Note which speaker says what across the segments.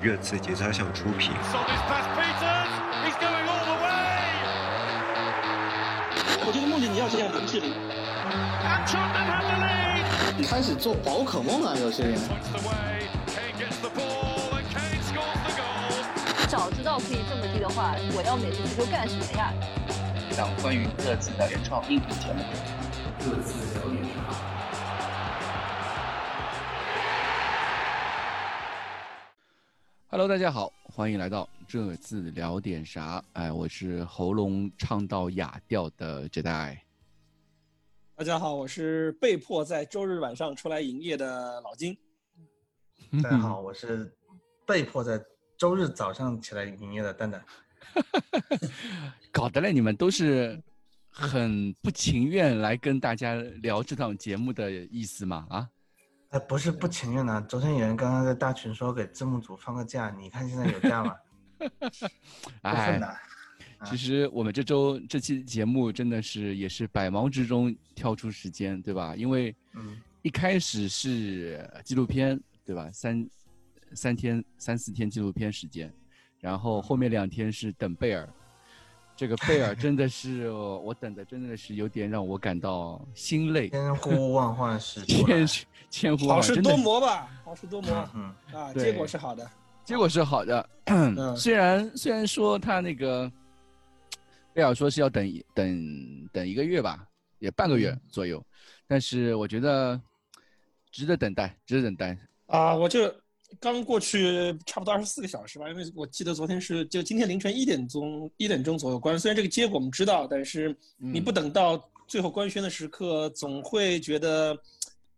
Speaker 1: 热刺节拍上出品。
Speaker 2: 我觉得梦姐你要是想零视频，
Speaker 3: 你开始做宝可梦啊，有些人。
Speaker 4: 早知道可以这么低的话，我要美式足球干什么呀？
Speaker 5: 一档关于各自的原创音频节目。
Speaker 6: 各自聊点啥？
Speaker 7: Hello，大家好，欢迎来到这次聊点啥？哎，我是喉咙唱到哑掉的 Jedi。
Speaker 2: 大家好，我是被迫在周日晚上出来营业的老金。
Speaker 6: 大家好，我是被迫在周日早上起来营业的蛋蛋。
Speaker 7: 搞得嘞，你们都是很不情愿来跟大家聊这档节目的意思吗？啊，
Speaker 6: 哎，不是不情愿的、昨天有人刚刚在大群说给字幕组放个假，你看现在有假吗？过
Speaker 7: 哎
Speaker 6: 分，的。
Speaker 7: 其实我们这周这期节目真的是也是百忙之中挑出时间，对吧？因为
Speaker 6: 嗯
Speaker 7: 一开始是呃纪录片，对吧？三三天三四天纪录片时间，然后后面两天是等贝尔。这个贝尔真的是我我等的真的是有点让我感到心累，
Speaker 6: 千呼万唤始出来
Speaker 7: 千。千呼万
Speaker 2: 好
Speaker 7: 唤
Speaker 2: 事
Speaker 7: 真
Speaker 2: 多
Speaker 7: 的
Speaker 2: 磨吧，好事多磨
Speaker 6: 嗯，
Speaker 2: 啊，
Speaker 7: 对
Speaker 2: 结果是好的。
Speaker 7: 结果是好的，
Speaker 2: 嗯
Speaker 7: 虽然虽然说他那个贝尔说是要等一等等一个月吧，也半个
Speaker 2: 嗯
Speaker 7: 月左右，但是我觉得值得等待，值得等待。
Speaker 2: 啊，我这刚过去差不多二十四个小时吧，因为我记得昨天是就今天凌晨一点钟一点钟左右关。虽然这个结果我们知道，但是你
Speaker 7: 嗯
Speaker 2: 不等到最后官宣的时刻，总会觉得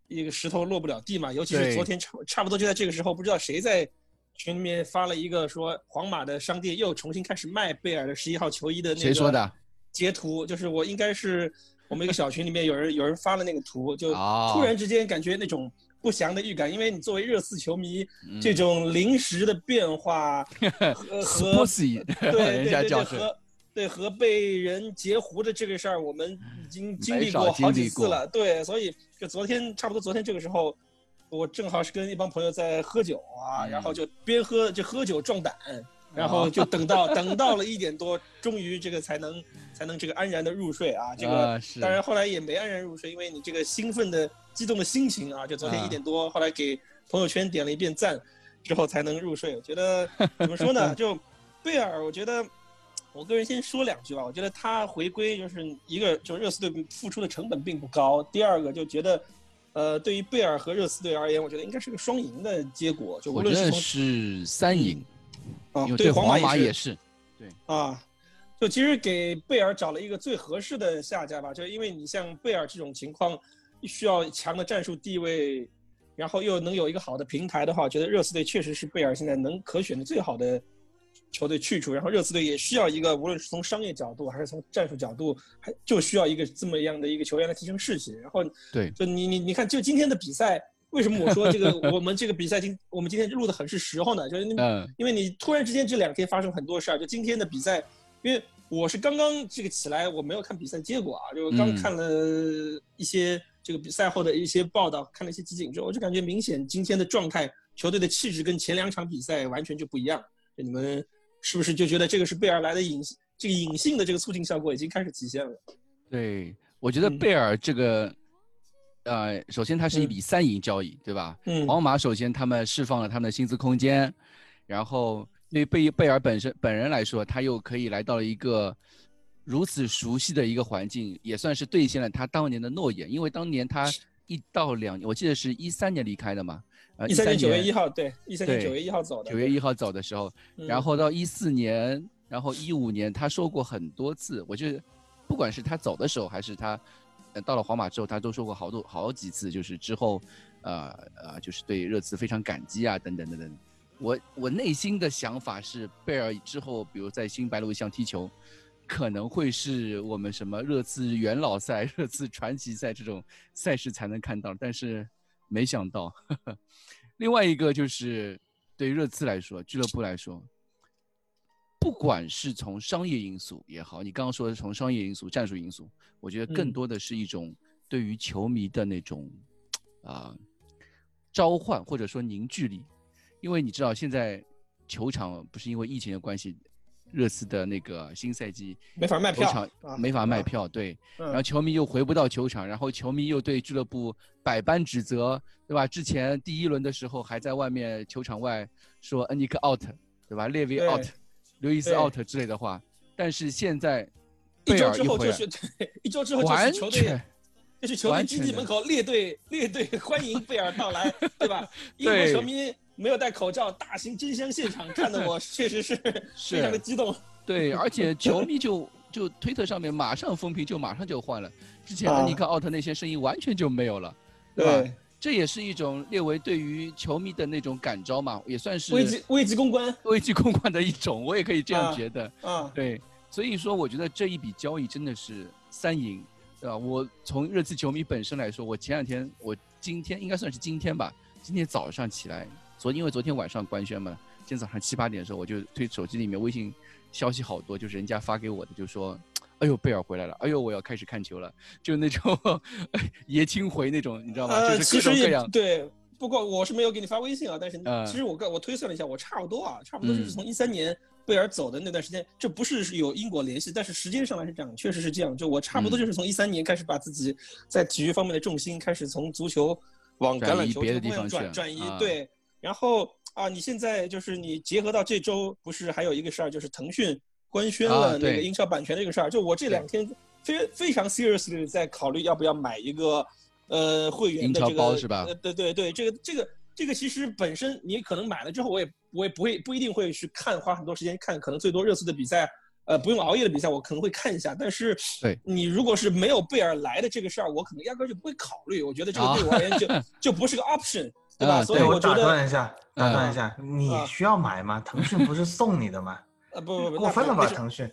Speaker 2: 一个石头落不了地嘛。尤其是
Speaker 7: 对
Speaker 2: 昨天差差不多就在这个时候，不知道谁在群里面发了一个说皇马的商店又重新开始卖贝尔的十一号球衣的那个
Speaker 7: 谁说的？
Speaker 2: 截图，就是我应该是我们一个小群里面有人有人发了那个图，就
Speaker 7: 哦
Speaker 2: 突然之间感觉那种不祥的预感，因为你作为热刺球迷，这
Speaker 7: 嗯
Speaker 2: 种临时的变 化和和
Speaker 7: Sportsy，
Speaker 2: 对对
Speaker 7: 人家
Speaker 2: 对对
Speaker 7: 叫是
Speaker 2: 和。对和被人截胡的这个事儿，我们已经经历
Speaker 7: 没少
Speaker 2: 过好
Speaker 7: 经
Speaker 2: 几
Speaker 7: 历
Speaker 2: 次
Speaker 7: 过
Speaker 2: 了。对，所以就昨天差不多昨天这个时候，我正好是跟一帮朋友在喝酒啊，
Speaker 7: 嗯哦
Speaker 2: 然后就边喝就喝酒壮胆，然后就等 到等到了一点多，终于这个才能才能这个安然的入睡啊。这个
Speaker 7: 啊是
Speaker 2: 当然后来也没安然入睡，因为你这个兴奋的激动的心情啊，就昨天
Speaker 7: 啊
Speaker 2: 一点多，后来给朋友圈点了一遍赞，之后才能入睡。我觉 得怎么说呢，就贝尔，我觉得。我个人先说两句吧，我觉得他回归就是一个，就是热刺队付出的成本并不高。第二个就觉得，呃，对于贝尔和热刺队而言，我觉得应该是个双赢的结果。就无
Speaker 7: 我
Speaker 2: 论
Speaker 7: 觉
Speaker 2: 是
Speaker 7: 得
Speaker 2: 从
Speaker 7: 是三赢，
Speaker 2: 啊
Speaker 7: 因为
Speaker 2: 对
Speaker 7: 皇马
Speaker 2: 马
Speaker 7: 也
Speaker 2: 是
Speaker 7: 是，
Speaker 2: 啊，就其实给贝尔找了一个最合适的下家吧，就因为你像贝尔这种情况，需要强的战术地位，然后又能有一个好的平台的话，我觉得热刺队确实是贝尔现在能可选的最好的球队去处。然后热刺队也需要一个，无论是从商业角度还是从战术角度，还就需要一个这么样的一个球员来提升士气。然后
Speaker 7: 对
Speaker 2: 就你你你看，就今天的比赛。为什么我说这个我们这个比赛今我们今天录的很是时候呢？就是那
Speaker 7: 嗯
Speaker 2: 因为你突然之间这两天发生很多事儿，就今天的比赛，因为我是刚刚这个起来，我没有看比赛结果啊，就刚
Speaker 7: 嗯
Speaker 2: 看了一些这个比赛后的一些报道，看了一些集锦之后，我就感觉明显今天的状态，球队的气质跟前两场比赛完全就不一样。就你们是不是就觉得这个是贝尔来的隐这个隐性的这个促进效果已经开始体现了？
Speaker 7: 对，我觉得
Speaker 2: 嗯
Speaker 7: 贝尔这个，呃，首先它是一
Speaker 2: 嗯
Speaker 7: 笔三赢交易，对吧？
Speaker 2: 嗯
Speaker 7: 皇马首先他们释放了他们的薪资空间，然后对于贝贝尔本身本人来说，他又可以来到了一个如此熟悉的一个环境，也算是兑现了他当年的诺言。因为当年他一到两年，我记得是一三年离开的嘛，呃，
Speaker 2: 一三年
Speaker 7: 13
Speaker 2: 九月一
Speaker 7: 年
Speaker 2: 号，对，一三年
Speaker 7: 对
Speaker 2: 九月一号走的，
Speaker 7: 九月一号走的时候，
Speaker 2: 嗯，
Speaker 7: 然后到一四年，然后一五年，他说过很多次，我就是不管是他走的时候，还是他呃到了皇马之后，他都说过好多好几次，就是之后，呃呃，就是对热刺非常感激啊，等等等等。我我内心的想法是，贝尔之后，比如在新白鹿巷踢球，可能会是我们什么热刺元老赛、 热刺传奇赛这种赛事才能看到，但是没想到。 呵呵另外一个就是对于热刺来说，俱乐部来说，不管是从商业因素也好，你刚刚说的从商业因素、战术因素，我觉得更
Speaker 2: 嗯
Speaker 7: 多的是一种对于球迷的那种啊、召唤或者说凝聚力，因为你知道现在球场不是因为疫情的关系，热刺的那个新赛季
Speaker 2: 没法卖
Speaker 7: 球
Speaker 2: 票
Speaker 7: 场
Speaker 2: 啊
Speaker 7: 没法卖
Speaker 2: 啊
Speaker 7: 票，对，
Speaker 2: 嗯
Speaker 7: 然后球迷又回不到球场，然后球迷又对俱乐部百般指责，对吧？之前第一轮的时候还在外面球场外说恩尼克 out，对吧？列维
Speaker 2: 对
Speaker 7: out，刘易斯
Speaker 2: 对
Speaker 7: out 之类的话，但是现在
Speaker 2: 一
Speaker 7: 贝
Speaker 2: 周
Speaker 7: 尔
Speaker 2: 之
Speaker 7: 一
Speaker 2: 后就
Speaker 7: 回来
Speaker 2: 是一周之后就
Speaker 7: 完
Speaker 2: 是球队
Speaker 7: 全。
Speaker 2: 就是球队
Speaker 7: 完
Speaker 2: 基
Speaker 7: 全
Speaker 2: 地
Speaker 7: 的
Speaker 2: 门口列队 列队欢迎贝尔到来， 对吧？英国
Speaker 7: 对
Speaker 2: 球迷没有戴口罩，大型真香现场看得我确实是非常的
Speaker 7: 是
Speaker 2: 激动。
Speaker 7: 对，而且球迷就就推特上面马上风评就马上就换了，之
Speaker 2: 啊
Speaker 7: 前恩尼克奥特那些声音完全就没有了，对吧？这也是一种列为对于球迷的那种感召嘛，也算是
Speaker 2: 危机危机公关
Speaker 7: 危机公关的一种，我也可以这样觉得。
Speaker 2: 啊，
Speaker 7: 对，所以说我觉得这一笔交易真的是三赢，对吧？我从热刺球迷本身来说，我前两天，我今天应该算是今天吧，今天早上起来，昨因为昨天晚上官宣嘛，今天早上七八点的时候，我就推手机里面微信消息好多，就是人家发给我的，就说。哎呦，贝尔回来了！哎呦，我要开始看球了，就那种 爷青回那种，你知道吗？
Speaker 2: 呃，
Speaker 7: 就是
Speaker 2: 其
Speaker 7: 各种
Speaker 2: 实
Speaker 7: 各
Speaker 2: 也
Speaker 7: 样。
Speaker 2: 对。不过我是没有给你发微信啊，但是
Speaker 7: 嗯
Speaker 2: 其实我个我推算了一下，我差不多啊，差不多就是
Speaker 7: 嗯
Speaker 2: 从一三年贝尔走的那段时间，这不是有因果联系，但是时间上来是这样，确实是这样。就我差不多
Speaker 7: 嗯
Speaker 2: 就是从一三年开始把自己在体育方面的重心开始从足球往橄
Speaker 7: 转
Speaker 2: 榄
Speaker 7: 移
Speaker 2: 球
Speaker 7: 别
Speaker 2: 这
Speaker 7: 的
Speaker 2: 个
Speaker 7: 地
Speaker 2: 部分
Speaker 7: 方去
Speaker 2: 转
Speaker 7: 了
Speaker 2: 转移
Speaker 7: 啊，
Speaker 2: 对。然后啊，你现在就是你结合到这周，不是还有一个事儿，就是腾讯官宣
Speaker 7: 啊
Speaker 2: 了那个
Speaker 7: 对
Speaker 2: 英超版权这个事儿。就我这两天非非常 seriously 在考虑要不要买一个呃会员的
Speaker 7: 英超
Speaker 2: 这
Speaker 7: 包
Speaker 2: 个
Speaker 7: 是吧
Speaker 2: 呃对对对，这个这个这个其实本身你可能买了之后，我也我也不会不一定会去看，花很多时间看，可能最多热刺的比赛。呃，不用熬夜的比赛，我可能会看一下。但是，
Speaker 7: 对
Speaker 2: 你如果是没有贝尔来的这个事儿，我可能压根儿就不会考虑。我觉得这个
Speaker 7: 啊
Speaker 2: 对我而言 就、就不是个 option，对吧？
Speaker 7: 啊
Speaker 2: 所以
Speaker 7: 对
Speaker 2: 我
Speaker 6: 我
Speaker 2: 觉
Speaker 6: 打
Speaker 2: 得
Speaker 6: 断一下，打
Speaker 2: 嗯
Speaker 6: 断一下，你
Speaker 2: 啊
Speaker 6: 需要买吗？腾讯不是送你的吗？
Speaker 2: 呃，不不不，
Speaker 6: 过
Speaker 2: 那
Speaker 6: 分
Speaker 2: 不
Speaker 6: 了吧，
Speaker 2: 那是
Speaker 6: 腾讯！。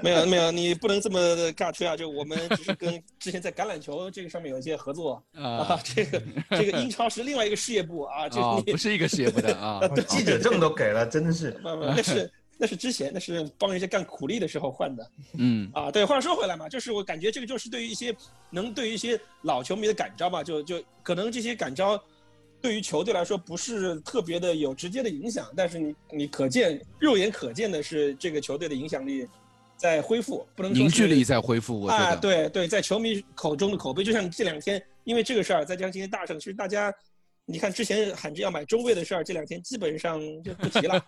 Speaker 2: 没有没有，你不能这么尬吹啊！就我们只是 跟之前在橄榄球这个上面有一些合作 啊
Speaker 7: 啊，，
Speaker 2: 这个这个英超是另外一个事业部 啊，这
Speaker 7: 啊
Speaker 2: 个，你
Speaker 7: 不是一个事业部的 啊
Speaker 6: 记者证都给了，真的是。
Speaker 2: 不不那 是那是之前那是帮人家干苦力的时候换的
Speaker 7: 嗯，
Speaker 2: 啊。对，话说回来嘛，就是我感觉这个就是对于一些能对于一些老球迷的感召吧，就就可能这些感召。对于球队来说不是特别的有直接的影响，但是你你可见肉眼可见的是这个球队的影响力在恢复，不能说
Speaker 7: 凝聚
Speaker 2: 是
Speaker 7: 力在恢复，我觉
Speaker 2: 啊，
Speaker 7: 得。
Speaker 2: 对对，在球迷口中的口碑，就像这两天因为这个事儿，再加上今天大胜，其实大家，你看之前喊着要买中卫的事儿，这两天基本上就不提 了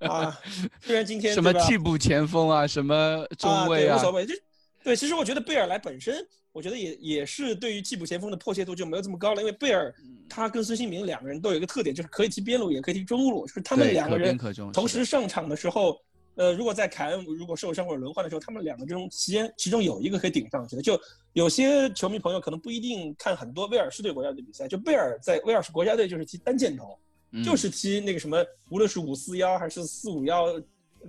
Speaker 2: 啊。虽然今天
Speaker 7: 什么
Speaker 2: 对吧
Speaker 7: 替补前锋啊，什么中卫
Speaker 2: 啊，对，
Speaker 7: 啊
Speaker 2: 无，所谓。就对，其实我觉得贝尔来本身，我觉得也也是对于替补前锋的迫切度就没有这么高了，因为贝尔
Speaker 7: 嗯
Speaker 2: 他跟孙兴民两个人都有一个特点，就是可以踢边路，也可以踢中路，就是他们
Speaker 7: 对
Speaker 2: 两个
Speaker 7: 可
Speaker 2: 人
Speaker 7: 边可中
Speaker 2: 同
Speaker 7: 是
Speaker 2: 时
Speaker 7: 的
Speaker 2: 上场的时候。呃，如果在凯恩如果受伤或者轮换的时候，他们两个中其间其中有一个可以顶上去的。就有些球迷朋友可能不一定看很多威尔士队国家队比赛，就贝尔在威尔士国家队就是踢单箭头，
Speaker 7: 嗯
Speaker 2: 就是踢那个什么，无论是五四幺还是四五幺，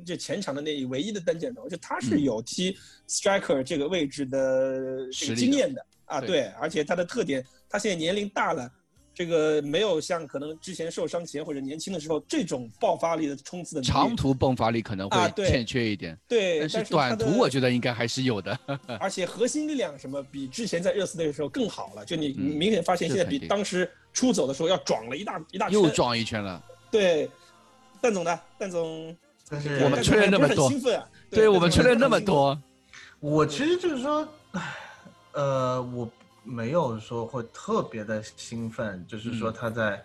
Speaker 2: 这前场的那唯一的单箭头，就他是
Speaker 7: 嗯
Speaker 2: 有踢 striker 这个位置的这
Speaker 7: 实
Speaker 2: 个
Speaker 7: 力
Speaker 2: 经
Speaker 7: 的
Speaker 2: 验的啊，
Speaker 7: 对
Speaker 2: 对，而且他的特点，他现在年龄大了，这个没有像可能之前受伤前或者年轻的时候这种爆发力的冲刺的能力
Speaker 7: 长途迸发力可能
Speaker 2: 啊
Speaker 7: 会
Speaker 2: 对
Speaker 7: 欠缺一点，
Speaker 2: 对，
Speaker 7: 但是
Speaker 2: 是
Speaker 7: 短途我
Speaker 2: 得，
Speaker 7: 觉得应该还是有的。
Speaker 2: 而且核心力量什么比之前在热刺队的时候更好了，就你
Speaker 7: 嗯
Speaker 2: 明显发现
Speaker 7: 是
Speaker 2: 现在
Speaker 7: 肯
Speaker 2: 比
Speaker 7: 定
Speaker 2: 当时出走的时候要壮了一大 一大圈
Speaker 7: 又，撞一圈了，
Speaker 2: 对，蛋总呢？蛋总。
Speaker 6: 但是
Speaker 7: 我们吹了那么多
Speaker 2: 兴奋啊！
Speaker 7: 对我们
Speaker 2: 吹
Speaker 7: 吹了那么，多，
Speaker 6: 我其实就是说，唉呃，我没有说会特别的兴奋，就是说
Speaker 7: 嗯
Speaker 6: 他在、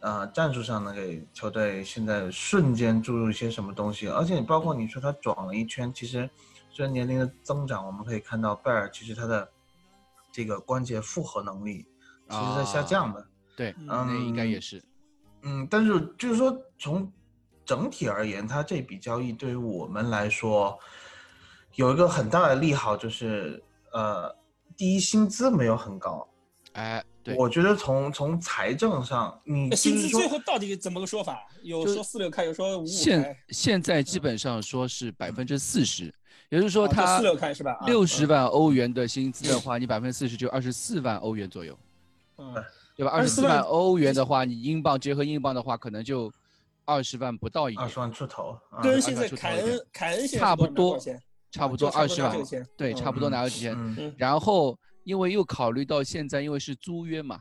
Speaker 6: 呃战术上能给球队现在瞬间注入一些什么东西，而且包括你说他转了一圈，其实随着年龄的增长，我们可以看到贝尔其实他的这个关节复合能力其实在下
Speaker 7: 啊
Speaker 6: 降的。
Speaker 7: 对，
Speaker 2: 嗯
Speaker 7: 那应该也
Speaker 6: 嗯
Speaker 7: 是，
Speaker 6: 嗯，但是就是说，从整体而言，它这笔交易对于我们来说，有一个很大的利好，就是呃，第一薪资没有很高。
Speaker 7: 哎，对，
Speaker 6: 我觉得从从财政上，
Speaker 2: 那
Speaker 6: 你就
Speaker 2: 呃薪
Speaker 6: 是
Speaker 2: 资
Speaker 6: 说
Speaker 2: 最后到底怎么个说法？啊有
Speaker 7: 就
Speaker 2: 说四六开，有说五五
Speaker 7: 现
Speaker 2: 开，
Speaker 7: 现在基本上说是百分之四十，也就是说
Speaker 2: 嗯
Speaker 7: 他
Speaker 2: 哦四六开是吧？啊
Speaker 7: 六十，万欧元的薪资的话，你百分之四十就二十四万欧元左右。
Speaker 2: 嗯，
Speaker 7: 对吧？二十
Speaker 2: 24
Speaker 7: 四
Speaker 2: 万
Speaker 7: 万欧元的话，你英镑结合英镑的话，可能就二十万不到一
Speaker 6: 二
Speaker 7: 点
Speaker 6: 十，万出头啊，
Speaker 2: 跟
Speaker 7: 是
Speaker 2: 现在
Speaker 7: 出头
Speaker 2: 凯
Speaker 7: 一点
Speaker 2: 恩凯恩现在
Speaker 7: 差不
Speaker 2: 多拿多少
Speaker 7: 多
Speaker 2: 钱，
Speaker 7: 差不多
Speaker 2: 啊就差
Speaker 7: 二
Speaker 2: 不
Speaker 7: 十
Speaker 2: 多拿
Speaker 7: 万
Speaker 2: 这个，钱，
Speaker 7: 对，
Speaker 2: 嗯
Speaker 7: 差不多拿到这些。
Speaker 6: 嗯
Speaker 7: 然后因为又考虑到现在，因为是租约嘛，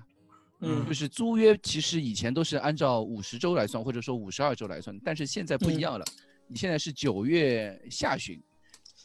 Speaker 2: 嗯
Speaker 7: 就是租约其实以前都是按照五十周来算，或者说五十二周来算，但是现在不
Speaker 2: 嗯
Speaker 7: 一样了，你现在是九月下旬，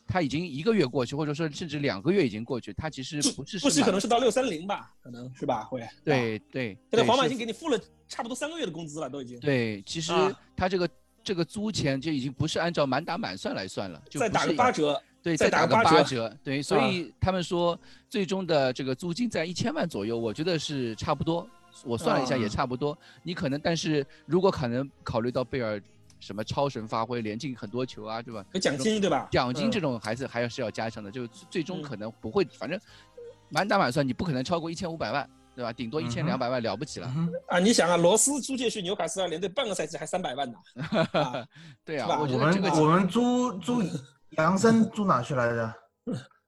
Speaker 7: 他已经一个月过去，或者说甚至两个月已经过去，他其实不是
Speaker 2: 不
Speaker 7: 是
Speaker 2: 是可
Speaker 7: 满
Speaker 2: 能是到六三零吧，可能是吧？会。啊，
Speaker 7: 对对，
Speaker 2: 现在
Speaker 7: 对
Speaker 2: 皇马已
Speaker 7: 是
Speaker 2: 经给你付了差不多三个月的工资了，都已经。
Speaker 7: 对，其实
Speaker 2: 啊
Speaker 7: 他这个、这个租钱就已经不是按照满打满算来算了，就
Speaker 2: 再
Speaker 7: 不
Speaker 2: 打
Speaker 7: 是
Speaker 2: 个
Speaker 7: 以
Speaker 2: 八折，
Speaker 7: 对，
Speaker 2: 再
Speaker 7: 再
Speaker 2: 打
Speaker 7: 打
Speaker 2: 个
Speaker 7: 个
Speaker 2: 八
Speaker 7: 八
Speaker 2: 折
Speaker 7: 折，对，所
Speaker 2: 啊
Speaker 7: 以他们说最终的这个租金在一千万左右，我觉得是差不多，我算了一下也
Speaker 6: 啊
Speaker 7: 差不多。你可能，但是如果可能考虑到贝尔什么超神发挥，连进很多球啊，对吧？
Speaker 2: 有奖金对吧？
Speaker 7: 奖金这
Speaker 2: 嗯
Speaker 7: 种还是还是要加上的，就最
Speaker 2: 嗯
Speaker 7: 终可能不会，反正满打满算你不可能超过一千五百万，对吧？顶多一千两
Speaker 6: 嗯
Speaker 7: 百万了不起了
Speaker 6: 嗯。哼
Speaker 2: 啊，你想啊，罗斯租借去纽卡斯尔联队半个赛季还三百万呢，啊
Speaker 7: 对
Speaker 2: 是吧
Speaker 7: 啊，
Speaker 6: 嗯我
Speaker 7: 我觉得这
Speaker 6: 们
Speaker 7: 个
Speaker 6: 我们租租杨森租哪去来 着？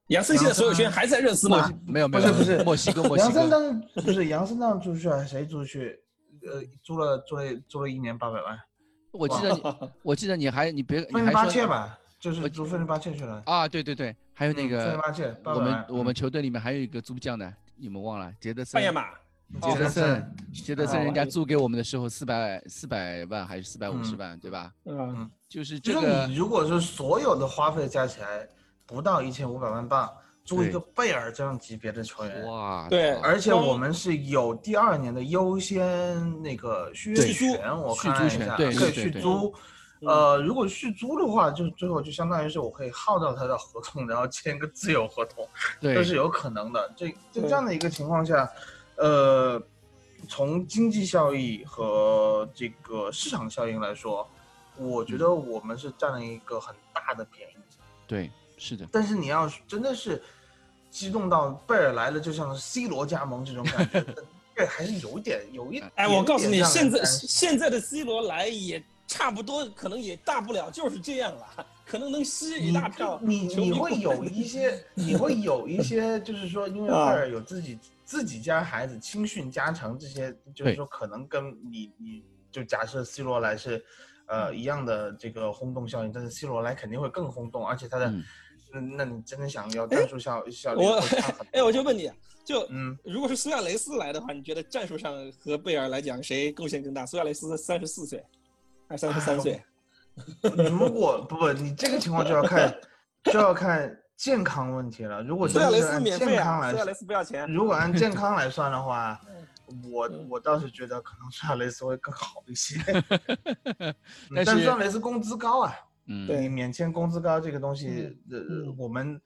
Speaker 2: 杨森现在所有权还在热刺吗？
Speaker 7: 没有没
Speaker 6: 不是
Speaker 7: 有
Speaker 6: 不是
Speaker 7: 墨西哥墨
Speaker 6: 杨
Speaker 7: 西哥，
Speaker 6: 森当不是杨森当租去啊？谁租去？呃，租了租了租了一年八百万，
Speaker 7: 我记得你我记得你还你别你
Speaker 6: 费
Speaker 7: 还
Speaker 6: 内巴
Speaker 7: 说
Speaker 6: 切吧，就是
Speaker 7: 我
Speaker 6: 租费内巴切去了。
Speaker 7: 啊，对对对，还有那
Speaker 6: 嗯费内
Speaker 7: 个
Speaker 6: 巴切八
Speaker 7: 我
Speaker 6: 百
Speaker 7: 们
Speaker 6: 万。
Speaker 7: 我们球队里面还有一个租将的，你们忘了杰德森
Speaker 2: 半夜，马
Speaker 7: 杰德
Speaker 6: 杰德
Speaker 7: 森
Speaker 6: 森，
Speaker 7: 杰德森，
Speaker 2: 哦
Speaker 7: 人家租给我们的时候四百四百万还是四百五十万，对吧？
Speaker 2: 嗯，
Speaker 7: 就是
Speaker 6: 就
Speaker 7: 这
Speaker 6: 是
Speaker 7: 个
Speaker 6: 你，如果是所有的花费加起来不到一千五百万镑，租一
Speaker 7: 对
Speaker 6: 个贝尔这样级别的球员，
Speaker 7: 哇，
Speaker 2: 对
Speaker 7: 靠
Speaker 6: 而且
Speaker 2: 光
Speaker 6: 我们是有第二年的优先那个续
Speaker 7: 对
Speaker 6: 约权，我
Speaker 7: 续
Speaker 6: 看了
Speaker 7: 租
Speaker 6: 一
Speaker 7: 权
Speaker 6: 下
Speaker 7: 对
Speaker 6: 可以
Speaker 7: 对
Speaker 6: 续
Speaker 7: 对
Speaker 6: 租。呃，如果续租的话，就是最后就相当于是我可以耗掉他的合同，然后签个自由合同，这是
Speaker 7: 对
Speaker 6: 有可能的。这在
Speaker 2: 对
Speaker 6: 这样的一个情况下，呃，从经济效益和这个市场效应来说，我觉得
Speaker 2: 嗯
Speaker 6: 我们是占了一个很大的便宜。
Speaker 7: 对是的，
Speaker 6: 但是你要是真的是激动到贝尔来了，就像 C 罗加盟这种感 觉，这还是有一点有一
Speaker 2: 哎，我告诉你，
Speaker 6: 有一点
Speaker 2: 现
Speaker 6: 让人
Speaker 2: 在
Speaker 6: 担心
Speaker 2: 现在的 C 罗来也差不多，可能也大不了就是这样了， 可能能吸引一大票
Speaker 6: 嗯你
Speaker 2: 球迷
Speaker 6: 你会有一些，你会有一些，就是说，因为贝
Speaker 2: 啊
Speaker 6: 尔有自己自己家孩子青训加成这些，就是
Speaker 7: 对
Speaker 6: 说可能跟你你就假设 C 罗来是，
Speaker 2: 嗯
Speaker 6: 呃一样的这个轰动效应，但是 C 罗来肯定会更轰动，而且他的
Speaker 7: 嗯，。
Speaker 6: 那那你真的想要战术效效率
Speaker 2: 我
Speaker 6: 会差很
Speaker 2: 哎，
Speaker 6: 多。
Speaker 2: 我就问你，就
Speaker 6: 嗯，
Speaker 2: 如果是苏亚雷斯来的话，你觉得战术上和贝尔来讲谁贡献更大？苏亚雷斯三十四岁，还三十三岁？
Speaker 6: 如果不不，你这个情况就要看就要看健康问题了。如果
Speaker 2: 苏
Speaker 6: 真
Speaker 2: 亚
Speaker 6: 的
Speaker 2: 雷
Speaker 6: 是
Speaker 2: 斯
Speaker 6: 按
Speaker 2: 免
Speaker 6: 健
Speaker 2: 费啊，
Speaker 6: 康来
Speaker 2: 苏亚
Speaker 6: 说
Speaker 2: 雷斯不要钱。
Speaker 6: 如果按健康来算的话，我
Speaker 2: 嗯
Speaker 6: 我倒是觉得可能苏亚雷斯会更好 一些嗯
Speaker 7: 但
Speaker 6: 但
Speaker 7: 是
Speaker 6: 苏亚雷斯工资高啊，
Speaker 7: 嗯，
Speaker 2: 对
Speaker 6: 你免签工资高这个东西，呃
Speaker 2: 嗯，
Speaker 6: 我们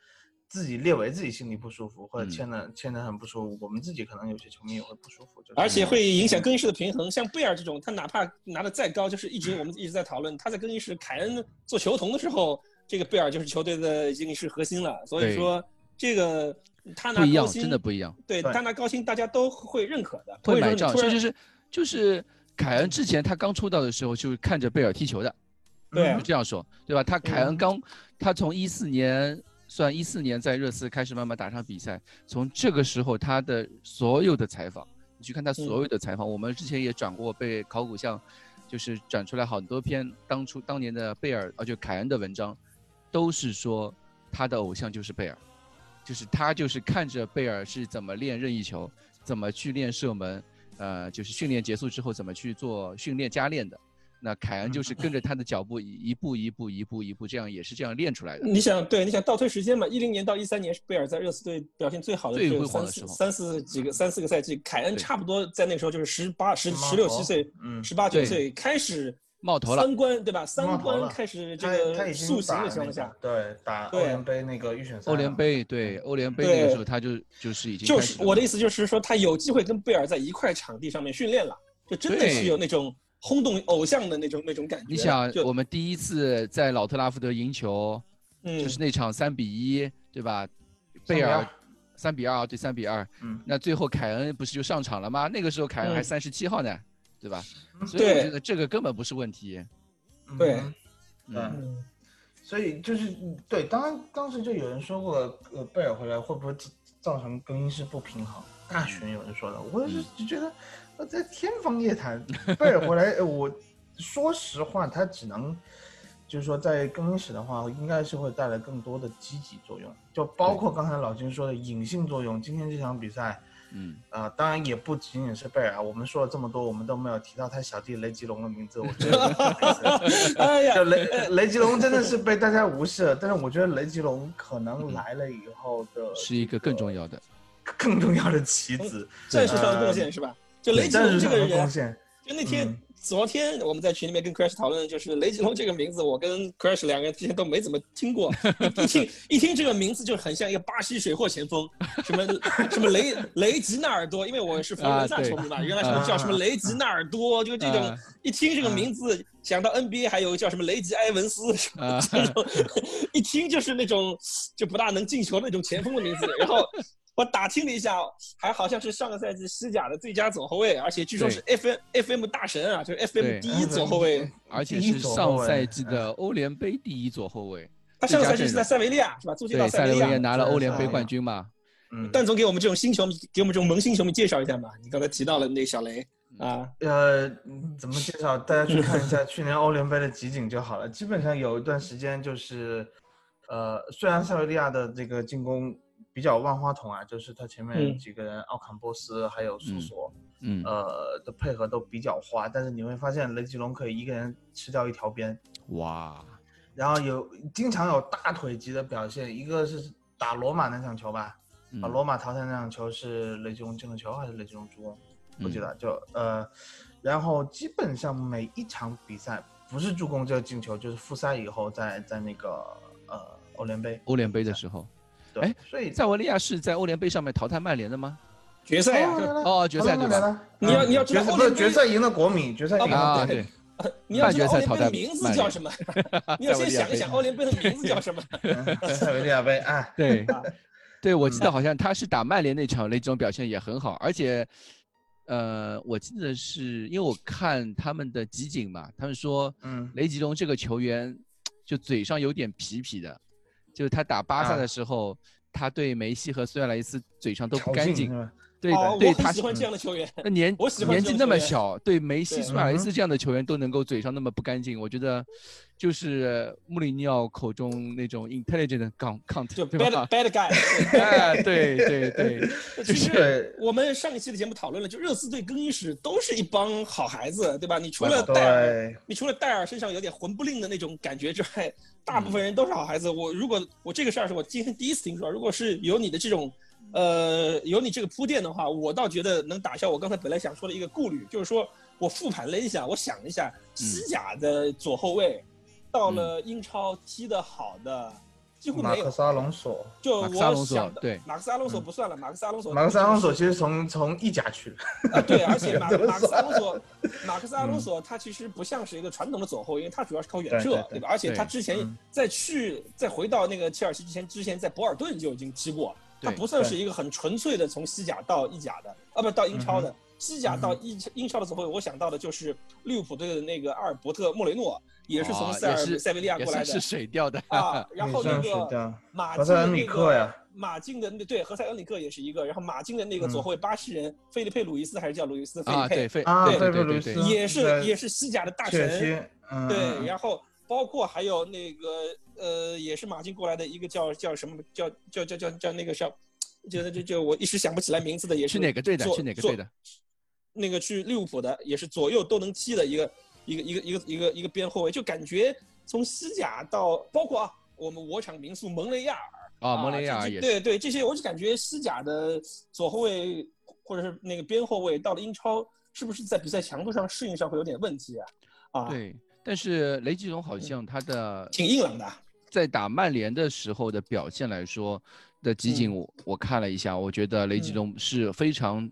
Speaker 6: 自己列为自己心里不舒服，或者
Speaker 7: 嗯
Speaker 6: 签的签的很不舒服，我们自己可能有些球迷也会不舒服。就是嗯
Speaker 2: 而且会影响
Speaker 7: 嗯
Speaker 2: 更衣室的平衡。像贝尔这种，他哪怕拿的再高，就是一直我们一直在讨论，他在更衣室凯恩做球童的时候，这个贝尔就是球队的已经是核心了。所以
Speaker 7: 对
Speaker 2: 说，这个他拿
Speaker 7: 不一
Speaker 2: 高
Speaker 7: 样，
Speaker 2: 薪，
Speaker 7: 真的不一样，
Speaker 2: 对
Speaker 6: 对
Speaker 2: 他拿高薪，大家都会认可的，
Speaker 7: 会
Speaker 2: 不
Speaker 7: 买
Speaker 2: 说
Speaker 7: 账，
Speaker 2: 你突
Speaker 7: 这
Speaker 2: 然
Speaker 7: 就是就是凯恩之前他刚出道的时候就看着贝尔踢球的，
Speaker 2: 对啊
Speaker 7: 就这样说，对吧？他凯恩刚，他从一四年算一四年在热刺开始慢慢打上比赛，从这个时候他的所有的采访，你去看他所有的采访，我们之前也转过被考古项，就是转出来很多篇当初当年的贝尔，啊就凯恩的文章，都是说他的偶像就是贝尔，就是他就是看着贝尔是怎么练任意球，怎么去练射门，呃，就是训练结束之后怎么去做训练加练的。那凯恩
Speaker 2: 嗯
Speaker 7: 就是跟着他的脚步一一步一步一步一步这样也是这样练出来的。
Speaker 2: 你想对，你想倒推时间嘛？一零年到一三年是贝尔在热刺队表现最好的
Speaker 7: 最
Speaker 2: 只有
Speaker 7: 辉
Speaker 2: 三
Speaker 7: 煌的时
Speaker 2: 四
Speaker 7: 候
Speaker 2: 三四几个三四个赛季，凯恩
Speaker 7: 对
Speaker 2: 差不多在那个时候就是十八十
Speaker 6: 嗯
Speaker 2: 十六七岁，
Speaker 6: 嗯
Speaker 2: 十八九
Speaker 7: 对
Speaker 2: 岁开始
Speaker 7: 冒头了
Speaker 2: 三观对吧？三
Speaker 6: 冒头
Speaker 2: 观
Speaker 6: 嗯了
Speaker 2: 开始这
Speaker 6: 他他
Speaker 2: 个
Speaker 6: 已经
Speaker 2: 塑形
Speaker 6: 打
Speaker 2: 的情
Speaker 6: 那
Speaker 2: 况
Speaker 6: 个
Speaker 2: 下，
Speaker 6: 对打欧
Speaker 2: 对
Speaker 6: 联杯那个预选赛了，
Speaker 7: 欧联杯，对欧联杯那个时候他就就是已经
Speaker 2: 啊就
Speaker 7: 开
Speaker 2: 是
Speaker 7: 始
Speaker 2: 我的
Speaker 7: 了
Speaker 2: 意思，就是说他有机会跟贝尔在一块场地上面训练了，就真的
Speaker 7: 对
Speaker 2: 是有那种轰动偶像的那种那种感觉。
Speaker 7: 你想，
Speaker 2: 就
Speaker 7: 我们第一次在老特拉福德赢球，
Speaker 2: 嗯
Speaker 7: 就，是那场三比一，对吧？贝尔三比二，对三比二。
Speaker 6: 嗯
Speaker 7: 那最后凯恩不是就上场了吗？那个时候凯恩还
Speaker 2: 嗯
Speaker 7: 三十七号呢，对吧？
Speaker 6: 嗯
Speaker 7: 所以我
Speaker 2: 对
Speaker 7: 觉得这个根本不是问题。
Speaker 6: 嗯
Speaker 2: 对
Speaker 6: 哼对
Speaker 7: 嗯，
Speaker 2: 嗯
Speaker 6: 所以就是嗯对，当然当时就有人说过，呃，贝尔回来会不会造造成更衣室不平衡？大选有人说的，我是觉得我在天方夜谭。 贝尔回来，呃我说实话，他只能就是说在更衣室的话，应该是会带来更多的积极作用，就包括刚才老金说的隐性作用。今天这场比赛，
Speaker 7: 嗯，
Speaker 6: 啊、当然也不仅仅是贝尔啊，我们说了这么多，我们都没有提到他小弟雷吉隆的名字，我觉得 不好意思。
Speaker 2: 哎呀
Speaker 6: 就，雷 呃雷吉隆真的是被大家无视了，但 是我觉得雷吉隆可能来了以后的
Speaker 7: 是一个更重要的。
Speaker 6: 呃更重要的棋子，
Speaker 2: 战术上的贡献是吧？就雷吉
Speaker 6: 战术
Speaker 2: 隆这
Speaker 6: 上
Speaker 2: 个
Speaker 6: 的
Speaker 2: 人
Speaker 6: 贡
Speaker 2: 啊，
Speaker 6: 献。
Speaker 2: 就那天、
Speaker 6: 嗯
Speaker 2: 昨天我们在群里面跟 Crash 讨论，就是雷吉隆这个名字，我跟 Crash 两个人之前都没怎么听过，一一听一听这个名字就很像一个巴西水货前锋，什么什么雷雷吉纳尔多，因为我是佛罗伦萨球迷嘛，原来什么叫什么雷吉纳尔多，就这种、
Speaker 7: 啊
Speaker 2: 一听这个名字，想到 NBA 还有个叫什么雷吉埃文斯，
Speaker 7: 啊
Speaker 2: 这种 一听就是那种就不大能进球的那种前锋的名字。然后我打听了一下，还好像是上个赛季西甲的最佳左后卫，而且据说是 F M F M 大神啊，就是 F
Speaker 7: 对
Speaker 2: M 第一左后卫。
Speaker 7: 而且
Speaker 6: 第一
Speaker 7: 是
Speaker 6: 左
Speaker 7: 上
Speaker 6: 后卫嗯
Speaker 7: 赛季的欧联杯第一左后卫，
Speaker 2: 他上个赛季是在塞维利亚是吧？租借到
Speaker 7: 对，塞
Speaker 2: 维利
Speaker 7: 维利亚
Speaker 2: 亚。
Speaker 7: 拿了欧联
Speaker 6: 塞
Speaker 7: 杯
Speaker 6: 维利亚
Speaker 7: 冠军嘛。
Speaker 6: 嗯，
Speaker 2: 蛋总给我们这种新球迷，给我们这种萌新球迷介绍一下嘛？你刚才提到了那个小雷啊，
Speaker 6: 呃，嗯怎么介绍？大家去看一下去年欧联杯的集锦就好了。基本上有一段时间就是，呃，虽然塞维利亚的这个进攻比较万花筒啊，就是他前面
Speaker 2: 嗯
Speaker 6: 几个人，奥坎波斯还有苏
Speaker 7: 嗯
Speaker 6: 索，
Speaker 7: 嗯，
Speaker 6: 呃的配合都比较花，但是你会发现雷吉隆可以一个人吃掉一条边，
Speaker 7: 哇，
Speaker 6: 然后有经常有大腿级的表现，一个是打罗马那场球吧，
Speaker 7: 嗯
Speaker 6: 啊，罗马淘汰那场球是雷吉隆进的球还是雷吉隆助攻？我记
Speaker 7: 嗯
Speaker 6: 得啊就呃，然后基本上每一场比赛不是助攻就进球，就是复赛以后在在那个呃欧联杯，
Speaker 7: 欧联杯的时候，哦
Speaker 6: 对，
Speaker 7: 哎
Speaker 6: 所以
Speaker 7: 塞维利亚是在欧联杯上面淘汰曼联的吗？
Speaker 2: 决赛
Speaker 6: 啊
Speaker 2: 哎呀、就
Speaker 7: 哦，决赛对吧？
Speaker 6: 吧？
Speaker 2: 你要你要知
Speaker 6: 决
Speaker 2: 道
Speaker 6: 赛
Speaker 2: 欧
Speaker 6: 不是
Speaker 2: 联杯
Speaker 6: 决赛赢了国米，决赛赢
Speaker 7: 啊，
Speaker 6: 了
Speaker 7: 对，
Speaker 2: 你要知道欧联
Speaker 7: 半决赛
Speaker 2: 杯
Speaker 7: 淘汰
Speaker 2: 的名字叫什么？你要先想一想欧联杯的名字叫什么？
Speaker 6: 嗯 塞维利亚杯啊，
Speaker 7: 对
Speaker 2: 啊，
Speaker 7: 对，我记
Speaker 6: 嗯
Speaker 7: 得好像他是打曼联那场，雷吉隆表现也很好，而且，呃，我记得是因为我看他们的集锦嘛，他们说
Speaker 6: 嗯，
Speaker 7: 雷吉隆这个球员就嘴上有点皮皮的，就是他打巴
Speaker 6: 啊
Speaker 7: 萨的时候，他对梅西和苏亚雷斯嘴上都不
Speaker 6: 挑
Speaker 7: 干
Speaker 6: 衅
Speaker 7: 净
Speaker 6: 是，吧？
Speaker 7: 对、
Speaker 2: 哦，
Speaker 7: 对，
Speaker 2: 我
Speaker 7: 他
Speaker 2: 很喜欢这样的球员。
Speaker 7: 那年
Speaker 2: 我喜欢
Speaker 7: 年
Speaker 2: 这种
Speaker 7: 纪那么
Speaker 2: 球员
Speaker 7: 小，对梅西、
Speaker 2: 对
Speaker 7: 苏亚雷
Speaker 6: 嗯
Speaker 7: 斯这样的球员都能够嘴上那么不干净，我觉得就是穆里尼奥口中那种 intelligent 的 con cont，
Speaker 2: 就
Speaker 7: 对
Speaker 2: bad
Speaker 7: 吧？
Speaker 2: bad guy 对。
Speaker 7: 哎，对对对，
Speaker 2: 其
Speaker 6: 对
Speaker 2: 实我们上一期的节目讨论了，就热刺队更衣室都是一帮好孩子，对吧？你除了戴尔，
Speaker 6: 对，
Speaker 2: 你除了戴尔身上有点混不吝的那种感觉之外，大部
Speaker 6: 嗯
Speaker 2: 分人都是好孩子。我如果我这个事儿是我今天第一次听说，如果是有你的这种，呃，有你这个铺垫的话，我倒觉得能打消我刚才本来想说的一个顾虑，就是说我复盘了一下，我想了一下，
Speaker 6: 嗯
Speaker 2: 西甲的左后卫到了英超踢得好的几乎
Speaker 6: 马
Speaker 2: 没
Speaker 6: 克
Speaker 2: 有。
Speaker 6: 萨隆索，嗯
Speaker 2: 就
Speaker 7: 马克萨隆
Speaker 2: 我
Speaker 7: 索
Speaker 2: 想的
Speaker 7: 对
Speaker 2: 马克萨隆索不算了，马克萨隆索
Speaker 6: 马克萨隆索其实从从意甲去的，
Speaker 2: 啊，对，而 且马
Speaker 6: 怎么
Speaker 2: 马克萨
Speaker 6: 算
Speaker 2: 隆索，马克萨隆索他其实不像是一个传统的左后，因为他主要是靠远
Speaker 6: 对
Speaker 2: 射
Speaker 6: 对，对
Speaker 2: 对吧？而且他
Speaker 7: 嗯对
Speaker 2: 之前
Speaker 6: 嗯
Speaker 2: 在去在回到那个切尔西之前，之前在博尔顿就已经踢过，他
Speaker 7: 对
Speaker 2: 不算
Speaker 6: 对
Speaker 2: 是一个很纯粹的从西甲到意甲的，啊，不到英超
Speaker 7: 嗯
Speaker 2: 的。西甲到英英超的左后卫，我想到的就是利物浦队的那个阿尔伯特·莫雷诺， 也是从
Speaker 7: 啊
Speaker 2: 塞尔
Speaker 7: 也是
Speaker 2: 塞维利亚
Speaker 7: 也
Speaker 2: 过
Speaker 7: 算
Speaker 2: 来
Speaker 7: 是
Speaker 2: 的
Speaker 7: 水调的，
Speaker 2: 啊。然后那
Speaker 6: 也
Speaker 2: 个
Speaker 6: 算嗯是这样
Speaker 2: 马
Speaker 6: 何
Speaker 2: 竞
Speaker 6: 塞
Speaker 2: 的
Speaker 6: 恩
Speaker 2: 那
Speaker 6: 里
Speaker 2: 个
Speaker 6: 克呀，嗯
Speaker 2: 马竞的那对何塞恩里克也是一个，然后马竞的那个左后卫巴西人菲利佩·鲁伊斯还是叫鲁伊斯菲利
Speaker 7: 啊，
Speaker 2: 佩
Speaker 7: 对，，费
Speaker 6: 啊
Speaker 7: 对对
Speaker 6: 费布
Speaker 7: 对
Speaker 6: 鲁
Speaker 7: 对
Speaker 6: 斯
Speaker 7: 对，
Speaker 2: 也是
Speaker 6: 在
Speaker 2: 也是西甲的大
Speaker 6: 切尔
Speaker 2: 神，
Speaker 6: 西，嗯，
Speaker 2: 对，
Speaker 6: 嗯
Speaker 2: 然后包括还有那个呃，也是马竞过来的一个叫叫什么叫叫叫叫叫那个叫，就就就我一时想不起来名字的，也是
Speaker 7: 去哪个队的？
Speaker 2: 左
Speaker 7: 去哪个队？的
Speaker 2: 左？那个去利物浦的，也是左右都能踢的一个一个一个一个一个一个边后卫，就感觉从西甲到包括啊，我们我场名宿蒙雷亚尔。
Speaker 7: 啊，蒙雷亚
Speaker 2: 这
Speaker 7: 尔
Speaker 2: 这
Speaker 7: 也是，
Speaker 2: 对对，这些我就感觉西甲的左后卫或者是那个边后卫到了英超，是不是在比赛强度上适应上会有点问题啊？啊，，嗯
Speaker 7: 对。但是雷吉隆好像他的
Speaker 2: 挺硬朗的。
Speaker 7: 在打曼联的时候的表现来说的集锦
Speaker 2: 嗯
Speaker 7: 我，我看了一下，我觉得雷吉
Speaker 2: 嗯
Speaker 7: 隆是非常，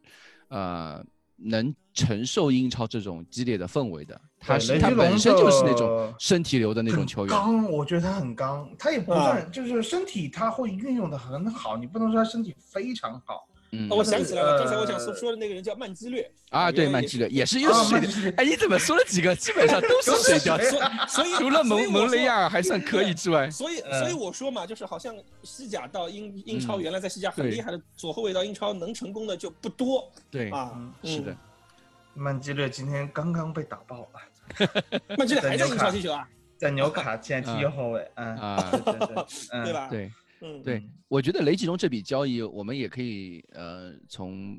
Speaker 7: 呃，能承受英超这种激烈的氛围的。他
Speaker 6: 对
Speaker 7: 是
Speaker 6: 雷
Speaker 7: 他
Speaker 6: 吉
Speaker 7: 本
Speaker 6: 隆
Speaker 7: 身就是那种
Speaker 6: 的
Speaker 7: 身体流的那种
Speaker 6: 很
Speaker 7: 球员。
Speaker 6: 刚，我觉得他很刚，他也不算，
Speaker 2: 啊
Speaker 6: 就是身体他会运用的很好，你不能说他身体非常好
Speaker 7: 嗯
Speaker 2: 哦，我想起来了，
Speaker 6: 呃
Speaker 2: 刚才我想说说的那个人叫曼基略
Speaker 7: 啊，对，曼基
Speaker 2: 基
Speaker 7: 略也是又
Speaker 6: 啊
Speaker 7: 是水
Speaker 6: 曼基
Speaker 7: 的
Speaker 6: 略。
Speaker 7: 哎，你怎么说了几个，基本上都是水
Speaker 2: 所
Speaker 7: 掉
Speaker 2: 以
Speaker 7: 的，
Speaker 2: 所以
Speaker 7: 除了
Speaker 2: 所以
Speaker 7: 蒙
Speaker 2: 我
Speaker 7: 蒙雷
Speaker 2: 说啊
Speaker 7: 亚尔还算可以之外，
Speaker 2: 所以，
Speaker 6: 呃
Speaker 2: 所以我说嘛，就是好像西甲到英英超，
Speaker 7: 嗯
Speaker 2: 原来在西甲很
Speaker 7: 对
Speaker 2: 厉害的左后卫到英超能成功的就不多
Speaker 7: 对，
Speaker 2: 啊。
Speaker 7: 是的，
Speaker 6: 嗯曼基略今天刚刚被打爆了，
Speaker 2: 嗯，曼基略还在英超踢球啊，
Speaker 6: 在纽卡现在踢右后卫，嗯
Speaker 7: 啊
Speaker 6: 对对对 嗯
Speaker 2: 对吧？，
Speaker 7: 对。
Speaker 2: 嗯，
Speaker 7: 对
Speaker 6: 嗯，
Speaker 7: 我觉得雷吉隆这笔交易，我们也可以呃从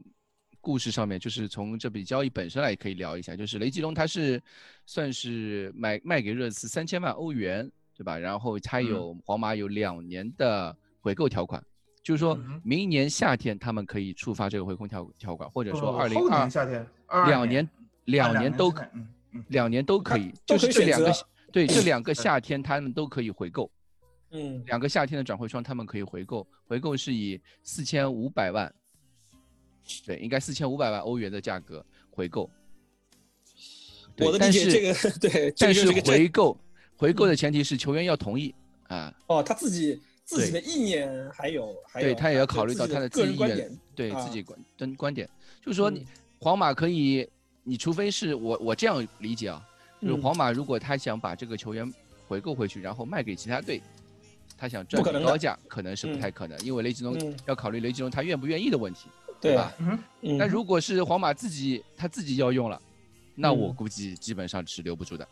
Speaker 7: 故事上面，就是从这笔交易本身来可以聊一下，就是雷吉隆他是算是买卖给热刺三千万欧元，对吧？然后他有皇马有两年的回购条款，就是说
Speaker 6: 嗯哼
Speaker 7: 明年夏天他们可以触发这个回购条条款，或者说
Speaker 6: 不
Speaker 7: 二零
Speaker 6: 后
Speaker 7: 二
Speaker 6: 年夏天，22
Speaker 7: 两年两
Speaker 6: 年
Speaker 7: 年都可
Speaker 6: 可，嗯嗯，
Speaker 7: 两年都可以，
Speaker 2: 都
Speaker 7: 就
Speaker 2: 可以
Speaker 7: 是这
Speaker 2: 选
Speaker 7: 两
Speaker 2: 择
Speaker 7: 个对这两个夏天他们都可以回购。
Speaker 2: 嗯，
Speaker 7: 两个夏天的转会窗他们可以回购，回购是以四千五百万，对，应该四千五百万欧元的价格回购。对
Speaker 2: 我的
Speaker 7: 但
Speaker 2: 理解
Speaker 7: 是
Speaker 2: 这个 对，这嗯
Speaker 7: 但
Speaker 2: 个
Speaker 7: 是
Speaker 2: 就个战
Speaker 7: 回购回购的前提是球员要同意啊，
Speaker 2: 哦，他自己自己的意念还有还有，
Speaker 7: 对他也要考虑到
Speaker 2: 哎啊自己
Speaker 7: 他
Speaker 2: 个
Speaker 7: 的自己
Speaker 2: 人观
Speaker 7: 意
Speaker 2: 点
Speaker 7: 愿，，对
Speaker 2: 啊
Speaker 7: 自己观跟观点，就是说你
Speaker 2: 嗯
Speaker 7: 皇马可以，你除非是我我这样理解啊，就是
Speaker 2: 嗯
Speaker 7: 皇马如果他想把这个球员回购回去，然后卖给其他队，他想赚
Speaker 2: 不可能
Speaker 7: 更
Speaker 2: 的
Speaker 7: 高价，可能是不
Speaker 2: 嗯
Speaker 7: 太可能，因为雷吉隆
Speaker 2: 嗯
Speaker 7: 要考虑雷吉隆他愿不愿意的问题，
Speaker 2: 对
Speaker 7: 吧？？
Speaker 2: 嗯
Speaker 7: 那如果是皇马自己他自己要用了，那我
Speaker 2: 嗯
Speaker 7: 估计基本上是留不住的，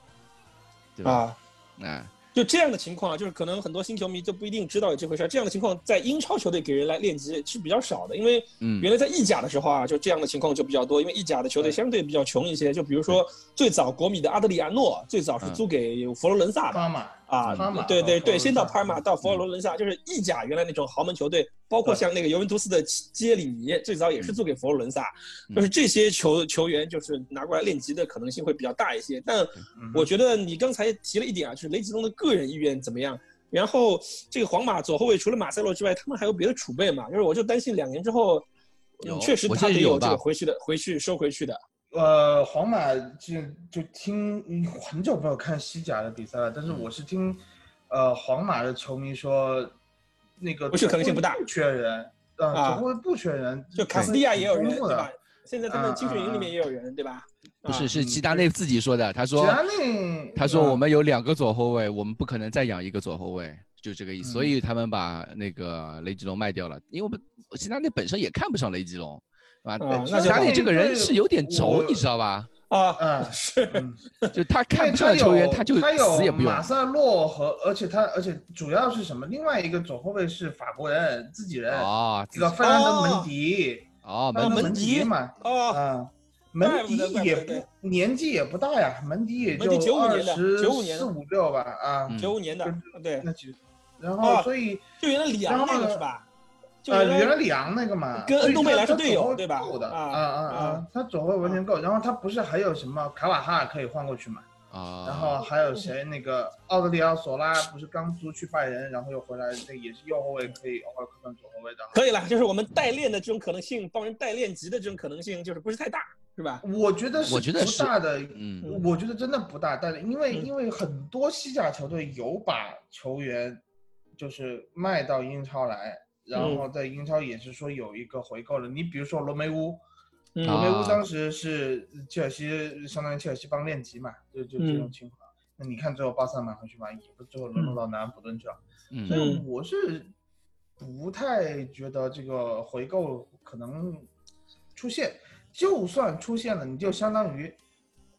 Speaker 7: 对吧？
Speaker 2: 啊，
Speaker 7: 哎，
Speaker 2: 就这样的情况啊，就是可能很多新球迷都不一定知道有这回事儿。这样的情况在英超球队给人来练级是比较少的，因为
Speaker 7: 嗯
Speaker 2: 原来在意甲的时候啊，就这样的情况就比较多，因为意甲的球队
Speaker 6: 对
Speaker 2: 相对比较穷一些。就比如说最早国米的阿德里亚诺，最早是租给佛罗伦萨的
Speaker 6: 巴马
Speaker 2: 啊，
Speaker 6: 帕尔马嗯
Speaker 2: 对对
Speaker 6: 到佛罗
Speaker 2: 对，
Speaker 6: 伦
Speaker 2: 先到
Speaker 6: 萨
Speaker 2: 帕尔马，到佛罗伦萨，就是意甲原来那种豪门球队，包括
Speaker 6: 对
Speaker 2: 像那个尤文图斯的杰里尼，最早也是租给佛罗伦萨，
Speaker 7: 嗯
Speaker 2: 就是这些球球员就是拿过来练级的可能性会比较大一些。但我觉得你刚才提了一点啊，就是雷吉隆的个人意愿怎么样？然后这个皇马左后卫除了马塞洛之外，他们还有别的储备嘛？就是我就担心两年之后，嗯
Speaker 7: 有
Speaker 2: 确实
Speaker 7: 我记
Speaker 2: 他
Speaker 7: 得
Speaker 2: 得
Speaker 7: 有
Speaker 2: 这
Speaker 7: 吧
Speaker 2: 个回去的，回去收回去的。
Speaker 6: 呃，皇马就就听嗯很久没有看西甲的比赛了，但
Speaker 2: 嗯
Speaker 6: 是我是听，呃，皇马的球迷说，那个
Speaker 2: 不是可能性不大
Speaker 6: 不缺人，
Speaker 2: 啊
Speaker 6: 呃，总会不缺人，
Speaker 2: 就卡斯蒂亚也有人，
Speaker 6: 挺丰富
Speaker 2: 对
Speaker 6: 的
Speaker 2: 吧？？现在他
Speaker 6: 嗯
Speaker 2: 们青训营里面也有人，对吧？
Speaker 7: 不
Speaker 2: 啊
Speaker 7: 是，是齐达内自己说的，他
Speaker 6: 其
Speaker 7: 说
Speaker 6: 他那嗯
Speaker 7: 他说我
Speaker 6: 们
Speaker 7: 们有两个左后卫，我们不可能再养一个左后卫，就这个意思。
Speaker 6: 嗯
Speaker 7: 所以他们把那个雷吉隆卖掉了，因为我们齐达内本身也看不上雷吉隆，啊
Speaker 6: 嗯
Speaker 2: 啊，那
Speaker 7: 齐
Speaker 2: 就
Speaker 7: 达
Speaker 2: 好
Speaker 7: 内这个人
Speaker 6: 对
Speaker 7: 是有点轴
Speaker 6: 我，
Speaker 7: 你知道吧？
Speaker 2: 啊，
Speaker 6: 嗯
Speaker 2: 是
Speaker 6: 嗯
Speaker 7: 就他
Speaker 6: 因
Speaker 7: 看
Speaker 6: 为
Speaker 7: 不上
Speaker 6: 他
Speaker 7: 的球员，
Speaker 6: 有
Speaker 7: 他就
Speaker 6: 他有
Speaker 7: 死也不用
Speaker 6: 马。塞洛和，而且他而且主要是什么？另外一个左后卫是法国人，自己人，
Speaker 7: 哦，
Speaker 6: 一
Speaker 7: 自己
Speaker 6: 个费兰德
Speaker 2: 哦
Speaker 6: 门迪，
Speaker 7: 哦，门
Speaker 6: 费兰德
Speaker 2: 门
Speaker 6: 门
Speaker 2: 迪
Speaker 6: 迪嘛，
Speaker 2: 哦，
Speaker 6: 啊，门迪
Speaker 2: 怪不得
Speaker 6: 也
Speaker 2: 怪不得
Speaker 6: 不年纪也不大呀，门迪也
Speaker 2: 门迪
Speaker 6: 就
Speaker 2: 95
Speaker 6: 二
Speaker 2: 年的
Speaker 6: 十
Speaker 2: 95年的
Speaker 6: 四五六吧啊，
Speaker 7: 嗯
Speaker 2: 九五年的，对，
Speaker 6: 那就然
Speaker 2: 哦
Speaker 6: 后所以
Speaker 2: 就原来里昂那
Speaker 6: 然后
Speaker 2: 个
Speaker 6: 呢
Speaker 2: 是吧？就
Speaker 6: 呃，
Speaker 2: 原
Speaker 6: 原
Speaker 2: 来
Speaker 6: 来里昂那个嘛，
Speaker 2: 跟
Speaker 6: 所
Speaker 2: 恩
Speaker 6: 以
Speaker 2: 东贝莱
Speaker 6: 他
Speaker 2: 是队友
Speaker 6: 他左后
Speaker 2: 对吧
Speaker 6: 够的
Speaker 2: 啊
Speaker 6: 啊啊
Speaker 2: 啊
Speaker 6: 啊，他左后完全够，然后他不是还有什么卡瓦哈尔可以换过去嘛，
Speaker 7: 啊，
Speaker 6: 然后还有谁那个奥德里奥索拉不是刚租去拜仁，然后又回来，那也是右后卫可以偶尔换左后卫的。
Speaker 2: 可以了，就是我们代练的这种可能性，帮人代练级的这种可能性，就是不是太大，是吧？
Speaker 6: 我觉得是
Speaker 7: 我觉得
Speaker 6: 不
Speaker 7: 是
Speaker 6: 大的
Speaker 7: 嗯
Speaker 2: 嗯
Speaker 6: 我觉得真的不大，但是因为
Speaker 2: 嗯
Speaker 6: 因为很多西甲球队有把球员就是卖到英超来，然
Speaker 2: 嗯
Speaker 6: 后在英超也是说有一个回购的。你比如说罗梅乌，
Speaker 2: 嗯
Speaker 6: 罗梅乌
Speaker 7: 啊
Speaker 6: 当时是切尔西，相当于切尔西帮练级嘛，就就这种
Speaker 2: 嗯
Speaker 6: 情况。那你看最后巴萨买回去嘛，也不最后沦落到南安普顿去了。所
Speaker 7: 嗯，
Speaker 6: 以
Speaker 2: 嗯
Speaker 6: 我是不太觉得这个回购可能出现，就算出现了，你就相当于，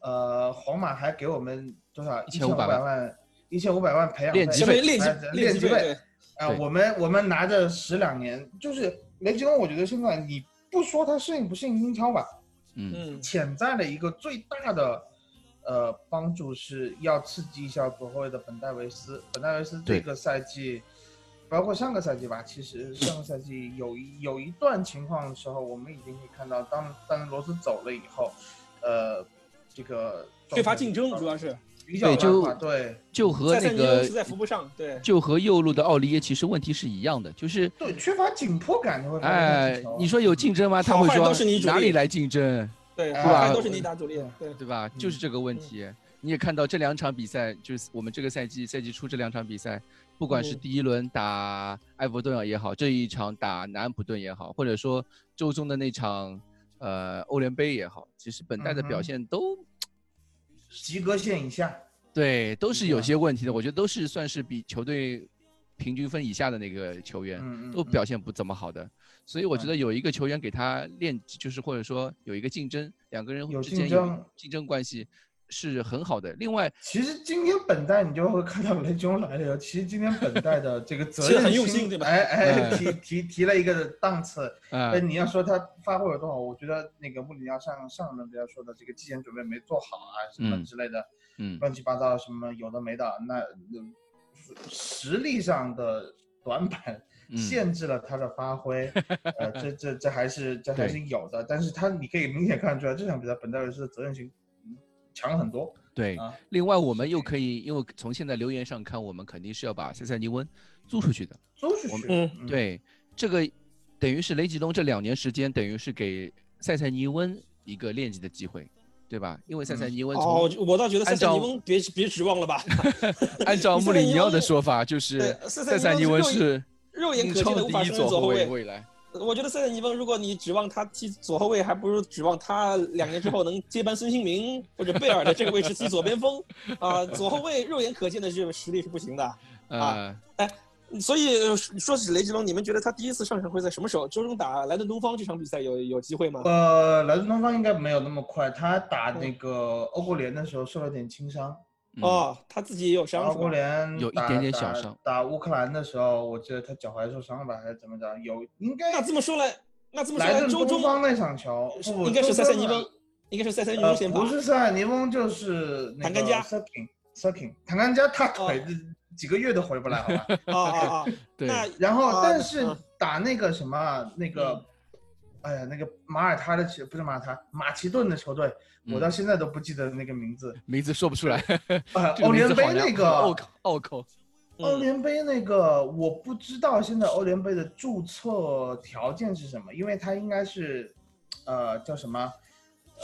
Speaker 6: 呃，皇马还给我们多少一千
Speaker 7: 1500
Speaker 6: 五百万，一千五百万培养
Speaker 7: 练
Speaker 6: 费
Speaker 7: 级
Speaker 2: 相当于
Speaker 7: 费
Speaker 2: 练级
Speaker 6: 哎
Speaker 2: 练
Speaker 6: 练
Speaker 2: 级
Speaker 6: 级
Speaker 2: 队
Speaker 6: 费，啊、
Speaker 7: 对
Speaker 6: 我们我们拿着十两年，就是雷吉隆，我觉得现在你不说他适应不适应英超吧，
Speaker 7: 嗯，
Speaker 2: 嗯
Speaker 6: 潜在的一个最大的呃帮助是要刺激一下国会的本戴维斯。本戴维斯
Speaker 7: 对
Speaker 6: 这个赛季，包括上个赛季吧，其实上个赛季有一有一段情况的时候，我们已经可以看到当，当罗斯走了以后，呃，这个
Speaker 2: 缺乏竞争主要是
Speaker 6: 比较
Speaker 7: 对就
Speaker 6: 拉胯对
Speaker 7: 就和
Speaker 2: 塞塞
Speaker 7: 那
Speaker 2: 尼翁
Speaker 7: 个
Speaker 2: 实在扶不上，对，
Speaker 7: 就和右路的奥利耶其实问题是一样的，就是
Speaker 6: 对缺乏紧迫感，你会发现这
Speaker 7: 哎
Speaker 6: 支球，
Speaker 7: 你说有竞争吗？他
Speaker 2: 好
Speaker 7: 会
Speaker 2: 坏
Speaker 7: 说
Speaker 2: 都是你主力
Speaker 7: 哪里来竞争？
Speaker 2: 对，
Speaker 6: 哎
Speaker 2: 好
Speaker 7: 吧
Speaker 2: 像都是你打主力，对，
Speaker 7: 对吧？就是
Speaker 6: 嗯
Speaker 7: 这个问题。你也看到这两场比赛，就是我们这个赛季赛季初这两场比赛，不管是
Speaker 2: 嗯
Speaker 7: 第一轮打埃弗顿也好，这一场打南安普顿也好，或者说周中的那场呃欧联杯也好，其实本代的
Speaker 6: 嗯哼
Speaker 7: 表现都、
Speaker 6: 及格线以下，
Speaker 7: 对都是
Speaker 6: 对
Speaker 7: 有
Speaker 6: 吧
Speaker 7: 些问题的。我觉得都是算是比球队平均分以下的那个球员，
Speaker 6: 嗯嗯，
Speaker 7: 都
Speaker 6: 嗯
Speaker 7: 表现不怎么好的。所以我觉得有一个球员给他练，就是或者说有一个竞争，两个人
Speaker 6: 有
Speaker 7: 之间
Speaker 6: 竞
Speaker 7: 有
Speaker 6: 争
Speaker 7: 竞争关系，是很好的。另外，
Speaker 6: 其实今天本代你就会看到雷军来了。其实今天本代的这个 责
Speaker 2: 其实
Speaker 6: 任
Speaker 2: 很用心对吧嗯
Speaker 6: 哎哎，
Speaker 7: 嗯
Speaker 6: 提提提了一个档次。哎
Speaker 7: 呃
Speaker 6: 但，你要说他发挥有多好，我觉得那个穆里尼奥上上任比较说的这个季前准备没做好啊，什么
Speaker 7: 嗯
Speaker 6: 之类的，
Speaker 7: 嗯，
Speaker 6: 乱七八糟什么有的没的，那嗯实力上的短板
Speaker 7: 嗯
Speaker 6: 限制了他的 发挥，呃，这这这还是这还
Speaker 7: 对
Speaker 6: 是有的，但是他你可以明显看出来，这场比赛本戴维斯的责任心嗯强了很多
Speaker 7: 对，
Speaker 6: 啊，
Speaker 7: 另外我们又可以，因为从现在留言上看，我们肯定是要把塞塞尼翁租出去的。
Speaker 6: 都是
Speaker 7: 我
Speaker 6: 去，
Speaker 2: 嗯
Speaker 6: 嗯，
Speaker 7: 对，这个等于是雷吉隆这两年时间，等于是给塞塞尼翁一个练级的机会，对吧？因为塞塞
Speaker 6: 嗯
Speaker 7: 尼翁
Speaker 2: 哦
Speaker 7: 从，
Speaker 2: 我倒觉得塞
Speaker 7: 按
Speaker 2: 塞
Speaker 7: 照
Speaker 2: 尼翁别别指望了吧，
Speaker 7: 按照穆里尼奥的说法，就是
Speaker 2: 对塞
Speaker 7: 塞塞
Speaker 2: 塞
Speaker 7: 尼
Speaker 2: 尼
Speaker 7: 翁
Speaker 2: 翁
Speaker 7: 是
Speaker 2: 肉眼
Speaker 7: 英
Speaker 2: 可见
Speaker 7: 超
Speaker 2: 的无法
Speaker 7: 第一
Speaker 2: 胜任
Speaker 7: 左
Speaker 2: 左后
Speaker 7: 卫
Speaker 2: 卫。
Speaker 7: 未来。
Speaker 2: 我觉得塞塞尼翁，如果你指望他踢左后卫，还不如指望他两年之后能接班孙兴民或者贝尔的这个位置踢左边锋啊、左后卫肉眼可见的这个实力是不行的。
Speaker 7: 呃，
Speaker 2: 啊所以呃说起雷吉隆，你们觉得他第一次上场会在什么时候？周中打莱顿东方这场比赛有有机会吗？
Speaker 7: 嗯
Speaker 6: 呃，来自东方应该没有那么快，他打
Speaker 2: 嗯
Speaker 6: 那个欧国联的时候受了点轻伤，
Speaker 7: 嗯，
Speaker 2: 哦，他自己也有伤
Speaker 6: 欧
Speaker 2: 是
Speaker 6: 国
Speaker 2: 吧？
Speaker 6: 联
Speaker 7: 有一
Speaker 6: 打
Speaker 7: 点点小
Speaker 6: 打
Speaker 7: 伤
Speaker 6: 打乌克兰的时候，我记得他脚踝受伤吧，还是怎么着？有应该
Speaker 2: 那这么说来，那这么说
Speaker 6: 来
Speaker 2: 来，
Speaker 6: 自
Speaker 2: 周
Speaker 6: 东
Speaker 2: 中
Speaker 6: 方那场球，不
Speaker 2: 应该是塞塞尼。
Speaker 6: 周中
Speaker 2: 翁，应该是塞塞尼
Speaker 6: 呃
Speaker 2: 翁，先发
Speaker 6: 不。是塞尔尼翁，就是那
Speaker 2: 唐甘
Speaker 6: 个
Speaker 2: 加
Speaker 6: Sucking Sucking，唐甘加他腿
Speaker 2: 哦
Speaker 6: 这几个月都回不来，好吧？
Speaker 2: 啊啊啊！
Speaker 7: 对，
Speaker 2: 那
Speaker 6: 然后
Speaker 2: 啊
Speaker 6: 但是
Speaker 2: 嗯
Speaker 6: 打那个什么那
Speaker 7: 嗯
Speaker 6: 个，哎呀，那个马耳他的球不是马耳他，马其顿的球队，我
Speaker 7: 嗯
Speaker 6: 到现在都不记得那个名字。
Speaker 7: 名字说不出来。
Speaker 6: 呃，
Speaker 7: 这
Speaker 6: 欧
Speaker 7: 名
Speaker 6: 联
Speaker 7: 字好
Speaker 6: 杯
Speaker 7: 像
Speaker 6: 那
Speaker 7: 拗
Speaker 6: 个，
Speaker 7: 口拗口，
Speaker 6: 欧
Speaker 2: 嗯
Speaker 6: 联杯那个，我不知道现在欧联杯的注册条件是什么，因为它应该是，呃，叫什么？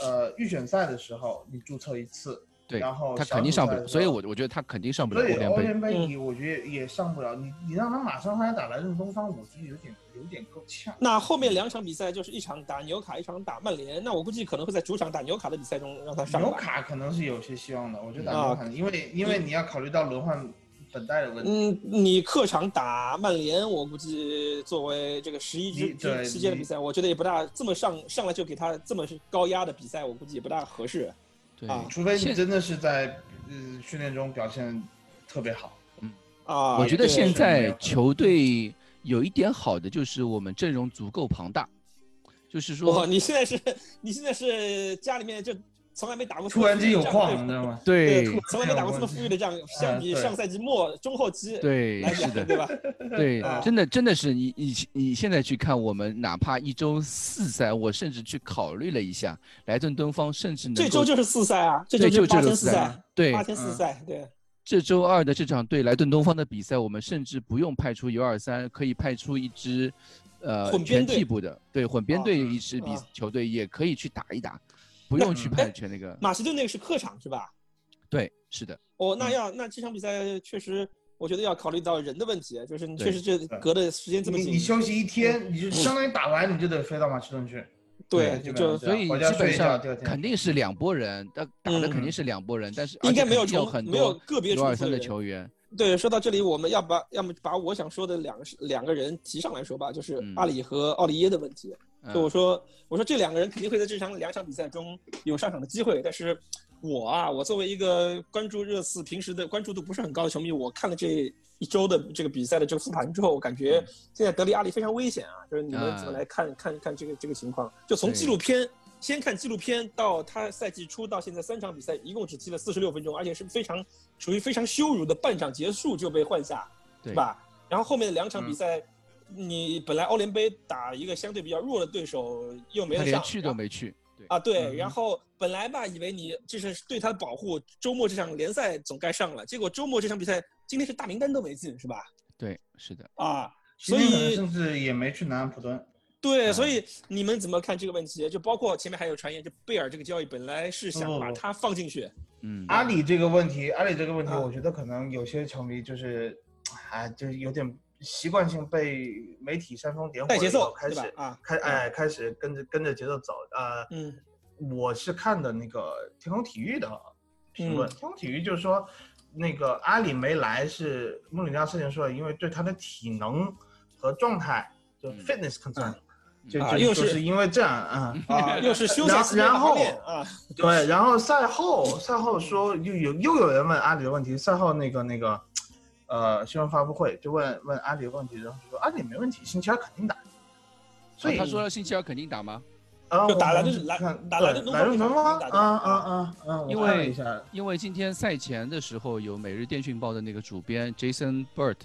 Speaker 6: 呃，预选赛的时候你注册一次，
Speaker 7: 对
Speaker 6: 然后
Speaker 7: 他
Speaker 6: 小
Speaker 7: 肯定
Speaker 6: 组
Speaker 7: 上不
Speaker 6: 赛
Speaker 7: 了，
Speaker 6: 的
Speaker 7: 所以
Speaker 6: 时
Speaker 7: 我
Speaker 6: 候
Speaker 7: 我觉得他肯定上不了
Speaker 6: 所
Speaker 7: 欧
Speaker 6: 以
Speaker 7: 联
Speaker 6: 欧
Speaker 7: 杯。
Speaker 6: 联杯
Speaker 2: 嗯
Speaker 6: 你我觉得也上不了，你你让他马上还打莱顿东方，我觉得有点有点够呛。
Speaker 2: 那后面两场比赛就是一场打纽卡，一场打曼联。那我估计可能会在主场打纽卡的比赛中让他上
Speaker 6: 纽
Speaker 2: 吧。
Speaker 6: 卡可能是有些希望的，我觉得打
Speaker 2: 嗯
Speaker 6: 纽
Speaker 2: 啊
Speaker 6: 卡，因为因为你要考虑到轮换本代的问题。
Speaker 2: 嗯，你客场打曼联，我估计作为这个十一
Speaker 6: 你
Speaker 2: 支
Speaker 6: 对
Speaker 2: 之期间的
Speaker 6: 你
Speaker 2: 比赛，我觉得也不大这么上上来就给他这么高压的比赛，我估计也不大合适。
Speaker 7: 对，
Speaker 2: 啊
Speaker 6: 除非你
Speaker 7: 现
Speaker 6: 真的是在呃训练中表现特别好，
Speaker 2: 啊，
Speaker 7: 我觉得
Speaker 2: 对
Speaker 7: 现
Speaker 6: 没
Speaker 7: 在
Speaker 6: 有
Speaker 7: 球队有一点好的就是我们阵容足够庞大，就是
Speaker 2: 哇，
Speaker 7: 说
Speaker 2: 你现在是，你现在是家里面就从来没打过这
Speaker 6: 突
Speaker 2: 么
Speaker 6: 然
Speaker 2: 富
Speaker 6: 间
Speaker 2: 裕
Speaker 6: 有
Speaker 2: 的
Speaker 6: 矿，
Speaker 2: 仗
Speaker 6: 你知道吗？呃
Speaker 2: 对，
Speaker 7: 对
Speaker 2: 对从来没打过这么富裕的 仗，相比
Speaker 6: 对
Speaker 2: 上赛季末中后期
Speaker 7: 对
Speaker 2: 来
Speaker 7: 是
Speaker 2: 讲，
Speaker 7: 的，
Speaker 2: 对吧？
Speaker 7: 对
Speaker 2: 啊，
Speaker 7: 真的真的是你你你现在去看我们，哪怕一周四赛，我甚至去考虑了一下，莱顿东方甚至能
Speaker 2: 这
Speaker 7: 够
Speaker 2: 周就是四赛啊，这
Speaker 7: 对
Speaker 2: 周
Speaker 7: 就
Speaker 2: 八
Speaker 7: 这周
Speaker 2: 天
Speaker 7: 四
Speaker 2: 四
Speaker 7: 赛啊
Speaker 2: 赛，，
Speaker 7: 对
Speaker 2: 八天四
Speaker 6: 嗯
Speaker 2: 赛，对。
Speaker 7: 这周二的这场对莱顿东方的比赛，我们甚至不用派出 U 二三，可以派出一支呃
Speaker 2: 混
Speaker 7: 全
Speaker 2: 编队
Speaker 7: 替补的，对混编
Speaker 2: 啊
Speaker 7: 队
Speaker 6: 嗯
Speaker 7: 一支比
Speaker 2: 啊
Speaker 7: 球队也可以去打一打，不用去
Speaker 6: 嗯
Speaker 7: 派
Speaker 2: 哎
Speaker 7: 全那个，
Speaker 2: 马其顿那个是客场是吧？
Speaker 7: 对，是的。
Speaker 2: 哦，那
Speaker 6: 嗯
Speaker 2: 要那这场比赛确实，我觉得要考虑到人的问题，就是你
Speaker 7: 对
Speaker 2: 确实这隔的时间这么
Speaker 6: 你
Speaker 2: 紧，嗯
Speaker 6: 你休息一天，你就相当于打完你就得飞到马其顿去。
Speaker 2: 对就
Speaker 6: 对基
Speaker 7: 所
Speaker 6: 本
Speaker 7: 以
Speaker 6: 回家
Speaker 7: 基本
Speaker 6: 睡一觉
Speaker 7: 上
Speaker 6: 第二天
Speaker 7: 肯定是两拨人，但打的肯定
Speaker 2: 嗯
Speaker 7: 是两拨人，但是
Speaker 2: 应该没有
Speaker 7: 有
Speaker 2: 重
Speaker 7: 很
Speaker 2: 没有
Speaker 7: 多
Speaker 2: 个别
Speaker 7: 有
Speaker 2: 重
Speaker 7: 二
Speaker 2: 复
Speaker 7: 三的
Speaker 2: 人。
Speaker 7: 球员，
Speaker 2: 对，说到这里，我们要把要么把我想说的两个两个人提上来说吧，就是
Speaker 7: 嗯
Speaker 2: 阿里和奥利耶的问题。就我
Speaker 7: 嗯
Speaker 2: 说，我说这两个人肯定会在这场两场比赛中有上场的机会，但是我啊，我作为一个关注热刺平时的关注度不是很高的球迷，我看了这一周的这个比赛的这个复盘之后，我感觉现在德里阿里非常危险啊！就是你们怎么来看看看这个这个情况？就从纪录片先看纪录片到他赛季初到现在三场比赛，一共只踢了四十六分钟，而且是非常处于非常羞辱的半场结束就被换下，
Speaker 7: 对嗯
Speaker 2: 是吧？然后后面两场比赛，你本来欧联杯打一个相对比较弱的对手，又没
Speaker 7: 他
Speaker 2: 有
Speaker 7: 连
Speaker 2: 上
Speaker 7: 去都没去，对，
Speaker 2: 啊，对，
Speaker 6: 嗯
Speaker 2: 然后本来吧，以为你这是对他的保护，周末这场联赛总该上了，结果周末这场比赛今天是大名单都没进，是吧？
Speaker 7: 对，是的，
Speaker 2: 啊，
Speaker 6: 今
Speaker 2: 所
Speaker 6: 天可能
Speaker 2: 以
Speaker 6: 甚至也没去南安普顿。
Speaker 2: 对，
Speaker 7: 嗯
Speaker 2: 所以你们怎么看这个问题？就包括前面还有传言，就贝尔这个交易本来是想
Speaker 6: 不
Speaker 2: 把他放进去，
Speaker 7: 嗯，
Speaker 6: 阿里这个问题，阿里这个问题，
Speaker 2: 啊
Speaker 6: 我觉得可能有些球迷就是，啊，就是有点习惯性被媒体煽风点火
Speaker 2: 带
Speaker 6: 以后，
Speaker 2: 节奏，
Speaker 6: 开
Speaker 2: 对吧
Speaker 6: 始？
Speaker 2: 啊，
Speaker 6: 开哎开始跟着跟着节奏走啊。呃
Speaker 2: 嗯
Speaker 6: 我是看的那个天空体育的啊评论，
Speaker 2: 嗯
Speaker 6: 天空体育就是说，那个阿里没来是穆里尼奥之前说的，因为对他的体能和状态就
Speaker 7: 嗯
Speaker 6: fitness concern，、就
Speaker 2: 啊
Speaker 6: 就
Speaker 2: 又
Speaker 6: 就是是因为这 样啊，
Speaker 2: 啊，又是休赛
Speaker 6: 然后
Speaker 2: 期的
Speaker 6: 然后
Speaker 2: 拉练啊，
Speaker 6: 对，然后赛后赛后说又有又有人问阿里的问题，赛后那个那个呃新闻发布会就问问阿里的问题，然后说阿里没问题，星期二肯定打，所以、
Speaker 7: 啊哦他说星期二肯定打吗？
Speaker 6: 啊
Speaker 2: 就打
Speaker 6: 来
Speaker 2: 篮就是
Speaker 6: 来
Speaker 2: 篮打
Speaker 6: 来
Speaker 2: 篮就
Speaker 6: 来就能
Speaker 2: 能
Speaker 6: 吗
Speaker 2: 防？打
Speaker 6: 啊啊啊啊！我
Speaker 7: 因
Speaker 6: 看了
Speaker 7: 为
Speaker 6: 一下
Speaker 7: 因为今天赛前的时候，有《每日电讯报》的那个主编 Jason Burt，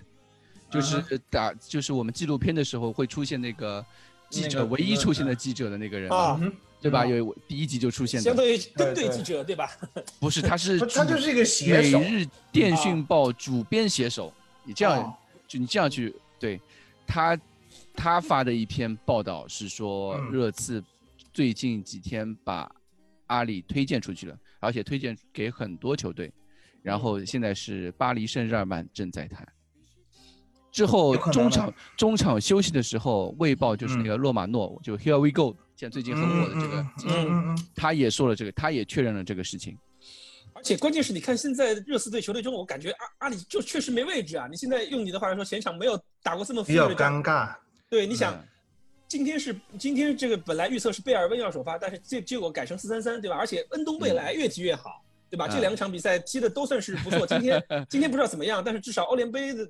Speaker 7: 就是
Speaker 6: 嗯
Speaker 7: 打就是我们纪录片的时候会出现那个记
Speaker 6: 那
Speaker 7: 者
Speaker 6: 个
Speaker 7: 唯一出现的记者的那个人嘛，
Speaker 2: 啊，
Speaker 7: 对吧？
Speaker 6: 嗯
Speaker 7: 有第一集就出现
Speaker 2: 相
Speaker 7: 的，
Speaker 2: 当于针对
Speaker 6: 对对
Speaker 2: 记者对吧？
Speaker 7: 不是他是
Speaker 6: 不他就是一个
Speaker 7: 主
Speaker 6: 写
Speaker 7: 每
Speaker 6: 手，
Speaker 7: 日电讯报主编写手，你这样
Speaker 6: 哦
Speaker 7: 就你这样去对他他发的一篇报道是说
Speaker 6: 嗯
Speaker 7: 热刺最近几天把阿里推荐出去了，而且推荐给很多球队，然后现在是巴黎圣日耳曼正在谈。之后
Speaker 6: 哦有可能啊
Speaker 7: 中
Speaker 6: 吗
Speaker 7: 场中场休息的时候，《卫报》就是那个洛马诺，就 Here We Go，现在最近很火的这个，
Speaker 6: 嗯嗯嗯嗯嗯，
Speaker 7: 他也说了这个，他也确认了这个事情。
Speaker 2: 而且关键是，你看现在热刺队球队中，我感觉阿阿里就确实没位置啊。你现在用你的话来说，前场没有打过这么
Speaker 6: 比
Speaker 2: 富裕
Speaker 6: 较
Speaker 2: 的仗。
Speaker 6: 尴尬，
Speaker 2: 对，你想
Speaker 7: 嗯，
Speaker 2: 今天是今天这个本来预测是贝尔温要首发，但是结结果改成四三三，对吧？而且恩东贝莱越踢越好，对吧？
Speaker 7: 嗯
Speaker 2: 这两场比赛踢的都算是不错。今 天今天不知道怎么样，但是至少欧联杯的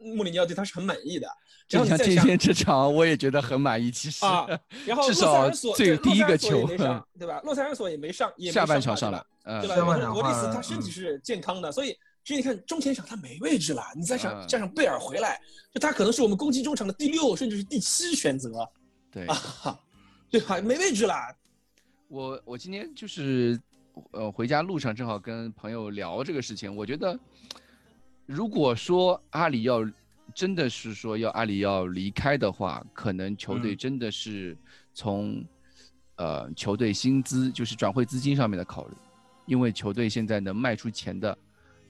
Speaker 2: 穆里尼奥对他是很满意的。然
Speaker 7: 就
Speaker 2: 后你
Speaker 7: 像
Speaker 2: 再
Speaker 7: 今
Speaker 2: 想
Speaker 7: 天这场，我也觉得很满意。其实，
Speaker 2: 啊，然后
Speaker 7: 至
Speaker 2: 洛
Speaker 7: 少
Speaker 2: 塞尔索对
Speaker 7: 最第一
Speaker 2: 洛
Speaker 7: 个
Speaker 2: 塞尔索也
Speaker 7: 球
Speaker 2: 没上，对吧？洛塞尔索也没上，也没
Speaker 7: 下半
Speaker 2: 上
Speaker 7: 场
Speaker 2: 嘛
Speaker 7: 上
Speaker 2: 对吧对，
Speaker 7: 来，嗯
Speaker 2: 吧？
Speaker 6: 下半场
Speaker 2: 罗利斯
Speaker 6: 换
Speaker 2: 他身体
Speaker 6: 嗯
Speaker 2: 是健康的，所以所以你看中前场他没位置了，你再上
Speaker 7: 嗯
Speaker 2: 加上贝尔回来，就他可能是我们攻击中场的第六甚至是第七选择
Speaker 7: 对
Speaker 2: 啊，对吧？没位置了，
Speaker 7: 我我今天就是呃回家路上正好跟朋友聊这个事情，我觉得如果说阿里要真的是说要阿里要离开的话，可能球队
Speaker 6: 嗯
Speaker 7: 真的是从、呃球队薪资就是转会资金上面的考虑，因为球队现在能卖出钱的，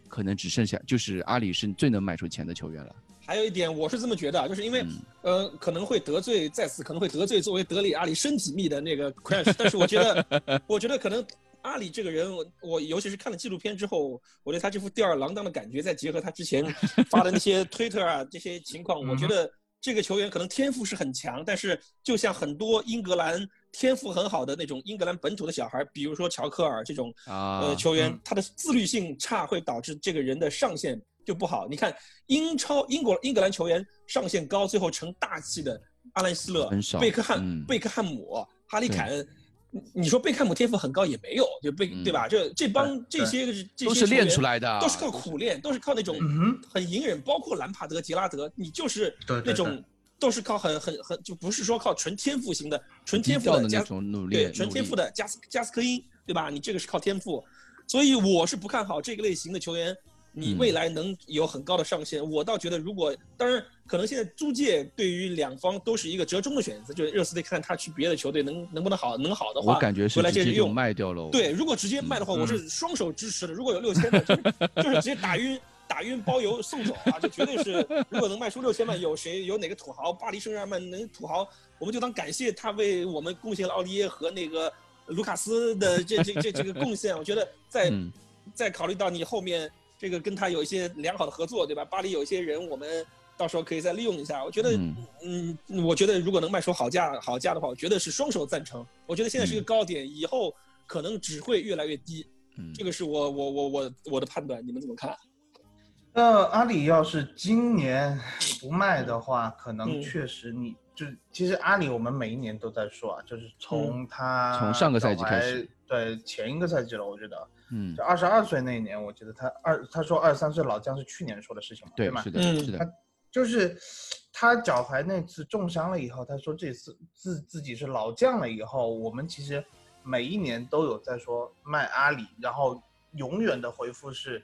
Speaker 7: 可能只剩下就是阿里是最能卖出钱的球员了。
Speaker 2: 还有一点，我是这么觉得啊，就是因为、
Speaker 7: 嗯
Speaker 2: 呃，可能会得罪，在此可能会得罪作为德里阿里身体密的那个 Crash，但是我觉 得，我觉得可能阿里这个人，我我尤其是看了纪录片之后，我对他这副吊儿郎当的感觉，再结合他之前发的那些推特啊这些情况，
Speaker 6: 嗯
Speaker 2: 我觉得这个球员可能天赋是很强，但是就像很多英格兰天赋很好的那种英格兰本土的小孩，比如说乔科尔这种
Speaker 7: 啊，
Speaker 2: 呃，球员
Speaker 6: 嗯
Speaker 2: 他的自律性差会导致这个人的上限就不好。你看英超英国英格兰球员上限高，最后成大器的阿兰希勒
Speaker 7: 很少、
Speaker 2: 贝克汉、
Speaker 7: 嗯
Speaker 2: 贝克汉姆、哈里凯恩，你你说贝克汉姆天赋很高也没有，就贝、
Speaker 7: 嗯
Speaker 2: 对吧？这这帮
Speaker 6: 对
Speaker 2: 这些这些
Speaker 7: 都是练出
Speaker 2: 来。
Speaker 7: 来的，啊
Speaker 2: 都是靠苦练，都是靠那种
Speaker 6: 嗯哼
Speaker 2: 很隐忍，包括兰帕德、杰拉德，你就是
Speaker 6: 对
Speaker 2: 那
Speaker 6: 对
Speaker 2: 种
Speaker 6: 对
Speaker 2: 都是靠很很很，就不是说靠纯天赋型的，纯
Speaker 7: 低
Speaker 2: 天赋
Speaker 7: 调的
Speaker 2: 加
Speaker 7: 那种努力，
Speaker 2: 对，纯
Speaker 7: 努
Speaker 2: 天
Speaker 7: 力
Speaker 2: 赋的加斯加斯科因，对吧？你这个是靠天赋，所以我是不看好这个类型的球员，你
Speaker 7: 嗯
Speaker 2: 未来能有很高的上限。我倒觉得，如果当然可能现在租借对于两方都是一个折中的选择，就是热刺队看他去别的球队能能不能好，能好的话，
Speaker 7: 我感觉是
Speaker 2: 回来接
Speaker 7: 直
Speaker 2: 着
Speaker 7: 接就
Speaker 2: 用。
Speaker 7: 卖掉了。
Speaker 2: 对，，如果直接卖的话，我是双手支持的。如果有六千万，就是就是直接打晕。打晕包邮送走啊，这绝对是！如果能卖出六千万，有谁有哪个土豪，巴黎圣日耳曼能土豪，我们就当感谢他为我们贡献了奥利耶和那个卢卡斯的这这这这个贡献。我觉得在
Speaker 7: 嗯，
Speaker 2: 再考虑到你后面这个跟他有一些良好的合作，对吧？巴黎有一些人，我们到时候可以再利用一下。我觉得，嗯我觉得如果能卖出好价好价的话，我觉得是双手赞成。我觉得现在是
Speaker 6: 嗯
Speaker 2: 一个高点，以后可能只会越来越低。
Speaker 7: 嗯
Speaker 2: 这个是我我我我我的判断，你们怎么看？
Speaker 6: 那阿里要是今年不卖的话，可
Speaker 2: 嗯
Speaker 6: 能确实你就其实阿里我们每一年都在说啊，就是从他
Speaker 7: 从上个赛季开始
Speaker 6: 脚踝，对前一个赛季了，我觉得
Speaker 7: 嗯
Speaker 6: 就，二十二岁那一年，我觉得他二他说二十三岁老将是去年说的事情嘛，
Speaker 7: 对
Speaker 6: 吗，
Speaker 7: 是？的，
Speaker 2: 嗯
Speaker 7: 是的，
Speaker 6: 就是他脚踝那次重伤了以后，他说这次自自己是老将了以后，我们其实每一年都有在说卖阿里，然后永远的回复是，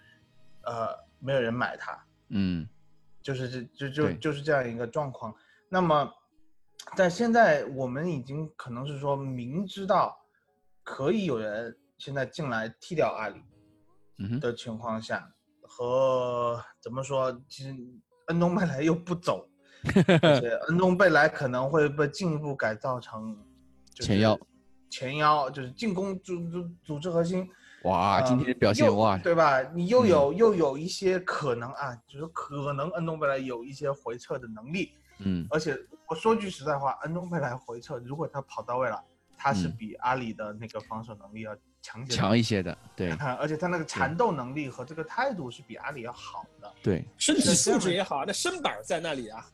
Speaker 6: 呃，没有人买他。
Speaker 7: 嗯，
Speaker 6: 就是这就就
Speaker 7: 对
Speaker 6: 就是这样一个状况。那么，但现在我们已经可能是说明知道可以有人现在进来替掉阿里
Speaker 7: 嗯哼，
Speaker 6: 的情况下，和怎么说，其实恩东贝莱又不走，而且恩东贝莱可能会被进一步改造成、就是、
Speaker 7: 前腰，
Speaker 6: 前腰就是进攻组组组织核心。呃
Speaker 7: 哇，啊今天的表现
Speaker 6: 又
Speaker 7: 哇，嗯
Speaker 6: 对吧？你又有、又有一些可能啊，就是可能恩东贝莱有一些回撤的能力，
Speaker 7: 嗯
Speaker 6: 而且我说句实在话，恩东贝莱回撤，如果他跑到位了，他是
Speaker 7: 嗯
Speaker 6: 比阿里的那个防守能力要强些的。
Speaker 7: 强一些的， 对
Speaker 6: 啊而且他那个缠斗能力和这个态度是比阿里要好的。
Speaker 7: 对，
Speaker 2: 身体素质也好，那身板儿在那里啊，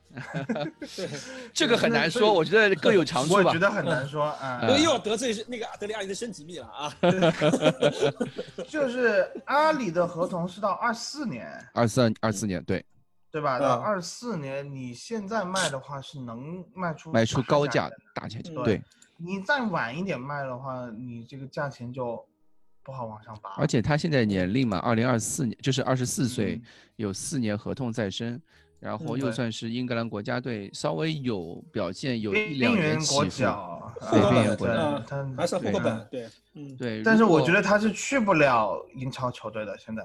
Speaker 7: 这个很难说，我觉得各有长
Speaker 6: 我
Speaker 7: 处
Speaker 6: 也
Speaker 7: 吧
Speaker 6: 觉。得很难说，嗯，
Speaker 2: 又又要得罪那个德里阿尼的身体密了啊。
Speaker 6: 就是阿里的合同是到二四年，
Speaker 7: 二三二四年，对，
Speaker 6: 对吧？到
Speaker 2: 嗯
Speaker 6: 二四年，你现在卖的话是能卖出
Speaker 7: 卖出高价
Speaker 6: 的，
Speaker 7: 大价钱，
Speaker 2: 嗯
Speaker 7: 对，
Speaker 6: 你再晚一点卖的话，你这个价钱就不好往上拔。
Speaker 7: 而且他现在年龄嘛，二零二四年就是二十四岁
Speaker 6: 嗯，
Speaker 7: 有四年合同在身，然后
Speaker 2: 嗯
Speaker 7: 又
Speaker 6: 对
Speaker 7: 算是英格兰国家队稍微有表现，有一
Speaker 6: 边
Speaker 7: 两
Speaker 6: 边
Speaker 7: 年
Speaker 6: 缘
Speaker 7: 起
Speaker 6: 国
Speaker 7: 伏，
Speaker 6: 脚，
Speaker 7: 对
Speaker 6: 啊
Speaker 7: 边缘国
Speaker 6: 对
Speaker 2: 脚
Speaker 6: 他
Speaker 2: 还算户口
Speaker 6: 对啊
Speaker 2: 本，对，嗯，
Speaker 7: 对。
Speaker 6: 但是
Speaker 7: 嗯如
Speaker 6: 我
Speaker 7: 果
Speaker 6: 觉得，他是去不了英超球队的。现在，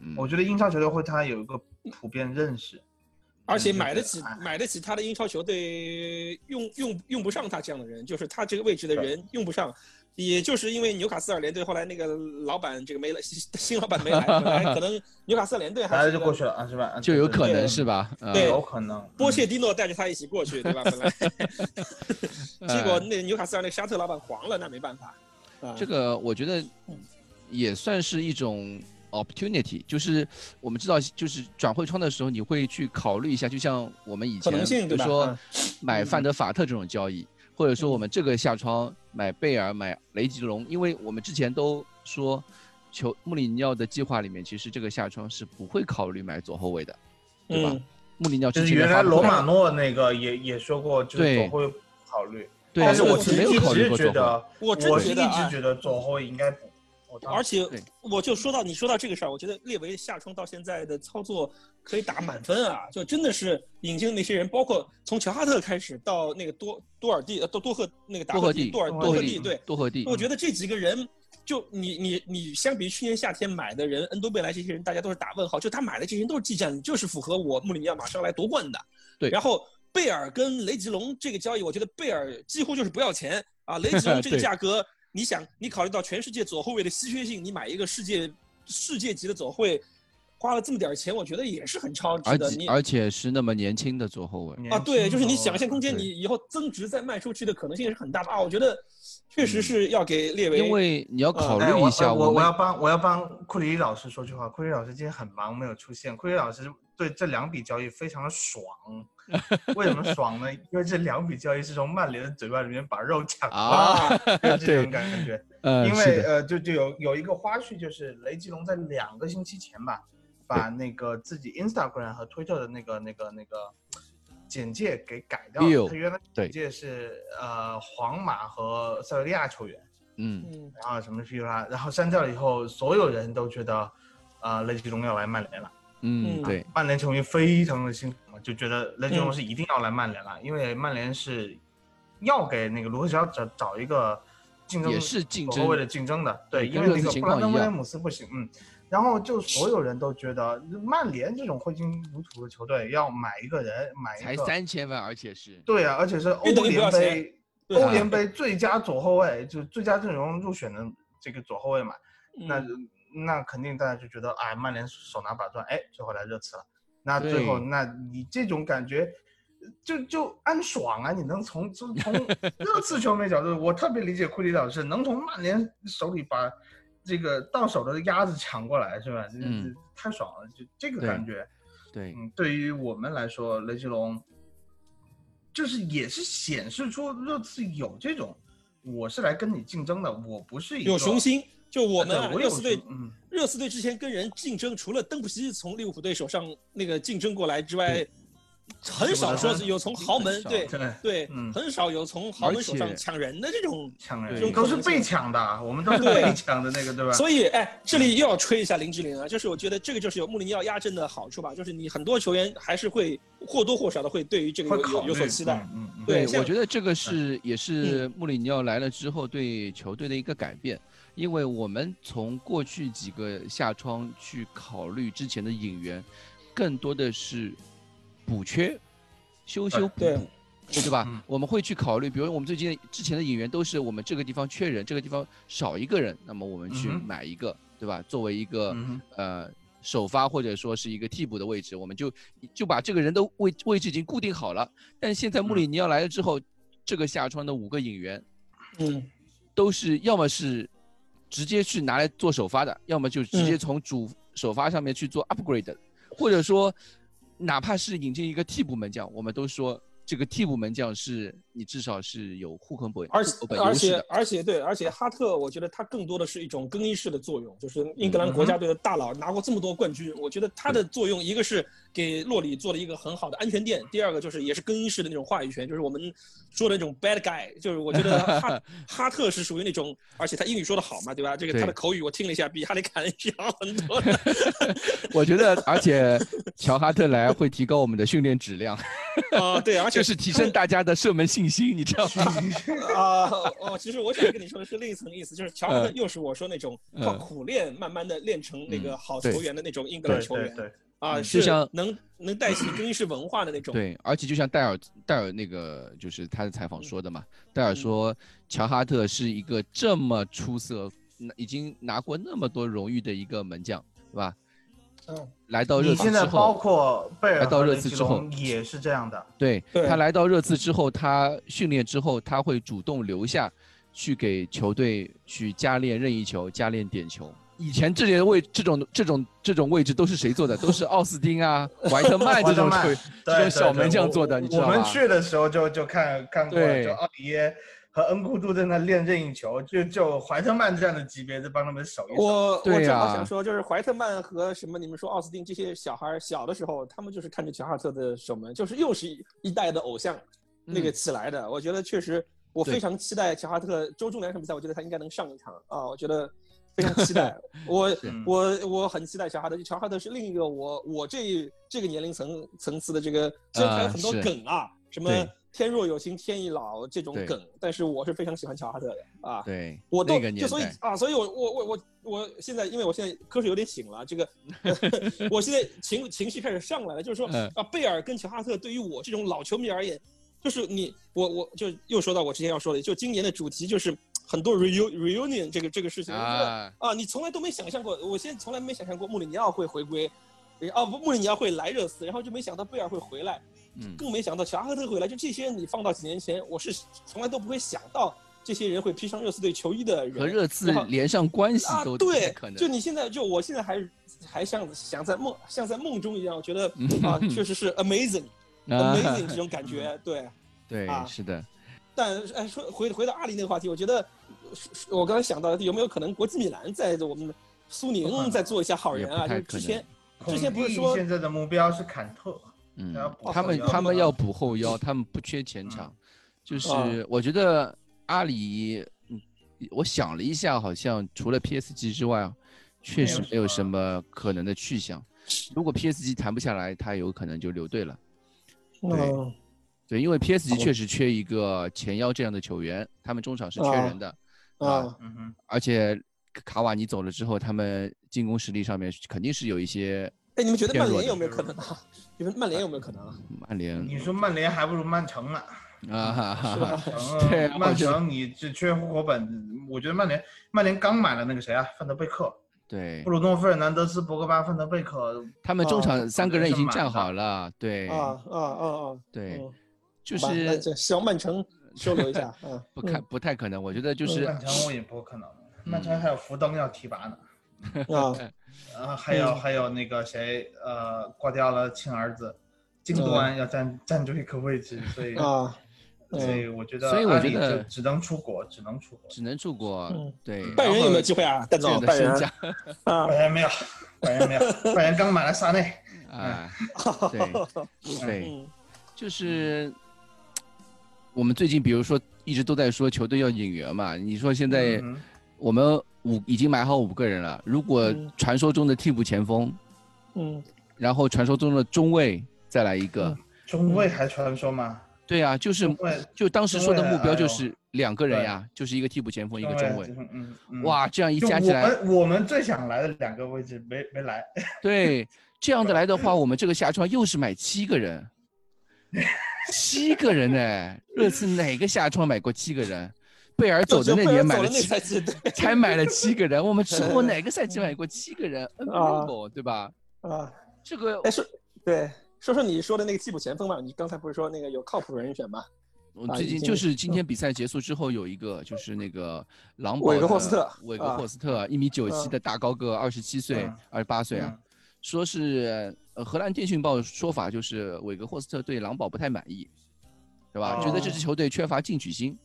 Speaker 7: 嗯
Speaker 6: 我觉得英超球队会他有一个普遍认识，
Speaker 2: 而且
Speaker 6: 嗯
Speaker 2: 买
Speaker 6: 对
Speaker 2: 得起
Speaker 6: 哎
Speaker 2: 买得起他的英超球队用用用不上他这样的人，就是他这个位置的人用不上，也就是因为纽卡斯尔联队后来那个老板这个没来，新新老板 没来，本来可能纽卡斯尔联队还
Speaker 6: 来了
Speaker 2: 是
Speaker 6: 就过去了啊，是吧？啊
Speaker 7: 就
Speaker 6: 对
Speaker 7: 有
Speaker 6: 对
Speaker 7: 可
Speaker 6: 对
Speaker 7: 能是吧？呃
Speaker 2: 对
Speaker 6: 有可能。
Speaker 2: 波切
Speaker 6: 嗯
Speaker 2: 蒂诺带着他一起过去，对吧？ 本来，结果那纽卡斯尔那个沙特老板黄了，那没办法。啊，
Speaker 7: 这个我觉得也算是一种 opportunity，就是我们知道，就是转会窗的时候，你会去考虑一下，就像我们以
Speaker 2: 可
Speaker 7: 前
Speaker 2: 能性
Speaker 7: 比
Speaker 2: 对
Speaker 7: 如
Speaker 2: 吧
Speaker 7: 说
Speaker 6: 嗯
Speaker 7: 买范德法特这种交易，或者说我们这个下窗买贝尔、买雷吉隆，因为我们之前都说，球穆里尼奥的计划里面，其实这个下窗是不会考虑买左后卫的，对吧
Speaker 2: 嗯，
Speaker 7: 穆里尼奥
Speaker 6: 就
Speaker 7: 之
Speaker 6: 是
Speaker 7: 前的
Speaker 6: 原
Speaker 7: 发
Speaker 6: 来
Speaker 7: 布
Speaker 6: 罗
Speaker 7: 会
Speaker 2: 啊
Speaker 6: 马诺那个也也说过，就是
Speaker 7: 对
Speaker 6: 左后卫不考虑，
Speaker 7: 对，
Speaker 6: 但是
Speaker 2: 我
Speaker 6: 我
Speaker 7: 一
Speaker 6: 其
Speaker 7: 直
Speaker 6: 实
Speaker 7: 没有
Speaker 6: 一
Speaker 7: 考虑
Speaker 6: 直
Speaker 7: 过
Speaker 6: 觉
Speaker 7: 左后卫。
Speaker 6: 得，
Speaker 2: 我真
Speaker 6: 我
Speaker 2: 觉
Speaker 6: 一
Speaker 2: 得啊
Speaker 6: 直觉得左后卫应该补，我当
Speaker 2: 而且
Speaker 7: 对
Speaker 2: 我就说到你说到这个事儿，我觉得列维下窗到现在的操作可以打满分啊，就真的是引进那些人，包括从乔哈特开始到那个多多尔蒂呃多多赫那个达
Speaker 7: 多
Speaker 2: 赫
Speaker 7: 赫
Speaker 2: 蒂
Speaker 7: 蒂，
Speaker 2: 多尔
Speaker 7: 多
Speaker 2: 赫
Speaker 7: 赫
Speaker 2: 蒂对，
Speaker 7: 多嗯赫蒂，
Speaker 2: 我觉得这几个人。就你你你相比去年夏天买的人，恩多贝莱这些人，大家都是打问号。就他买的这些人都是技战力，就是符合我穆里尼奥马上来夺冠的。
Speaker 7: 对
Speaker 2: 然后贝尔跟雷吉隆这个交易，我觉得贝尔几乎就是不要钱啊，雷 吉隆这个
Speaker 7: 对
Speaker 2: 价格，你想，你考虑到全世界左后卫的稀缺性，你买一个世界世界级的左后卫，花了这么点儿钱，我觉得也是很超值
Speaker 7: 而
Speaker 2: 的。
Speaker 7: 且
Speaker 2: 你
Speaker 7: 而且是那么年轻的左后卫，
Speaker 6: 年
Speaker 2: 啊，对，
Speaker 6: 轻
Speaker 2: 就是你
Speaker 6: 左后
Speaker 2: 想象
Speaker 6: 卫
Speaker 2: 空间，
Speaker 6: 对
Speaker 2: 你以后增值再卖出去的可能性也是很大的啊。我觉得确实是要给列为，
Speaker 7: 嗯因为你要考
Speaker 6: 哎
Speaker 7: 虑
Speaker 6: 我
Speaker 7: 一下
Speaker 6: 我我
Speaker 7: 们
Speaker 6: 要帮我要帮库里老师说句话，库里老师今天很忙没有出现，库里老师对这两笔交易非常 的爽，为什么爽呢？因为这两笔交易是从曼联的嘴巴里面把肉抢过来
Speaker 7: 啊，
Speaker 6: 的，这
Speaker 7: 对
Speaker 6: 种，感觉。
Speaker 7: 呃，
Speaker 6: 因
Speaker 7: 是
Speaker 6: 为
Speaker 7: 的
Speaker 6: 呃，就就有有一个花絮，就是雷吉隆在两个星期前吧，把那个自己 Instagram 和 Twitter 的那个那个那个简介给改掉了。
Speaker 7: Bio，
Speaker 6: 他原来
Speaker 7: 哎对
Speaker 6: 简介是呃皇马和塞维利亚球员。
Speaker 7: 嗯，
Speaker 2: 嗯，
Speaker 6: 然后什么噼里啪啦，然后删掉了以后，所有人都觉得，啊、雷吉隆要来曼联了。
Speaker 7: 嗯
Speaker 2: 嗯，
Speaker 7: 对，
Speaker 6: 曼联球迷非常的心疼，就觉
Speaker 7: 嗯
Speaker 6: 得雷吉隆是一定要来曼联了，因为曼联是要给那个卢克肖找找一个竞争
Speaker 7: 也是竞
Speaker 6: 所谓的
Speaker 7: 争，
Speaker 6: 竞争的，对，
Speaker 7: 嗯
Speaker 6: 因
Speaker 7: 跟
Speaker 6: 为
Speaker 7: 热
Speaker 6: 那
Speaker 7: 刺
Speaker 6: 个
Speaker 7: 情
Speaker 6: 布兰
Speaker 7: 况
Speaker 6: 登
Speaker 7: 一
Speaker 6: 威廉
Speaker 7: 样
Speaker 6: 姆斯不行，嗯，然后就所有人都觉得曼联这种挥金如土的球队要买一个人，买
Speaker 7: 才
Speaker 6: 一个
Speaker 7: 三千万，而且是
Speaker 6: 对啊，而且是欧
Speaker 2: 运动员不要
Speaker 6: 联
Speaker 2: 钱
Speaker 6: 杯，
Speaker 2: 对啊
Speaker 7: 啊
Speaker 6: 欧联杯最佳左后卫，就是最佳阵容入选的这个左后卫嘛，那
Speaker 2: 嗯
Speaker 6: 那肯定大家就觉得，哎，曼联手拿把攥，哎，最后来热刺了，那最后，
Speaker 7: 对
Speaker 6: 那你这种感觉。就就安爽啊！你能从从 从热刺球迷角度，我特别理解库里老师能从曼联手里把这个到手的鸭子抢过来，是吧？这
Speaker 7: 嗯
Speaker 6: 这太爽了，就这个
Speaker 7: 对
Speaker 6: 感觉。
Speaker 7: 对，
Speaker 6: 嗯，对于我们来说，雷吉隆就是也是显示出热刺有这种，我是来跟你竞争的，我不是一个
Speaker 2: 有雄，心。就我们啊
Speaker 6: 对我
Speaker 2: 热
Speaker 6: 有
Speaker 2: 刺队
Speaker 6: 雄，嗯，
Speaker 2: 热刺队之前跟人竞争，除了登布西从利物浦队手上那个竞争过来之外，很少说是有从豪门
Speaker 7: 很少
Speaker 2: 对
Speaker 6: 对，
Speaker 2: 对，
Speaker 6: 嗯
Speaker 2: 很少有从豪门手
Speaker 7: 而
Speaker 2: 上
Speaker 7: 且
Speaker 2: 抢人的这种。
Speaker 6: 抢
Speaker 7: 对
Speaker 6: 人都是被抢的，我们都是
Speaker 2: 对
Speaker 6: 被抢的那个，对吧？嗯
Speaker 2: 所以，哎，这里又要吹一下林志玲啊，就是我觉得这个就是有穆里尼奥压阵的好处吧，就是你很多球员还是会或多或少的会对于这个
Speaker 6: 会
Speaker 2: 有
Speaker 6: 考
Speaker 2: 有
Speaker 6: 虑
Speaker 2: 有所期待。，
Speaker 6: 嗯嗯，嗯嗯
Speaker 2: 对像
Speaker 7: 我觉得这个是也是穆里尼奥来了之后对球队的一个改变，因为我们从过去几个下窗去考虑之前的引援，更多的是补缺，修修补
Speaker 2: 对
Speaker 7: 补。对吧
Speaker 6: 啊嗯？
Speaker 7: 我们会去考虑，比如我们最近之前的引援都是我们这个地方缺人，这个地方少一个人，那么我们去
Speaker 6: 嗯哼
Speaker 7: 买一个，对吧？作为一个
Speaker 6: 嗯哼
Speaker 7: 呃首发或者说是一个替补的位置，我们就就把这个人的位位置已经固定好了。但现在穆里尼奥来了之后，这个下窗的五个引援
Speaker 2: 嗯
Speaker 7: 都是要么是直接去拿来做首发的，要么就直
Speaker 2: 嗯
Speaker 7: 接从主首发上面去做 upgrade，的、或者说哪怕是引进一个替补门将，我们都说这个替补门将是你至少是有户口本
Speaker 2: 而
Speaker 7: 户口
Speaker 2: 且
Speaker 7: 本
Speaker 2: 而
Speaker 7: 优势
Speaker 2: 且
Speaker 7: 的。
Speaker 2: 而且对，而且哈特，我觉得他更多的是一种更衣室的作用，就是英
Speaker 7: 嗯
Speaker 2: 格兰国家队的大佬，拿过这么多冠军，我觉得他的作用，一个是给洛里做了一个很好的安全垫，第二个就是也是更衣室的那种话语权，就是我们说的那种 bad guy，就是我觉得 哈哈特是属于那种，而且他英语说的好嘛，对吧？这个
Speaker 7: 对
Speaker 2: 他的口语我听了一下，比哈里凯恩强很多。
Speaker 7: 我觉得，而且 乔哈特来会提高我们的训练质量，
Speaker 2: 啊，对，而且
Speaker 7: 就是提升大家的射门信心，你知道吗？
Speaker 2: 啊，哦，其实我想跟你说的是另一层意思，就是乔哈特
Speaker 7: 嗯
Speaker 2: 又是我说那种靠
Speaker 7: 嗯
Speaker 2: 苦练慢慢的练成那个好
Speaker 7: 对
Speaker 2: 球员的那种英格兰
Speaker 6: 对
Speaker 2: 球
Speaker 6: 对
Speaker 2: 员
Speaker 6: 对，
Speaker 2: 啊，
Speaker 7: 嗯
Speaker 2: 是
Speaker 7: 就像
Speaker 2: 能能带起更衣室文化的那种。
Speaker 7: 对，而且就像戴尔戴尔那个就是他的采访
Speaker 2: 嗯
Speaker 7: 说的嘛，戴尔
Speaker 2: 嗯
Speaker 7: 说乔哈特是一个这么出色，那已经拿过那么多荣誉的一个门将，对吧？
Speaker 2: 嗯，
Speaker 7: 来到热
Speaker 6: 你
Speaker 7: 刺
Speaker 6: 现在
Speaker 7: 之后
Speaker 6: 包括贝尔
Speaker 7: 来到
Speaker 6: 和
Speaker 7: 热
Speaker 6: 雷
Speaker 7: 刺
Speaker 6: 吉
Speaker 7: 之后
Speaker 6: 隆也是这样的，
Speaker 7: 对
Speaker 2: 对
Speaker 7: 他来到热刺之后，他训练之后，他会主动留下，去给球队去加练任意球、加练点球。以前这些位这种这种这种位置都是谁做的？都是奥斯汀啊、怀特曼这种
Speaker 6: 怀特
Speaker 7: 球
Speaker 6: 曼
Speaker 7: 这
Speaker 6: 对
Speaker 7: 种小门将做的，你知道
Speaker 6: 我
Speaker 7: 吗
Speaker 6: 们？去的时候就就看看过了，
Speaker 7: 对
Speaker 6: 就奥里耶和恩库杜在那练任意球，就就怀特曼这样的级别在帮他们守一守。
Speaker 2: 我我
Speaker 7: 对
Speaker 2: 正好
Speaker 7: 呀
Speaker 2: 想说，就是怀特曼和什么你们说奥斯汀这些小孩儿小的时候，他们就是看着乔哈特的守门，就是又是一代的偶像那个
Speaker 7: 嗯
Speaker 2: 起来的。我觉得确实，我
Speaker 7: 对
Speaker 2: 非常期待乔哈特周中南什么比赛，我觉得他应该能上一场啊，我觉 得非常期待。我我我很期待乔哈特，乔哈特是另一个我我这这个年龄层层次的这个，虽然他有
Speaker 7: 啊
Speaker 2: 很多
Speaker 7: 是
Speaker 2: 梗啊，什么
Speaker 7: 对
Speaker 2: 天若有情天亦老这种
Speaker 7: 对
Speaker 2: 梗，但是我是非常喜欢乔哈特的啊。
Speaker 7: 对，
Speaker 2: 我都
Speaker 7: 那个年
Speaker 2: 就所以
Speaker 7: 代，
Speaker 2: 啊，所以我我我我我现在，因为我现在瞌睡有点醒了，这 个我现在情情绪开始上来了，就是说
Speaker 7: 嗯
Speaker 2: 啊，贝尔跟乔哈特对于我这种老球迷而言，就是你我我就又说到我之前要说的，就今年的主题就是很多 reu reunion 这个这个事情，我觉得
Speaker 7: 啊，
Speaker 2: 啊，你从来都没想象过，我现在从来没想象过穆里尼奥会回归，呃啊不，穆里尼奥会来热刺，然后就没想到贝尔会回来，
Speaker 7: 嗯，
Speaker 2: 更没想到乔哈特回来，就这些你放到几年前，我是从来都不会想到这些人会披上热刺队球衣的人
Speaker 7: 和热刺
Speaker 2: 然后
Speaker 7: 连上关系
Speaker 2: 啊
Speaker 7: 都，不太
Speaker 2: 对
Speaker 7: 可，能。
Speaker 2: 就你现在就我现在还还像想在梦像在梦中一样，我觉得啊确实是 amazing
Speaker 7: 嗯 啊嗯
Speaker 2: amazing 这种感觉，对。
Speaker 7: 对
Speaker 2: 啊，
Speaker 7: 是的，
Speaker 2: 但哎，说回回到阿里那个话题，我觉得我刚才想到有没有可能国际米兰在我们苏宁再做一下好人啊？就
Speaker 7: 也不太
Speaker 2: 是
Speaker 7: 可
Speaker 2: 之
Speaker 7: 能
Speaker 2: 前
Speaker 6: 孔
Speaker 2: 之前不是
Speaker 6: 蒂
Speaker 2: 说
Speaker 6: 现在的目标是坎特，
Speaker 7: 嗯
Speaker 6: 然后，补
Speaker 7: 他们
Speaker 6: 后腰
Speaker 7: 他们
Speaker 6: 嘛嗯
Speaker 7: 要补后腰，他们不缺前场，就是
Speaker 2: 啊
Speaker 7: 我觉得阿里，嗯，我想了一下，好像除了 PSG 之外，啊确
Speaker 6: 没
Speaker 7: 实
Speaker 6: 有
Speaker 7: 没有
Speaker 6: 什
Speaker 7: 什么可能的去向。如果 PSG 谈不下来，他有可能就留队了。
Speaker 2: 嗯
Speaker 7: 对，因为
Speaker 6: 哦
Speaker 7: PSG 确实缺一个前腰这样的球员，他们中场是缺人的，
Speaker 2: 啊
Speaker 6: 嗯哼，
Speaker 7: 而且卡瓦尼走了之后，他们进攻实力上面肯定是有一些
Speaker 2: 哎，你们觉得
Speaker 7: 偏
Speaker 2: 曼
Speaker 7: 弱
Speaker 2: 联
Speaker 7: 的
Speaker 2: 有没有可能啊？你们曼联有没有可能啊？
Speaker 7: 嗯曼联
Speaker 6: 你说曼联还不如曼城呢。
Speaker 7: 啊哈哈
Speaker 2: 是
Speaker 7: 哈。
Speaker 2: 吧？
Speaker 6: 嗯
Speaker 7: 对我
Speaker 6: 曼
Speaker 7: 觉得
Speaker 6: 城你只缺户口本，我觉得曼联曼联刚买了那个谁啊，范德贝克、
Speaker 7: 对
Speaker 6: 布，鲁诺、费尔南德斯、博格巴、范德贝克，
Speaker 7: 他们中
Speaker 2: 啊
Speaker 7: 场三个人已经站好
Speaker 6: 满
Speaker 7: 了，对
Speaker 2: 啊啊啊啊！
Speaker 7: 对，
Speaker 2: 嗯
Speaker 7: 就
Speaker 2: 好吧那
Speaker 7: 是
Speaker 2: 这小曼城 收留一下，嗯，
Speaker 7: 不看不太可能，我觉得就是嗯
Speaker 6: 曼城我也不可能，曼城还有福登要提拔呢。
Speaker 2: 啊，
Speaker 6: 啊，还有
Speaker 2: 嗯
Speaker 6: 还有那个谁，呃，挂掉了亲儿子，京端要占占住一个位置，所以
Speaker 2: 啊，嗯
Speaker 6: 所以我觉得，
Speaker 7: 哦所以我觉得
Speaker 6: 只能出国，只能出国。
Speaker 7: 只能出国
Speaker 2: 嗯，
Speaker 7: 对，
Speaker 2: 拜仁有没有机
Speaker 7: 就
Speaker 2: 会啊？蛋总，
Speaker 7: 的
Speaker 2: 拜仁
Speaker 7: 身价
Speaker 2: 啊
Speaker 6: 拜，仁没有，拜仁没有，拜仁刚买了萨内，
Speaker 7: 啊？ 对对，
Speaker 2: 嗯
Speaker 7: 就是我们最近比如说一直都在说球队要引援嘛，你说现在
Speaker 6: 嗯
Speaker 7: 我们五已经买好五个人了，如果
Speaker 2: 嗯
Speaker 7: 传说中的替补前锋，
Speaker 2: 嗯，
Speaker 7: 然后传说中的中卫再来一个
Speaker 2: 嗯，
Speaker 6: 中卫还传说吗？
Speaker 7: 对啊，就是
Speaker 6: 中卫
Speaker 7: 就当时说的
Speaker 6: 中卫
Speaker 7: 目标就
Speaker 6: 哎呦
Speaker 7: 是两个人呀，就是一个替补前锋，一个中卫。
Speaker 6: 嗯嗯嗯，
Speaker 7: 哇，这样一
Speaker 6: 就
Speaker 7: 加起来，
Speaker 6: 我们我们最想来的两个位置没没来，
Speaker 7: 对，这样的来的话，我们这个下窗又是买七个人，七个人呢、热刺哪个下窗买过七个人？贝尔走的那年买了
Speaker 2: 那
Speaker 7: 七，
Speaker 2: 赛季，对
Speaker 7: 才买了七个人。我们中国哪个赛季买过七个人？Unbelievable，对吧？
Speaker 2: 啊，
Speaker 7: 这个
Speaker 2: 哎说对，说说你说的那个替补前锋吧，你刚才不是说那个有靠谱人选吗？
Speaker 7: 我
Speaker 2: 啊
Speaker 7: 最
Speaker 2: 已
Speaker 7: 近
Speaker 2: 经
Speaker 7: 就是今天比赛结束之后有一个就是那个狼堡
Speaker 2: 韦格
Speaker 7: 的
Speaker 2: 霍斯特
Speaker 7: 韦格
Speaker 2: 啊
Speaker 7: 霍斯特一米九
Speaker 2: 嗯
Speaker 7: 七的大高个，二十七岁
Speaker 6: 嗯、
Speaker 7: 二十八岁啊
Speaker 6: 嗯，
Speaker 7: 说是呃荷兰电讯报说法就是韦格霍斯特对狼堡不太满意，对吧？觉得这支
Speaker 2: 哦
Speaker 7: 球队缺乏进取心，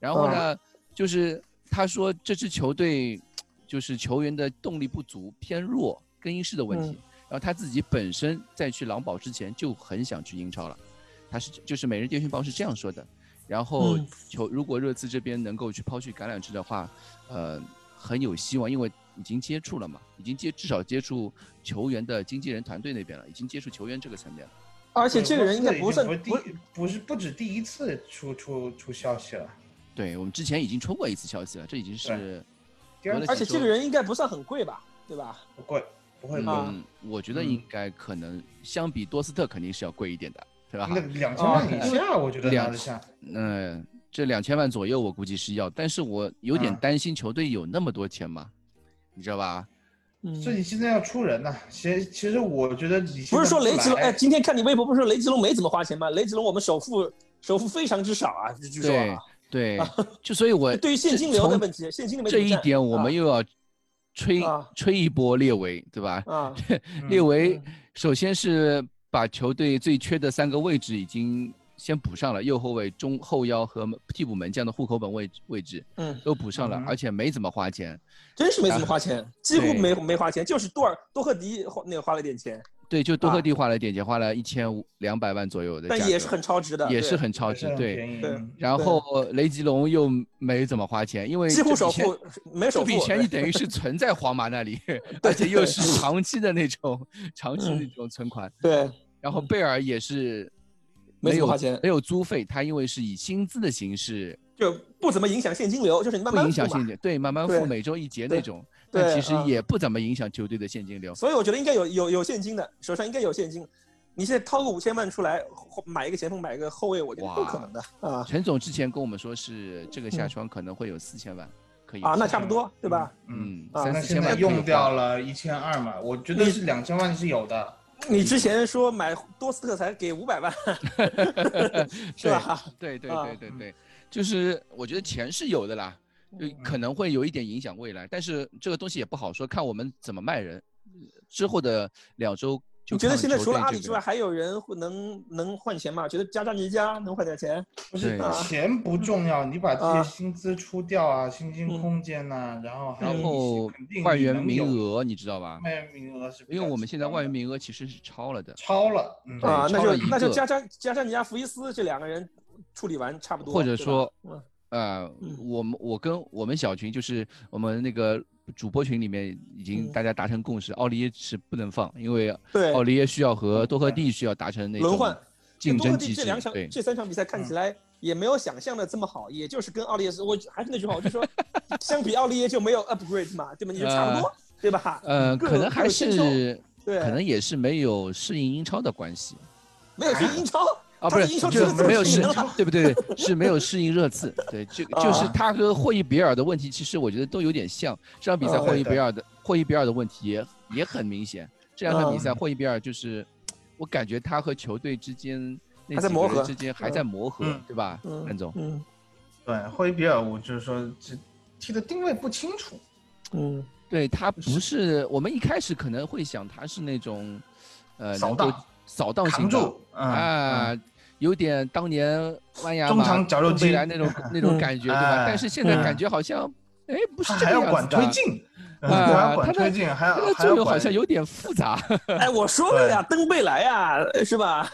Speaker 7: 然后呢，就是他说这支球队就是球员的动力不足、偏弱、更衣室的问题
Speaker 2: 嗯，
Speaker 7: 然后他自己本身在去狼堡之前就很想去英超了，他是就是《每日电讯报》是这样说的。然后
Speaker 2: 嗯
Speaker 7: 球如果热刺这边能够去抛去橄榄枝的话，呃，很有希望，因为已经接触了嘛，已经接至少接触球员的经纪人团队那边了，已经接触球员这个层面了。
Speaker 2: 而且这个人应该
Speaker 6: 不
Speaker 2: 不算
Speaker 6: 是第
Speaker 2: 不
Speaker 6: 不是不止第一次出出出消息了，
Speaker 7: 对我们之前已经出过一次消息了，这已经是
Speaker 6: 第二
Speaker 7: 隔了
Speaker 2: 而
Speaker 7: 几
Speaker 2: 且这个人应啊该不算很贵吧，对吧？
Speaker 6: 不贵，不会贵，
Speaker 7: 嗯，我觉得
Speaker 6: 嗯
Speaker 7: 应该可能相比多斯特肯定是要贵一点的，对吧
Speaker 6: 那？两千万
Speaker 2: 啊
Speaker 6: 以下，我觉得拿
Speaker 7: 两
Speaker 6: 得下。
Speaker 7: 嗯、这两千万左右我估计是要，但是我有点
Speaker 6: 啊
Speaker 7: 担心球队有那么多钱吗？你知道吧？
Speaker 2: 嗯
Speaker 6: 所以你现在要出人呐、其实其实我觉得你现在
Speaker 2: 不是说雷吉隆，
Speaker 6: 来
Speaker 2: 哎，今天看你微博不是说雷吉隆没怎么花钱吗？雷吉隆我们首付首付非常之少啊，据说
Speaker 7: 对
Speaker 2: 啊，
Speaker 7: 对，就所以我
Speaker 2: 对于现
Speaker 7: 这
Speaker 2: 金流的
Speaker 7: 从
Speaker 2: 问题，现金流没
Speaker 7: 这
Speaker 2: 怎么
Speaker 7: 一
Speaker 2: 占
Speaker 7: 点我们又要吹、
Speaker 2: 啊
Speaker 7: 吹一波列维，对吧？
Speaker 2: 啊
Speaker 7: 列维
Speaker 2: 嗯
Speaker 7: 首先是把球队最缺的三个位置已经先补上了，右后卫、中后腰和替补门将的户口本位位置
Speaker 2: 嗯，
Speaker 7: 都补上了，
Speaker 6: 嗯
Speaker 7: 而且没怎么花钱。
Speaker 2: 真是没怎么花钱，几乎
Speaker 7: 对
Speaker 2: 没没花钱，就是多尔多赫迪花那个花了点钱，
Speaker 7: 对，就多
Speaker 2: 啊
Speaker 7: 赫蒂花了点钱，花了一千五两百万左右的价
Speaker 2: 但
Speaker 7: 格，
Speaker 2: 也是很超值的，
Speaker 7: 也
Speaker 2: 对
Speaker 7: 是很超
Speaker 6: 还
Speaker 7: 值
Speaker 6: 是。很
Speaker 7: 对，
Speaker 6: 便宜
Speaker 2: 对
Speaker 6: 嗯
Speaker 7: 然后雷吉隆又没怎么花钱，因为
Speaker 2: 几乎
Speaker 7: 这
Speaker 2: 首
Speaker 7: 笔钱
Speaker 2: 付没
Speaker 7: 这
Speaker 2: 首付，
Speaker 7: 笔钱
Speaker 2: 对
Speaker 7: 你等于是存在皇马 那里，而且又是长期的那种长期的
Speaker 2: 嗯
Speaker 7: 那种存款。
Speaker 2: 对
Speaker 7: 然后贝尔也是
Speaker 2: 嗯没怎
Speaker 7: 没
Speaker 2: 么
Speaker 7: 有
Speaker 2: 花钱
Speaker 7: 没有租费，他因为是以薪资的形式，
Speaker 2: 就不怎么影响现金流，就是你慢
Speaker 7: 不
Speaker 2: 慢
Speaker 7: 影响
Speaker 2: 付嘛
Speaker 7: 现金，对，慢慢付
Speaker 2: 对
Speaker 7: 每周一结
Speaker 2: 对
Speaker 7: 那种，但
Speaker 2: 对
Speaker 7: 其实
Speaker 2: 啊
Speaker 7: 也不怎么影响球队的现金流。
Speaker 2: 所以我觉得应该有有有现金的，手上应该有现金。你现在掏个五千万出来，或买一个前锋，买一个后卫，我觉得
Speaker 7: 哇
Speaker 2: 不可能的啊
Speaker 7: 陈总之前跟我们说是这个夏窗可能会有四千万，可以
Speaker 2: 嗯啊，那
Speaker 7: 花
Speaker 2: 差不多对吧？
Speaker 7: 嗯
Speaker 2: 啊
Speaker 7: 三
Speaker 6: 那
Speaker 7: 四
Speaker 6: 现
Speaker 7: 千
Speaker 6: 在
Speaker 7: 万
Speaker 6: 用掉
Speaker 7: 了，
Speaker 6: 了一千二嘛，我觉得是两千万是有的。
Speaker 7: 嗯
Speaker 2: 你之前说买多斯特才给五百万，是吧？
Speaker 7: 对对
Speaker 2: 啊
Speaker 7: 对对对，就是我觉得钱是有的啦，就
Speaker 2: 嗯
Speaker 7: 可能会有一点影响未来，但是这个东西也不好说，看我们怎么卖人。之后的两周就
Speaker 2: 你觉得
Speaker 7: 看
Speaker 2: 现在
Speaker 7: 球
Speaker 2: 除了
Speaker 7: 队
Speaker 2: 阿
Speaker 7: 这
Speaker 2: 里
Speaker 7: 个
Speaker 2: 之外，还有人会能能换钱吗？觉得加扎尼加能换点钱？啊
Speaker 6: 不是
Speaker 7: 对
Speaker 6: 钱不重要，你把这些薪资出掉啊，薪金
Speaker 2: 嗯
Speaker 6: 空间呐、然后还有
Speaker 7: 然后
Speaker 6: 一些肯定
Speaker 7: 外
Speaker 6: 你
Speaker 7: 援
Speaker 6: 能
Speaker 7: 名
Speaker 6: 有，
Speaker 7: 额你知道吧？
Speaker 6: 外援名额是比
Speaker 7: 因为
Speaker 6: 较
Speaker 7: 我们现在
Speaker 6: 紧张
Speaker 7: 外
Speaker 6: 的
Speaker 7: 援名额其实是超了的，
Speaker 6: 超了，嗯
Speaker 7: 对
Speaker 2: 啊，那
Speaker 7: 超了
Speaker 2: 就
Speaker 7: 一
Speaker 2: 那就
Speaker 7: 个
Speaker 2: 加扎加扎尼加、福伊斯这两个人处理完差不多，
Speaker 7: 或者
Speaker 2: 对吧
Speaker 7: 说
Speaker 2: 嗯，
Speaker 7: 呃
Speaker 2: 嗯，
Speaker 7: 我们我跟我们小群就是我们那个主播群里面已经
Speaker 2: 嗯
Speaker 7: 大家达成共识，奥利耶是不能放，因为
Speaker 2: 对
Speaker 7: 奥利耶需要和多赫蒂需要达成那
Speaker 2: 轮换
Speaker 7: 种竞
Speaker 2: 多
Speaker 7: 争
Speaker 2: 特
Speaker 7: 机
Speaker 2: 地这
Speaker 7: 制
Speaker 2: 两，场
Speaker 7: 对，
Speaker 2: 这三场比赛看
Speaker 6: 嗯
Speaker 2: 起来也没有想象的这么好，也就是跟奥利耶斯，我还是那句话，我就 说，相比奥利耶就没有 upgrade 嘛，对吧？你就差不多，对吧？
Speaker 7: 呃，
Speaker 2: 各
Speaker 7: 可能
Speaker 2: 有
Speaker 7: 还
Speaker 2: 各有千秋
Speaker 7: 是
Speaker 2: 对，
Speaker 7: 可能也是没有适应英超的关系
Speaker 2: 没有去英超，
Speaker 7: 啊，
Speaker 2: 他
Speaker 7: 不
Speaker 2: 的
Speaker 7: 是
Speaker 2: 英超
Speaker 7: 就
Speaker 2: 这
Speaker 7: 是
Speaker 2: 个
Speaker 7: 没有
Speaker 2: 怎
Speaker 7: 适
Speaker 2: 么可能，
Speaker 7: 对不对？是没有适应热刺，对，就就是
Speaker 2: 啊
Speaker 7: 他和霍伊比尔的问题，其实我觉得都有点像。这场比赛
Speaker 2: 啊
Speaker 7: 霍伊
Speaker 6: 对
Speaker 7: 比尔的霍伊比尔的问题也也很明显。这两场比赛霍伊比尔就是，我感觉他和球队之间那
Speaker 2: 还在
Speaker 7: 几
Speaker 2: 磨
Speaker 7: 个人
Speaker 2: 合
Speaker 7: 之间还在磨合
Speaker 6: 嗯，
Speaker 7: 对吧？
Speaker 2: 嗯
Speaker 7: 安总，
Speaker 2: 嗯
Speaker 6: 对，霍伊比尔，我就是说这踢的定位不清楚，
Speaker 2: 嗯，
Speaker 7: 对他不是我们一开始可能会想他是那种，呃，
Speaker 6: 扫
Speaker 7: 能够
Speaker 6: 荡
Speaker 7: 扫荡型
Speaker 6: 扛
Speaker 7: 的，
Speaker 6: 住嗯
Speaker 7: 啊，有点当年弯牙
Speaker 6: 中
Speaker 7: 马
Speaker 6: 场绞肉
Speaker 7: 未
Speaker 6: 机
Speaker 7: 来那 种那
Speaker 2: 嗯
Speaker 7: 种感觉，对吧？
Speaker 6: 哎
Speaker 7: 但是现在感
Speaker 6: 嗯
Speaker 7: 觉好像，哎，不是
Speaker 6: 他
Speaker 7: 这
Speaker 6: 还
Speaker 7: 个
Speaker 6: 要
Speaker 7: 样
Speaker 6: 管
Speaker 7: 子的
Speaker 6: 推，进，嗯
Speaker 7: 啊
Speaker 6: 还要
Speaker 7: 他
Speaker 6: 管
Speaker 7: 的
Speaker 6: 推进，还
Speaker 7: 它
Speaker 6: 要
Speaker 7: 的
Speaker 6: 还
Speaker 7: 作
Speaker 6: 要
Speaker 7: 用好
Speaker 6: 管嗯
Speaker 7: 像有点复杂。
Speaker 2: 哎，我说了呀，登贝莱呀，是吧？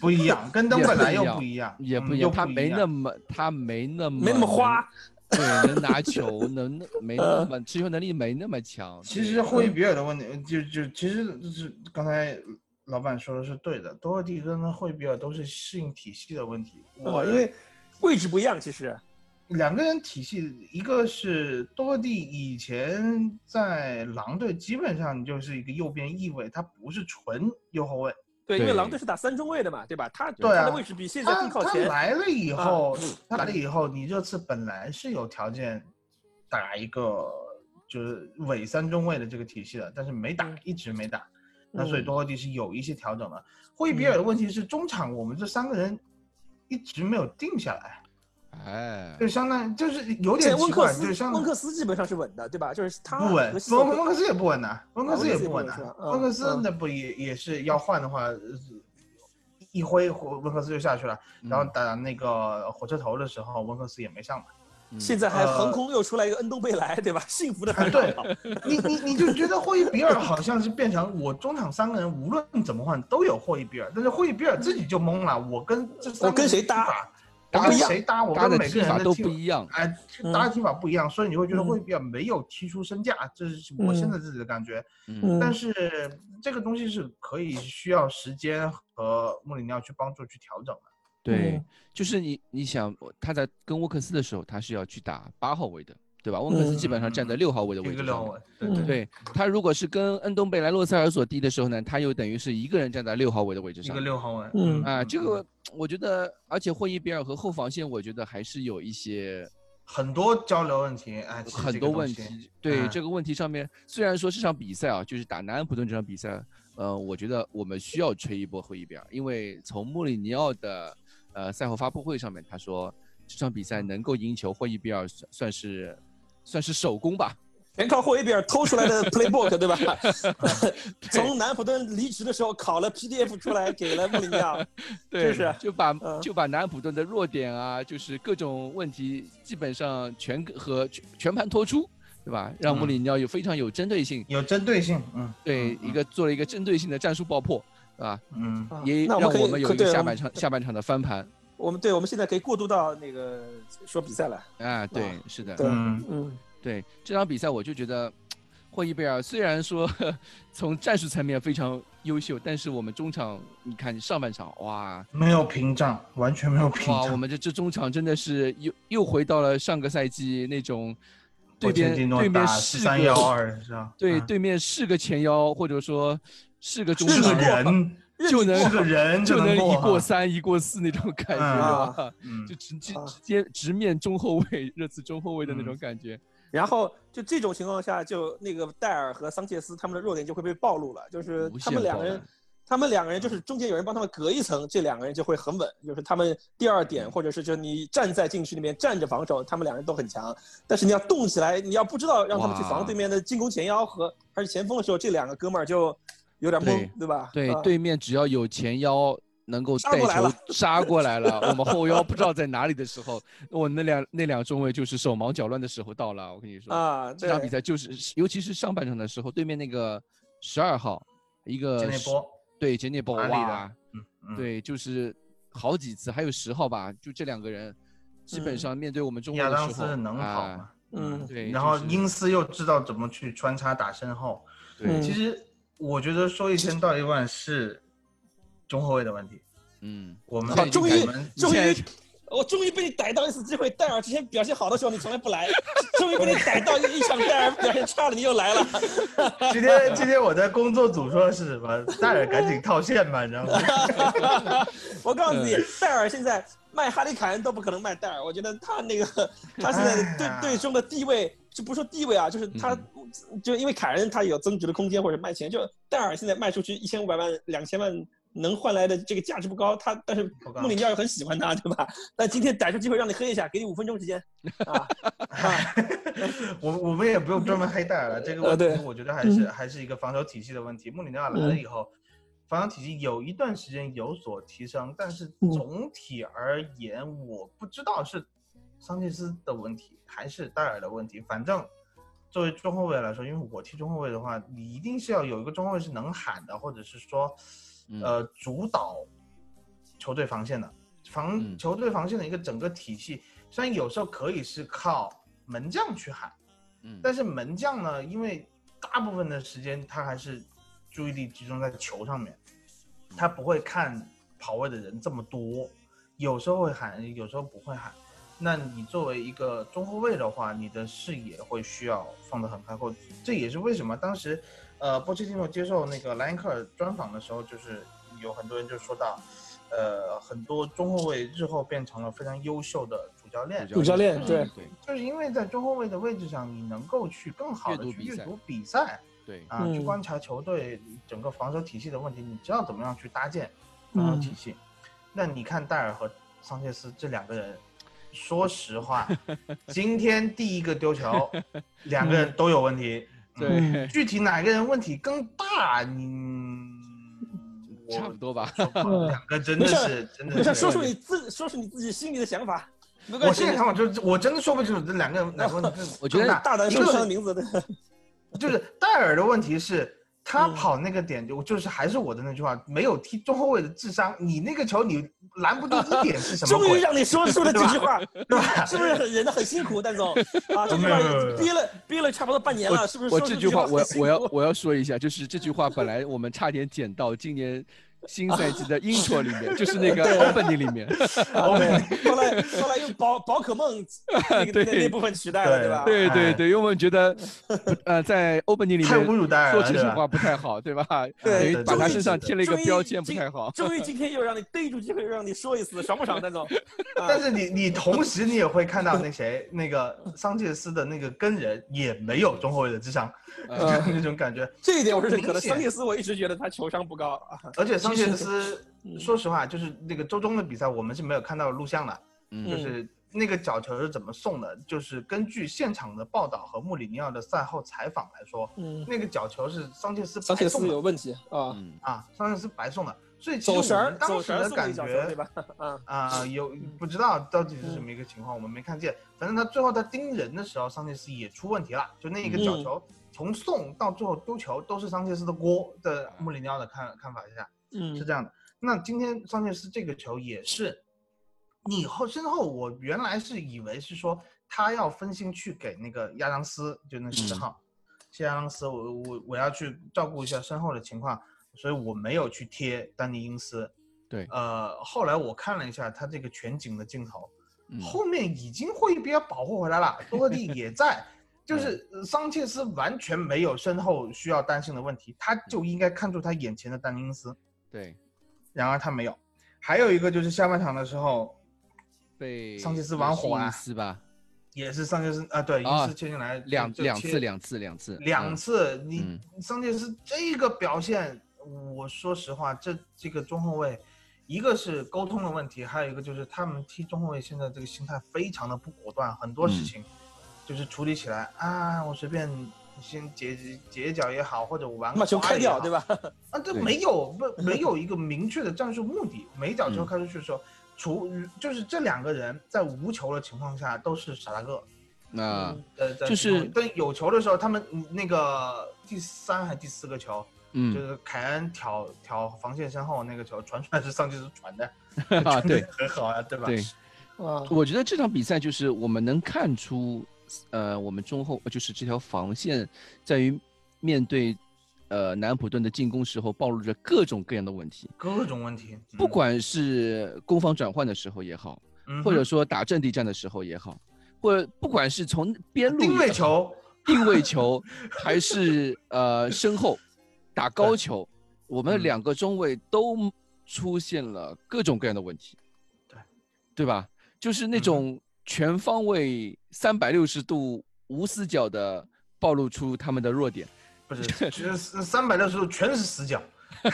Speaker 6: 不一样，跟登
Speaker 7: 也
Speaker 6: 本
Speaker 7: 不
Speaker 6: 来
Speaker 7: 一
Speaker 6: 又
Speaker 7: 样
Speaker 6: 不一样，
Speaker 7: 也
Speaker 6: 嗯
Speaker 7: 不一
Speaker 6: 又
Speaker 7: 样，他没
Speaker 6: 样
Speaker 7: 那么，他没那么，
Speaker 2: 没那么花，
Speaker 7: 能，对，能拿 球，能没那么持球能力没那么强。
Speaker 6: 呃其
Speaker 7: 对
Speaker 6: 实霍伊比尔的问题，就就其实就是刚才老板说的是对的，多特地跟霍伊比尔都是适应体系的问题。
Speaker 7: 呃
Speaker 6: 我、
Speaker 7: 嗯
Speaker 2: 哦因为位置不一样，其实，
Speaker 6: 两个人体系，一个是多特地以前在狼队基本上就是一个右边翼位，他不是纯右后卫，
Speaker 2: 对，因为
Speaker 7: 对
Speaker 2: 狼队是打三中卫的嘛，对吧？他
Speaker 6: 对啊
Speaker 2: 他的位置比现在
Speaker 6: 他
Speaker 2: 更靠
Speaker 6: 他
Speaker 2: 前。
Speaker 6: 来了以
Speaker 2: 啊
Speaker 6: 后，他来了以后，你热刺本来是有条件打一个就是伪三中卫的这个体系的，但是没打，一直没打。那所以
Speaker 2: 嗯
Speaker 6: 多特地是有一些调整的。霍伊比尔的问题是中场我们这三个人一直没有定下来，
Speaker 7: 哎
Speaker 6: 就，相当于就是有
Speaker 2: 现
Speaker 6: 点
Speaker 2: 在温
Speaker 6: 奇
Speaker 2: 克
Speaker 6: 怪，就
Speaker 2: 斯
Speaker 6: 相
Speaker 2: 温克斯基本上是稳的，对吧？就是他
Speaker 6: 不稳
Speaker 2: 和，西
Speaker 6: 温
Speaker 2: 索
Speaker 6: 温克斯也不稳呐，温克斯也不稳
Speaker 2: 啊温克斯也
Speaker 6: 呐
Speaker 2: 不，稳是吧
Speaker 6: 温克斯
Speaker 2: 嗯
Speaker 6: 那不也也是要换的话，呃一挥温克斯就下去了。然后打那个火车头的时候，温克斯也没上嘛。
Speaker 2: 现在还横空又出来一个恩东贝莱，对吧？幸福的
Speaker 6: 啊，
Speaker 2: 烦恼。
Speaker 6: 呃 对，你你你就觉得霍伊比尔好像是变成我中场三个人无论怎么换都有霍伊比尔，但是霍伊比尔自己就懵了，我跟这三个人
Speaker 2: 我跟谁搭
Speaker 6: 踢法？
Speaker 7: 搭不
Speaker 6: 我跟
Speaker 7: 一样
Speaker 6: 谁搭？我
Speaker 7: 搭
Speaker 6: 跟
Speaker 7: 的
Speaker 6: 每
Speaker 7: 踢
Speaker 6: 个人
Speaker 7: 法
Speaker 6: 的
Speaker 7: 都
Speaker 6: 踢
Speaker 7: 不一样。
Speaker 6: 哎，
Speaker 2: 嗯
Speaker 6: 搭的踢法不一样，所以你会觉得
Speaker 2: 嗯
Speaker 6: 霍伊比尔没有踢出身价，这是我现在自己的感觉。
Speaker 7: 嗯
Speaker 6: 但是这个东西是可以需要时间和穆里尼奥去帮助去调整的。
Speaker 7: 对，
Speaker 6: 嗯
Speaker 7: 就是你你想他在跟沃克斯的时候，他是要去打八号位的，对吧？沃克斯基本上站在六号位的位
Speaker 6: 嗯一
Speaker 7: 置
Speaker 6: 个
Speaker 7: 上
Speaker 6: 六
Speaker 7: 面。
Speaker 6: 位，对
Speaker 2: 嗯
Speaker 6: 对对，
Speaker 7: 嗯对他如果是跟恩东贝莱、洛塞尔索蒂的时候呢，他又等于是一个人站在六号位的位置
Speaker 6: 一
Speaker 7: 上
Speaker 6: 个。六号位。
Speaker 2: 嗯
Speaker 7: 啊，这个我觉得，而且霍伊比尔和后防线，我觉得还是有一些
Speaker 6: 很多交流问题，哎，其实
Speaker 7: 很
Speaker 6: 这个
Speaker 7: 多
Speaker 6: 东
Speaker 7: 问
Speaker 6: 西
Speaker 7: 题。对
Speaker 6: 嗯
Speaker 7: 这个问题上面，虽然说这场比赛啊，就是打南安普顿这场比赛，呃，我觉得我们需要吹一波霍伊比尔，因为从穆里尼奥的呃赛后发布会上面，他说这场比赛能够赢球，霍伊比尔算算是算是首功吧。
Speaker 2: 全靠霍伊比尔偷出来的 playbook，对吧？ 从南普敦离职的时候考了 PDF 出来，给了穆里尼 奥。
Speaker 7: 对，
Speaker 2: 是
Speaker 7: 就把、
Speaker 2: 嗯
Speaker 7: 就把南安普顿的弱点啊，就是各种问题，基本上全个和全全盘托出，对吧？让穆里尼奥有非常有针对性，
Speaker 6: 有针对性，嗯，
Speaker 7: 对、
Speaker 6: 嗯
Speaker 7: 一个做了一个针对性的战术爆破，啊，
Speaker 6: 嗯，
Speaker 2: 啊
Speaker 7: 也
Speaker 2: 那
Speaker 7: 让
Speaker 2: 可以
Speaker 7: 我们有一
Speaker 2: 对
Speaker 7: 个下半场下半场的翻盘。
Speaker 2: 我们对，我们现在可以过渡到那个说比赛了。
Speaker 7: 啊，对，
Speaker 2: 啊
Speaker 7: 是的，
Speaker 2: 对，
Speaker 6: 嗯
Speaker 2: 嗯，
Speaker 7: 对这场比赛我就觉得，霍伊贝尔虽然说 从战术层面非常优秀，但是我们中场，你看上半场，哇，
Speaker 6: 没有屏障，完全没有屏
Speaker 7: 哇，我
Speaker 6: 障。
Speaker 7: 们这这中场真的是又又回到了上个赛季那种对
Speaker 6: 我
Speaker 7: 边
Speaker 6: 前几诺
Speaker 7: 对
Speaker 6: 打
Speaker 7: 面是
Speaker 6: 三
Speaker 7: 个
Speaker 6: 幺二是吧？
Speaker 7: 对
Speaker 6: 嗯
Speaker 7: 对面是个前腰，或者说是个中
Speaker 6: 是
Speaker 7: 场
Speaker 6: 个人，
Speaker 2: 嗯
Speaker 7: 就
Speaker 6: 这
Speaker 7: 能
Speaker 6: 个人
Speaker 7: 就能一过
Speaker 6: 过，
Speaker 7: 三一过四那种感觉
Speaker 2: 嗯
Speaker 7: 啊，
Speaker 6: 嗯
Speaker 7: 就，直接
Speaker 2: 啊
Speaker 7: 直接直面中后卫热刺中后卫的那种
Speaker 6: 嗯
Speaker 7: 感觉。
Speaker 2: 然后就这种情况下，就那个戴尔和桑切斯他们的弱点就会被暴露了，就是
Speaker 7: 无限
Speaker 2: 他们两个
Speaker 7: 暴
Speaker 2: 人
Speaker 7: 露。
Speaker 2: 他们两个人就是中间有人帮他们隔一层，这两个人就会很稳。就是他们第二
Speaker 7: 嗯
Speaker 2: 点，或者是就你站在禁区里面站着防守，他们两人都很强。但是你要动起来，你要不知道让他们去
Speaker 7: 哇
Speaker 2: 防对面的进攻前腰和还是前锋的时候，这两个哥们儿就有点懵，
Speaker 7: 对
Speaker 2: 对吧？
Speaker 7: 对
Speaker 2: 啊，
Speaker 7: 对面只要有前腰能够
Speaker 2: 杀
Speaker 7: 带
Speaker 2: 过来
Speaker 7: 球
Speaker 2: 了
Speaker 7: 杀过 来了，我们后腰不知道在哪里的时候，我那两那两中卫就是手忙脚乱的时候到了。我跟你说，
Speaker 2: 啊，
Speaker 7: 这场
Speaker 2: 对
Speaker 7: 比赛就是，尤其是上半场的时候，对面那个十二号，一个
Speaker 6: 进那
Speaker 7: 是
Speaker 6: 波，
Speaker 7: 对杰内波
Speaker 6: 阿里
Speaker 7: 哇，
Speaker 6: 嗯，
Speaker 7: 呃对，就是好几次，还有十号吧，就这两个人，基本
Speaker 2: 嗯
Speaker 7: 上面对我们中卫
Speaker 6: 亚
Speaker 7: 的
Speaker 6: 当
Speaker 7: 时候，
Speaker 6: 斯能跑
Speaker 7: 啊
Speaker 6: 吗？
Speaker 2: 嗯
Speaker 7: 对
Speaker 6: 然后
Speaker 7: 就是
Speaker 6: 英斯又知道怎么去穿插打身后。
Speaker 2: 嗯
Speaker 7: 对，
Speaker 6: 其实我觉得说一千道一万是中后卫的问题。
Speaker 7: 嗯，
Speaker 6: 我们
Speaker 7: 啊
Speaker 2: 终于
Speaker 6: 我们
Speaker 2: 终
Speaker 7: 现
Speaker 2: 于
Speaker 7: 在，
Speaker 2: 我终于被你逮到一次机会。戴尔之前表现好的时候你从来不来，终于被你逮到一场戴尔表现差了你又来了。
Speaker 6: 今天今天我在工作组说的是什么？戴尔赶紧套现吧，你知道吗？
Speaker 2: 我告诉
Speaker 6: 嗯
Speaker 2: 你，戴尔现在卖哈里凯恩都不可能卖戴尔。我觉得他那个他现在
Speaker 6: 哎呀
Speaker 2: 对队中的地位，就不说地位啊，就是他
Speaker 6: 嗯
Speaker 2: 就因为凯恩他有增值的空间或者卖钱，就戴尔现在卖出去一千五百万、两千万。能换来的这个价值不高，他但是
Speaker 6: 不高
Speaker 2: 穆里尼奥又很喜欢他，对吧？但今天逮住机会让你黑一下，给你五分钟时间啊！啊
Speaker 6: 我我们也不用专门黑戴尔了，这个
Speaker 2: 呃
Speaker 6: 问题
Speaker 2: 对嗯
Speaker 6: 我觉得还是还是一个防守体系的问题。穆里尼奥来了以后，防守体系有一段时间有所提升，但是
Speaker 2: 嗯
Speaker 6: 总体而言，我不知道是桑切斯的问题还是戴尔的问题。反正作为中后卫来说，因为我踢中后卫的话，你一定是要有一个中后卫是能喊的，或者是说，
Speaker 2: 嗯
Speaker 6: 呃，主导球队防线的。
Speaker 7: 嗯
Speaker 6: 防球队防线的一个整个体系，虽然有时候可以是靠门将去喊，
Speaker 7: 嗯
Speaker 6: 但是门将呢，因为大部分的时间他还是注意力集中在球上面，他不会看跑位的人这么多，有时候会喊，有时候不会喊。那你作为一个中后卫的话，你的视野会需要放得很开阔，这也是为什么当时，呃，波切蒂诺接受那个莱因克尔专访的时候，就是有很多人就说到，呃，很多中后卫日后变成了非常优秀的主教练，
Speaker 2: 主教练对
Speaker 7: 对嗯对
Speaker 6: 就是因为在中后卫的位置上，你能够去更好的
Speaker 7: 阅读
Speaker 6: 去
Speaker 7: 比
Speaker 6: 阅
Speaker 7: 赛
Speaker 6: 读比赛
Speaker 7: 对
Speaker 6: 啊，去
Speaker 2: 嗯
Speaker 6: 观察球队整个防守体系的问题，你知道怎么样去搭建防
Speaker 2: 嗯
Speaker 6: 守体系。那你看戴尔和桑切斯这两个人，说实话，今天第一个丢球，两个人都有问题。 嗯
Speaker 7: 对，
Speaker 6: 具体哪个人问题更大，你我
Speaker 7: 差不多吧。
Speaker 6: 说不好
Speaker 2: 嗯
Speaker 6: 两个真的是真
Speaker 2: 没
Speaker 6: 的
Speaker 2: 事，
Speaker 6: 是。
Speaker 2: 说出你自说出你自己心里的想法。没关
Speaker 6: 我
Speaker 2: 系
Speaker 6: 现在想法就是，我真的说不清楚这两个人哪个问题更
Speaker 7: 我觉得
Speaker 6: 更大
Speaker 2: 大胆
Speaker 6: 一
Speaker 2: 说
Speaker 6: 个
Speaker 2: 出他的名字，对
Speaker 6: 就是戴尔的问题是，他
Speaker 2: 嗯
Speaker 6: 跑那个点就就是还是我的那句话，没有踢中后卫的智商，你那个球你拦不住一点是什 么
Speaker 2: 终于
Speaker 6: 鬼，
Speaker 2: 让你说出了这句话，
Speaker 6: 对 吧？
Speaker 2: 是不是很忍得很辛苦， 蛋总啊？这句话
Speaker 6: 没有没有没有
Speaker 2: 憋了憋了差不多半年了，是不是？
Speaker 7: 我
Speaker 2: 说
Speaker 7: 这
Speaker 2: 出
Speaker 7: 句话，
Speaker 2: 很
Speaker 7: 我
Speaker 2: 辛
Speaker 7: 我要
Speaker 2: 苦
Speaker 7: 我要说一下，就是这句话本来我们差点捡到今年新赛季 的 intro 里面，就是那个 opening 里面。
Speaker 6: 哦
Speaker 2: 啊对，后来后来用宝宝可 梦那个那
Speaker 7: 对
Speaker 2: 那部分取代了，
Speaker 6: 对
Speaker 2: 对吧？
Speaker 7: 对对
Speaker 6: 哎
Speaker 7: 对，因为我们觉得，呃，在 opening 里
Speaker 6: 太侮
Speaker 7: 面
Speaker 6: 辱戴尔
Speaker 7: 说
Speaker 6: 了，
Speaker 7: 这
Speaker 6: 对
Speaker 7: 句
Speaker 6: 吧
Speaker 7: 话？不太好，对吧？ 等
Speaker 2: 对
Speaker 7: 于把他身上
Speaker 6: 对对对
Speaker 7: 贴了一个
Speaker 2: 终于
Speaker 7: 标签，不
Speaker 2: 今
Speaker 7: 太好。
Speaker 2: 终于今天又让你逮住机会，又让你说一次，爽 不爽，蛋总？
Speaker 6: 但是你你同时你也会看到那谁那个桑切斯的那个跟人也没有中后卫的智商，
Speaker 7: 呃
Speaker 6: 就是那种感觉。
Speaker 2: 这一点我是认可的。
Speaker 6: 明显
Speaker 2: 桑切斯我一直觉得他球商不 高啊，
Speaker 6: 而且 桑切斯
Speaker 2: 嗯
Speaker 6: 说实话，就是那个周中的比赛我们是没有看到录像的，就
Speaker 2: 嗯
Speaker 6: 是那个角球是怎么送的？就是根据现场的报道和穆里尼奥的赛后采访来说，
Speaker 2: 嗯，
Speaker 6: 那个角球是桑切斯
Speaker 2: 桑切
Speaker 6: 白
Speaker 2: 斯
Speaker 6: 送
Speaker 2: 有
Speaker 6: 的
Speaker 2: 问题啊，
Speaker 7: 嗯，
Speaker 6: 啊，桑切斯白送的，所以其
Speaker 2: 走
Speaker 6: 实
Speaker 2: 神
Speaker 6: 我
Speaker 2: 儿
Speaker 6: 们
Speaker 2: 走
Speaker 6: 当时
Speaker 2: 神儿
Speaker 6: 的
Speaker 2: 送了一
Speaker 6: 感
Speaker 2: 脚球，对
Speaker 6: 觉
Speaker 2: 吧？嗯啊，
Speaker 6: 啊、有不知道到底是什么一个情况，我们没看见。反正他最后他盯人的时候，桑切斯也出问题了，就那一个角
Speaker 2: 嗯
Speaker 6: 球从送到最后丢球都是桑切斯的锅的穆里尼奥的看看法下，
Speaker 2: 嗯
Speaker 6: 是这样的。那今天桑切斯这个球也是，你后身后，我原来是以为是说他要分心去给那个亚当斯，就那
Speaker 7: 嗯
Speaker 6: 十号，谢亚当斯，我我我要去照顾一下身后的情况，所以我没有去贴丹尼因斯。
Speaker 7: 对
Speaker 6: 呃，后来我看了一下他这个全景的镜头，
Speaker 7: 嗯
Speaker 6: 后面已经会比较保护回来了，多特地 也在，就是呃桑切斯完全没有身后需要担心的问题，他就应该看住他眼前的丹尼因斯，
Speaker 7: 对，
Speaker 6: 然而他没有。还有一个就是下半场的时候，
Speaker 7: 被
Speaker 6: 桑切斯玩火啊
Speaker 7: 伊斯吧，
Speaker 6: 也是桑切斯啊，对，
Speaker 7: 啊
Speaker 6: 伊斯切进来
Speaker 7: 两
Speaker 6: 就
Speaker 7: 两
Speaker 6: 切
Speaker 7: 次，两次，两次，
Speaker 6: 两
Speaker 7: 嗯
Speaker 6: 次，你
Speaker 7: 嗯
Speaker 6: 桑切斯这个表现，我说实话，这这个中后卫。一个是沟通的问题，还有一个就是他们踢中后卫现在这个心态非常的不果断，很多事
Speaker 7: 嗯
Speaker 6: 情就是处理起来、啊，我随便先截截一脚也好，或者我玩个
Speaker 2: 把球
Speaker 6: 花
Speaker 2: 开
Speaker 6: 也
Speaker 2: 掉，
Speaker 6: 好
Speaker 2: 对吧？
Speaker 6: 啊，这
Speaker 7: 对
Speaker 6: 没有不 没有一个明确的战术目的，每
Speaker 7: 嗯
Speaker 6: 脚球开出去的时候，除就是这两个人在无球的情况下都是傻大个，
Speaker 7: 那
Speaker 6: 呃，在
Speaker 7: 就是
Speaker 6: 情况但有球的时候，他们嗯那个第三还第四个球，就
Speaker 7: 嗯
Speaker 6: 是凯恩挑挑防线身后那个球传出来是上去是 传的，
Speaker 7: 啊，对
Speaker 6: 很好啊，对吧？
Speaker 7: 对，
Speaker 2: 啊，
Speaker 7: 我觉得这场比赛就是我们能看出，呃，我们中后就是这条防线在于面对，呃，南普顿的进攻时候暴露着各种各样的问题，
Speaker 6: 各种问题，嗯
Speaker 7: 不管是攻防转换的时候也好，
Speaker 6: 嗯
Speaker 7: 或者
Speaker 6: 哼
Speaker 7: 说打阵地战的时候也好，或者不管是从边路
Speaker 6: 定位
Speaker 7: 也好、
Speaker 6: 球，
Speaker 7: 定位球，还是呃身后打高球，我们
Speaker 6: 嗯
Speaker 7: 两个中卫都出现了各种各样的问题，
Speaker 6: 对
Speaker 7: 对吧？就是那
Speaker 6: 嗯
Speaker 7: 种全方位三百六十度无死角的暴露出他们的弱点，
Speaker 6: 不是三百六十度全是死角，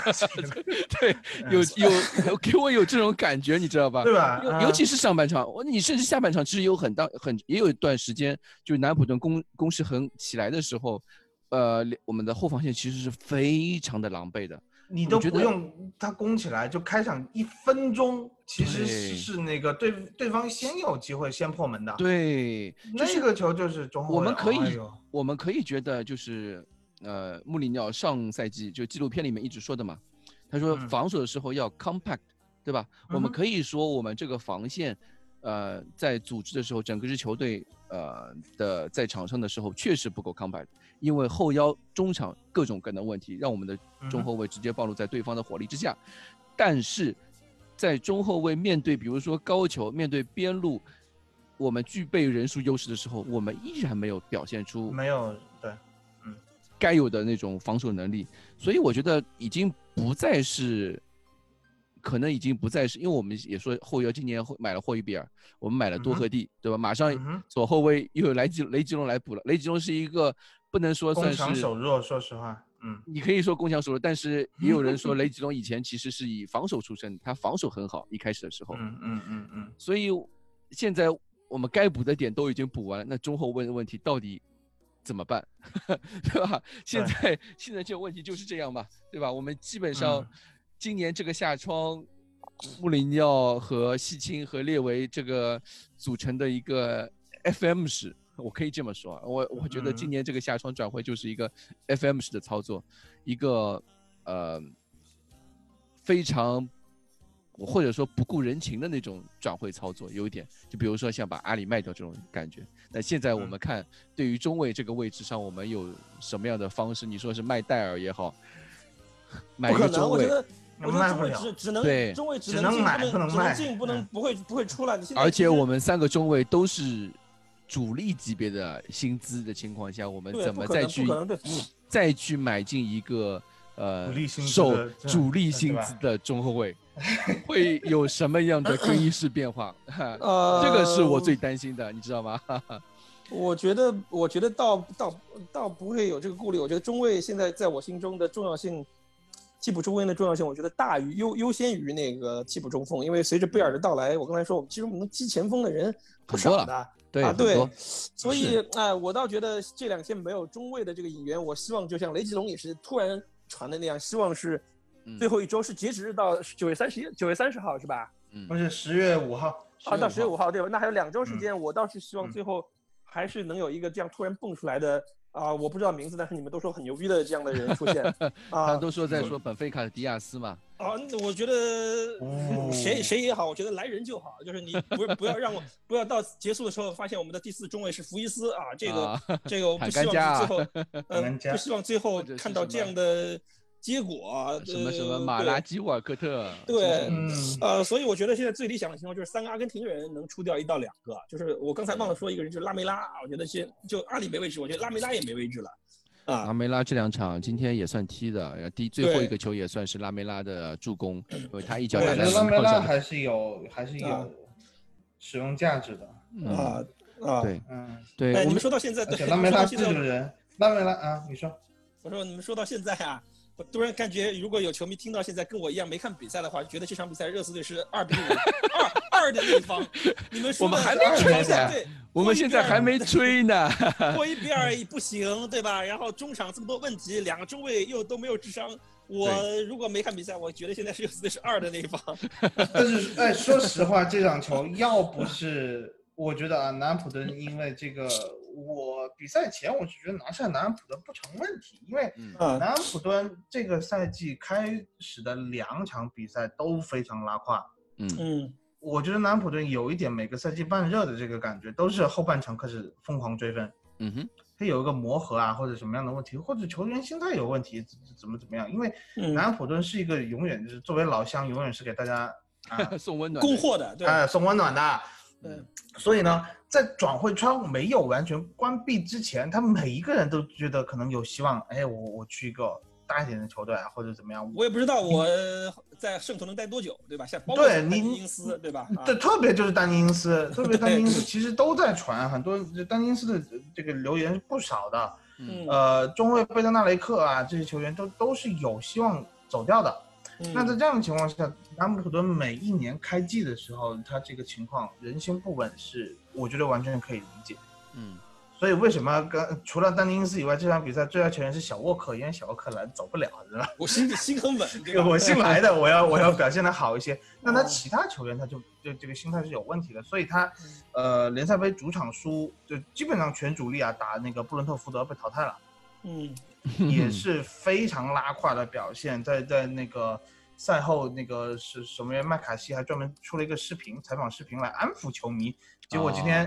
Speaker 7: 对，有有有给我有这种感觉，你知道 吧？
Speaker 6: 对吧？
Speaker 7: 尤
Speaker 6: 啊
Speaker 7: 尤其是上半场，我你甚至下半场其实有很大很也有一段时间，就是南普顿攻攻势很起来的时候，呃，两我们的后防线其实是非常的狼狈的。
Speaker 6: 你
Speaker 7: 我
Speaker 6: 都
Speaker 7: 觉
Speaker 6: 不
Speaker 7: 得
Speaker 6: 用他攻起来，就开场一分钟，其实
Speaker 7: 对
Speaker 6: 是是那个对对方先有机会先破门的。，
Speaker 7: 对，就是
Speaker 6: 那个球就是中后卫。
Speaker 7: 我们可以
Speaker 6: 哎呦
Speaker 7: 我们可以觉得就是，呃，穆里尼奥上赛季就纪录片里面一直说的嘛，他说
Speaker 6: 嗯
Speaker 7: 防守的时候要 compact，对吧？我
Speaker 6: 嗯
Speaker 7: 们
Speaker 6: 哼
Speaker 7: 可以说我们这个防线，呃，在组织的时候，整个支球队呃的在场上的时候确实不够 compact，因为后腰、中场各种各样的问题，让我们的中
Speaker 6: 嗯哼
Speaker 7: 后卫直接暴露在对方的火力之下。但是在中后卫面对比如说高球、面对边路，我们具备人数优势的时候，我们依然没有表现出
Speaker 6: 没有对，
Speaker 7: 该有的那种防守能力，所以我觉得已经不再是可能已经不再是，因为我们也说后腰今年会买了霍伊比尔，我们买了多赫蒂，对吧？马上
Speaker 6: 嗯哼
Speaker 7: 左后卫又有莱吉雷吉隆来补了，雷吉隆是一个不能说
Speaker 6: 攻
Speaker 7: 算是
Speaker 6: 强守弱，说实话，嗯，
Speaker 7: 你可以说攻强守弱，但是也有人说雷吉隆以前其实是以防守出身，他防守很好，一开始的时候，
Speaker 6: 嗯嗯嗯嗯，
Speaker 7: 所以现在我们该补的点都已经补完了，那中后卫的问题到底怎么办， 对吧？现在现在这个问题就是这样吧，对吧？我们基本上
Speaker 6: 嗯
Speaker 7: 今年这个夏窗，穆里尼奥和西青和列维这个组成的一个 FM 式。我可以这么说啊，我我觉得今
Speaker 6: 嗯
Speaker 7: 年这个夏窗转会就是一个 FM 式的操作，一个呃非常或者说不顾人情的那种转会操作，有一点，就比如说像把阿里卖掉这种感觉。那现在我们看，对于中卫这个位置上，我们有什么样的方式？你说是卖戴尔 也好，买一
Speaker 2: 不可
Speaker 7: 个
Speaker 2: 能，
Speaker 7: 中
Speaker 2: 我觉
Speaker 7: 卫，
Speaker 2: 得。我觉得中
Speaker 6: 卖不
Speaker 2: 卫
Speaker 6: 了
Speaker 2: 只只能
Speaker 7: 对
Speaker 2: 中卫只
Speaker 6: 只
Speaker 2: 能
Speaker 6: 能
Speaker 2: 进
Speaker 6: 买
Speaker 2: 不
Speaker 6: 不
Speaker 2: 能
Speaker 6: 能
Speaker 2: 只
Speaker 6: 卖
Speaker 2: 能进不能
Speaker 6: 嗯
Speaker 2: 不会不会出来的。现在
Speaker 7: 而
Speaker 2: 其
Speaker 7: 且
Speaker 2: 实
Speaker 7: 我们三个中卫都是主力级别的薪资的情况下，我们
Speaker 2: 对
Speaker 7: 怎
Speaker 2: 不
Speaker 7: 么
Speaker 2: 可
Speaker 7: 再
Speaker 2: 能不
Speaker 7: 去
Speaker 2: 可能对嗯
Speaker 7: 再去买进一个呃
Speaker 6: 主力薪资
Speaker 7: 受
Speaker 6: 的这样
Speaker 7: 主力
Speaker 6: 对
Speaker 7: 薪
Speaker 6: 吧
Speaker 7: 资的中后卫，会有什么样的更衣室变化？
Speaker 2: 呃，
Speaker 7: 这个是我最担心的，你知道吗？
Speaker 2: 我觉得，我觉得倒倒倒不会有这个顾虑。我觉得中卫现在在我心中的重要性，替补中卫的重要性，我觉得大于优优先于那个替补中锋，因为随着贝尔的到来，我刚才说，我们其实我们能踢前锋的人不
Speaker 7: 很多
Speaker 2: 少
Speaker 7: 了
Speaker 2: 的。
Speaker 7: 对，
Speaker 2: 啊，
Speaker 7: 很
Speaker 2: 对
Speaker 7: 多，
Speaker 2: 所以哎、我倒觉得这两天没有中卫的这个引援，我希望就像雷吉隆也是突然传的那样，希望是
Speaker 7: 嗯
Speaker 2: 最后一周是截止日到九月三十九月三十号是吧？
Speaker 6: 不
Speaker 7: 嗯，
Speaker 6: 是十月五号，
Speaker 2: 啊，到十月
Speaker 6: 号
Speaker 2: 五号对吧？那还有两周时间，我倒是希望
Speaker 6: 嗯
Speaker 2: 最后还是能有一个这样突然蹦出来的啊、我不知道名字，但是你们都说很牛逼的这样的人出 现
Speaker 7: 他
Speaker 2: 啊
Speaker 7: 都说在说本菲卡的迪亚斯嘛，
Speaker 2: 啊！我觉得
Speaker 6: 哦
Speaker 2: 谁谁也好，我觉得来人就好，就是你不不要让我不要到结束的时候发现我们的第四中卫是福伊斯啊，这个、
Speaker 7: 啊
Speaker 2: 这个我不
Speaker 7: 坦
Speaker 2: 希
Speaker 7: 甘加
Speaker 2: 望是最
Speaker 7: 啊
Speaker 2: 后，
Speaker 6: 坦
Speaker 2: 嗯、
Speaker 6: 甘加
Speaker 2: 不希望最后
Speaker 7: 或者是
Speaker 2: 看到
Speaker 7: 什
Speaker 2: 这
Speaker 7: 么
Speaker 2: 样的结果，
Speaker 7: 什么什么
Speaker 2: 呃
Speaker 7: 马
Speaker 2: 对
Speaker 7: 拉基沃尔科特，
Speaker 2: 对
Speaker 7: 就是
Speaker 6: 嗯，
Speaker 2: 呃，所以我觉得现在最理想的情况就是三个阿根廷人能出掉一到两个，就是我刚才忘了说一个人，就是拉梅拉啊，我觉得现就阿里没位置，我觉得拉梅拉也没位置了，啊
Speaker 7: 拉，梅拉这两场今天也算踢的，然后第最后
Speaker 2: 对
Speaker 7: 一个球也算是拉梅拉的助攻，因为他一脚
Speaker 2: 对
Speaker 7: 打
Speaker 6: 我
Speaker 7: 在
Speaker 6: 觉
Speaker 2: 那
Speaker 7: 门
Speaker 6: 得拉梅
Speaker 7: 框
Speaker 6: 拉
Speaker 7: 上的，
Speaker 6: 还是有还是
Speaker 2: 啊
Speaker 6: 有使用价值的，
Speaker 7: 嗯，
Speaker 2: 啊啊，
Speaker 7: 对
Speaker 6: 嗯，
Speaker 7: 对，
Speaker 2: 哎，
Speaker 7: 我
Speaker 2: 你们
Speaker 7: 们
Speaker 2: 说到现在，
Speaker 6: 而
Speaker 2: 对，
Speaker 6: 且
Speaker 2: 你
Speaker 6: 拉
Speaker 2: 们
Speaker 6: 梅
Speaker 2: 说
Speaker 6: 拉
Speaker 2: 到
Speaker 6: 自
Speaker 2: 现
Speaker 6: 己
Speaker 2: 在，
Speaker 6: 人，拉梅拉啊，你说，
Speaker 2: 我说你们说到现在啊，我突然感觉如果有球迷听到现在跟我一样没看比赛的话，觉得这场比赛热刺队是二比五二二的那一方，你们说
Speaker 7: 我们
Speaker 2: 的
Speaker 7: 还没
Speaker 2: 二比
Speaker 7: 吹
Speaker 2: 二
Speaker 7: 呢
Speaker 2: 对，
Speaker 7: 我们现在还没吹呢，
Speaker 2: 霍伊比尔也不行，对吧？然后中场这么多问题，两个中卫又都没有智商。我如果没看比赛，我觉得现在是热刺队是二的那一 方。
Speaker 6: 但是哎，说实话，这场球要不是我觉得啊，南安普顿因为这个，我比赛前我是觉得拿下南安普顿不成问题，因为
Speaker 7: 嗯
Speaker 2: 啊
Speaker 6: 南安普顿这个赛季开始的两场比赛都非常拉胯。
Speaker 7: 嗯，
Speaker 2: 嗯，
Speaker 6: 我觉得南安普顿有一点每个赛季慢热的这个感觉，都是后半场开始疯狂追分，
Speaker 7: 嗯哼，
Speaker 6: 他有一个磨合啊，或者什么样的问题，或者球员心态有问题，怎怎么怎么样？因为
Speaker 2: 嗯
Speaker 6: 南安普顿是一个永远就是作为老乡，永远是给大家啊
Speaker 7: 送温暖的
Speaker 2: 供货的，对，
Speaker 6: 啊送温暖的。
Speaker 2: 嗯
Speaker 6: 所以呢，在转会窗没有完全关闭之前，他每一个人都觉得可能有希望。哎，我我去一个大一点的球队啊，或者怎么样？
Speaker 2: 我也不知道我在圣徒能待多久，对吧？像包括
Speaker 6: 对
Speaker 2: 像
Speaker 6: 你
Speaker 2: 英斯，对吧？啊
Speaker 6: 对，特别就是丹尼因斯，特别丹尼因斯
Speaker 2: 对
Speaker 6: 其实都在传，很多丹尼因斯的这个留言是不少的。
Speaker 2: 嗯
Speaker 6: 呃，中卫贝登纳雷克啊，这些球员都都是有希望走掉的。
Speaker 2: 嗯
Speaker 6: 那在这样的情况下，南普顿每一年开季的时候，他这个情况人心不稳是，我觉得完全可以理解。
Speaker 7: 嗯，
Speaker 6: 所以为什么跟除了丹尼因斯以外，这场比赛最佳球员是小沃克，因为小沃克来走不了，是吧？
Speaker 2: 我心心很稳，对吧？
Speaker 6: 我新来的，我要我要表现的好一些。那他其他球员他就就这个心态是有问题的，所以他呃联赛杯主场输，就基本上全主力啊打那个布伦特福德被淘汰了，
Speaker 2: 嗯
Speaker 6: 也是非常拉胯的表现，在在那个。赛后，那个是守门员麦卡锡还专门出了一个视频采访视频来安抚球迷，结果今天，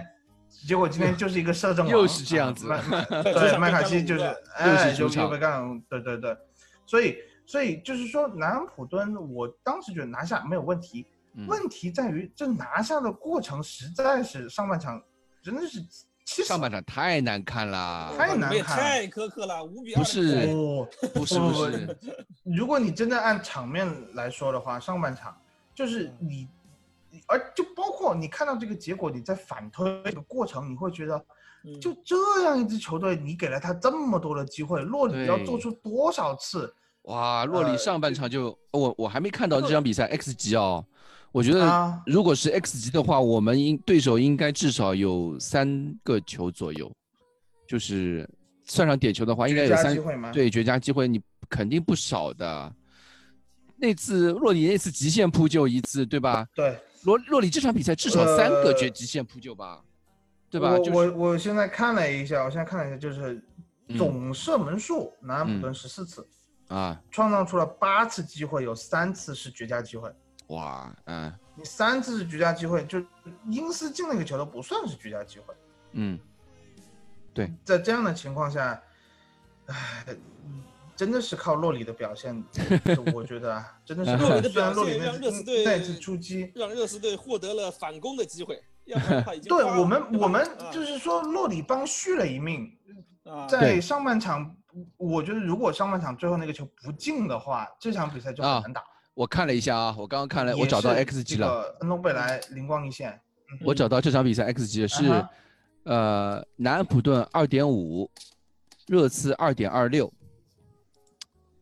Speaker 6: 结果今天就是一个 射正王，
Speaker 7: 哦又是这样子
Speaker 6: 啊麦麦
Speaker 2: 在主
Speaker 6: 对，
Speaker 2: 场
Speaker 6: 麦
Speaker 2: 被
Speaker 6: 卡
Speaker 2: 干
Speaker 6: 锡
Speaker 2: 了
Speaker 6: 就
Speaker 2: 五
Speaker 6: 是
Speaker 2: 个
Speaker 6: 哎，
Speaker 7: 是主
Speaker 6: 就
Speaker 7: 场
Speaker 6: 又被干了，对对对，所以所以就是说南安普敦，我当时觉得拿下没有问题，
Speaker 7: 嗯
Speaker 6: 问题在于这拿下的过程实在是上半场真的是气死
Speaker 7: 上
Speaker 6: 了
Speaker 7: 半场太难看啦，
Speaker 6: 太难
Speaker 2: 你们也
Speaker 6: 看了
Speaker 2: 啊太苛刻了，五比二
Speaker 7: 不是
Speaker 6: 哦，
Speaker 7: 不是不是，
Speaker 6: 如果你真的按场面来说的话，上半场就是
Speaker 7: 嗯
Speaker 6: 你，而就包括你看到这个结果，你在反推这个过程，你会觉得
Speaker 2: 嗯
Speaker 6: 就这样一支球队，你给了他这么多的机会，洛里要做出多少次？
Speaker 7: 哇，洛里
Speaker 6: 呃
Speaker 7: 上半场就、我我还没看到这场比赛 X 级哦，我觉得
Speaker 6: 啊
Speaker 7: 如果是 X 级的话，我们应对手应该至少有三个球左右，就是算上点球的话，应该有
Speaker 6: 绝佳
Speaker 7: 三
Speaker 6: 机会吗
Speaker 7: 对绝佳机会，你肯定不少的。那次洛里那次极限扑救一次，对吧？
Speaker 6: 对，
Speaker 7: 洛洛里这场比赛至少三个
Speaker 6: 呃
Speaker 7: 绝极限扑救吧，对吧？
Speaker 6: 我、
Speaker 7: 就是
Speaker 6: 我我现在看了一下，我现在看了一下，就是
Speaker 7: 嗯
Speaker 6: 总射门数，南安普
Speaker 7: 嗯
Speaker 6: 顿十四次，
Speaker 7: 啊，
Speaker 6: 创造出了八次机会，有三次是绝佳机会。
Speaker 7: 哇，嗯
Speaker 6: 你三次是绝佳机会，就英斯进那个球都不算是绝佳机会。
Speaker 7: 嗯，
Speaker 6: 在这样的情况下，唉，真的是靠洛里的表现，我觉得啊，真的 是
Speaker 2: 洛里的
Speaker 6: 虽然
Speaker 2: 表
Speaker 6: 洛里
Speaker 2: 现
Speaker 6: 那
Speaker 2: 让热
Speaker 6: 次
Speaker 2: 刺队
Speaker 6: 那次出击，
Speaker 2: 让热刺队获得了反攻的 机会，要不然的话已经
Speaker 6: 对
Speaker 2: 花了
Speaker 6: 我们
Speaker 2: 对吧
Speaker 6: 我们
Speaker 2: 啊
Speaker 6: 就是说洛里帮续了一命，
Speaker 2: 啊
Speaker 6: 在上半场，我觉得如果上半场最后那个球不进的话，这场比赛就很难打。
Speaker 7: 我看了一下啊，我刚刚啊看了，我找到 X 级了。，
Speaker 6: 恩东贝莱灵光一现，
Speaker 7: 我找到这场比赛 X 级是，
Speaker 6: 啊哈
Speaker 7: 呃，南安普顿二点五，热刺二点二六，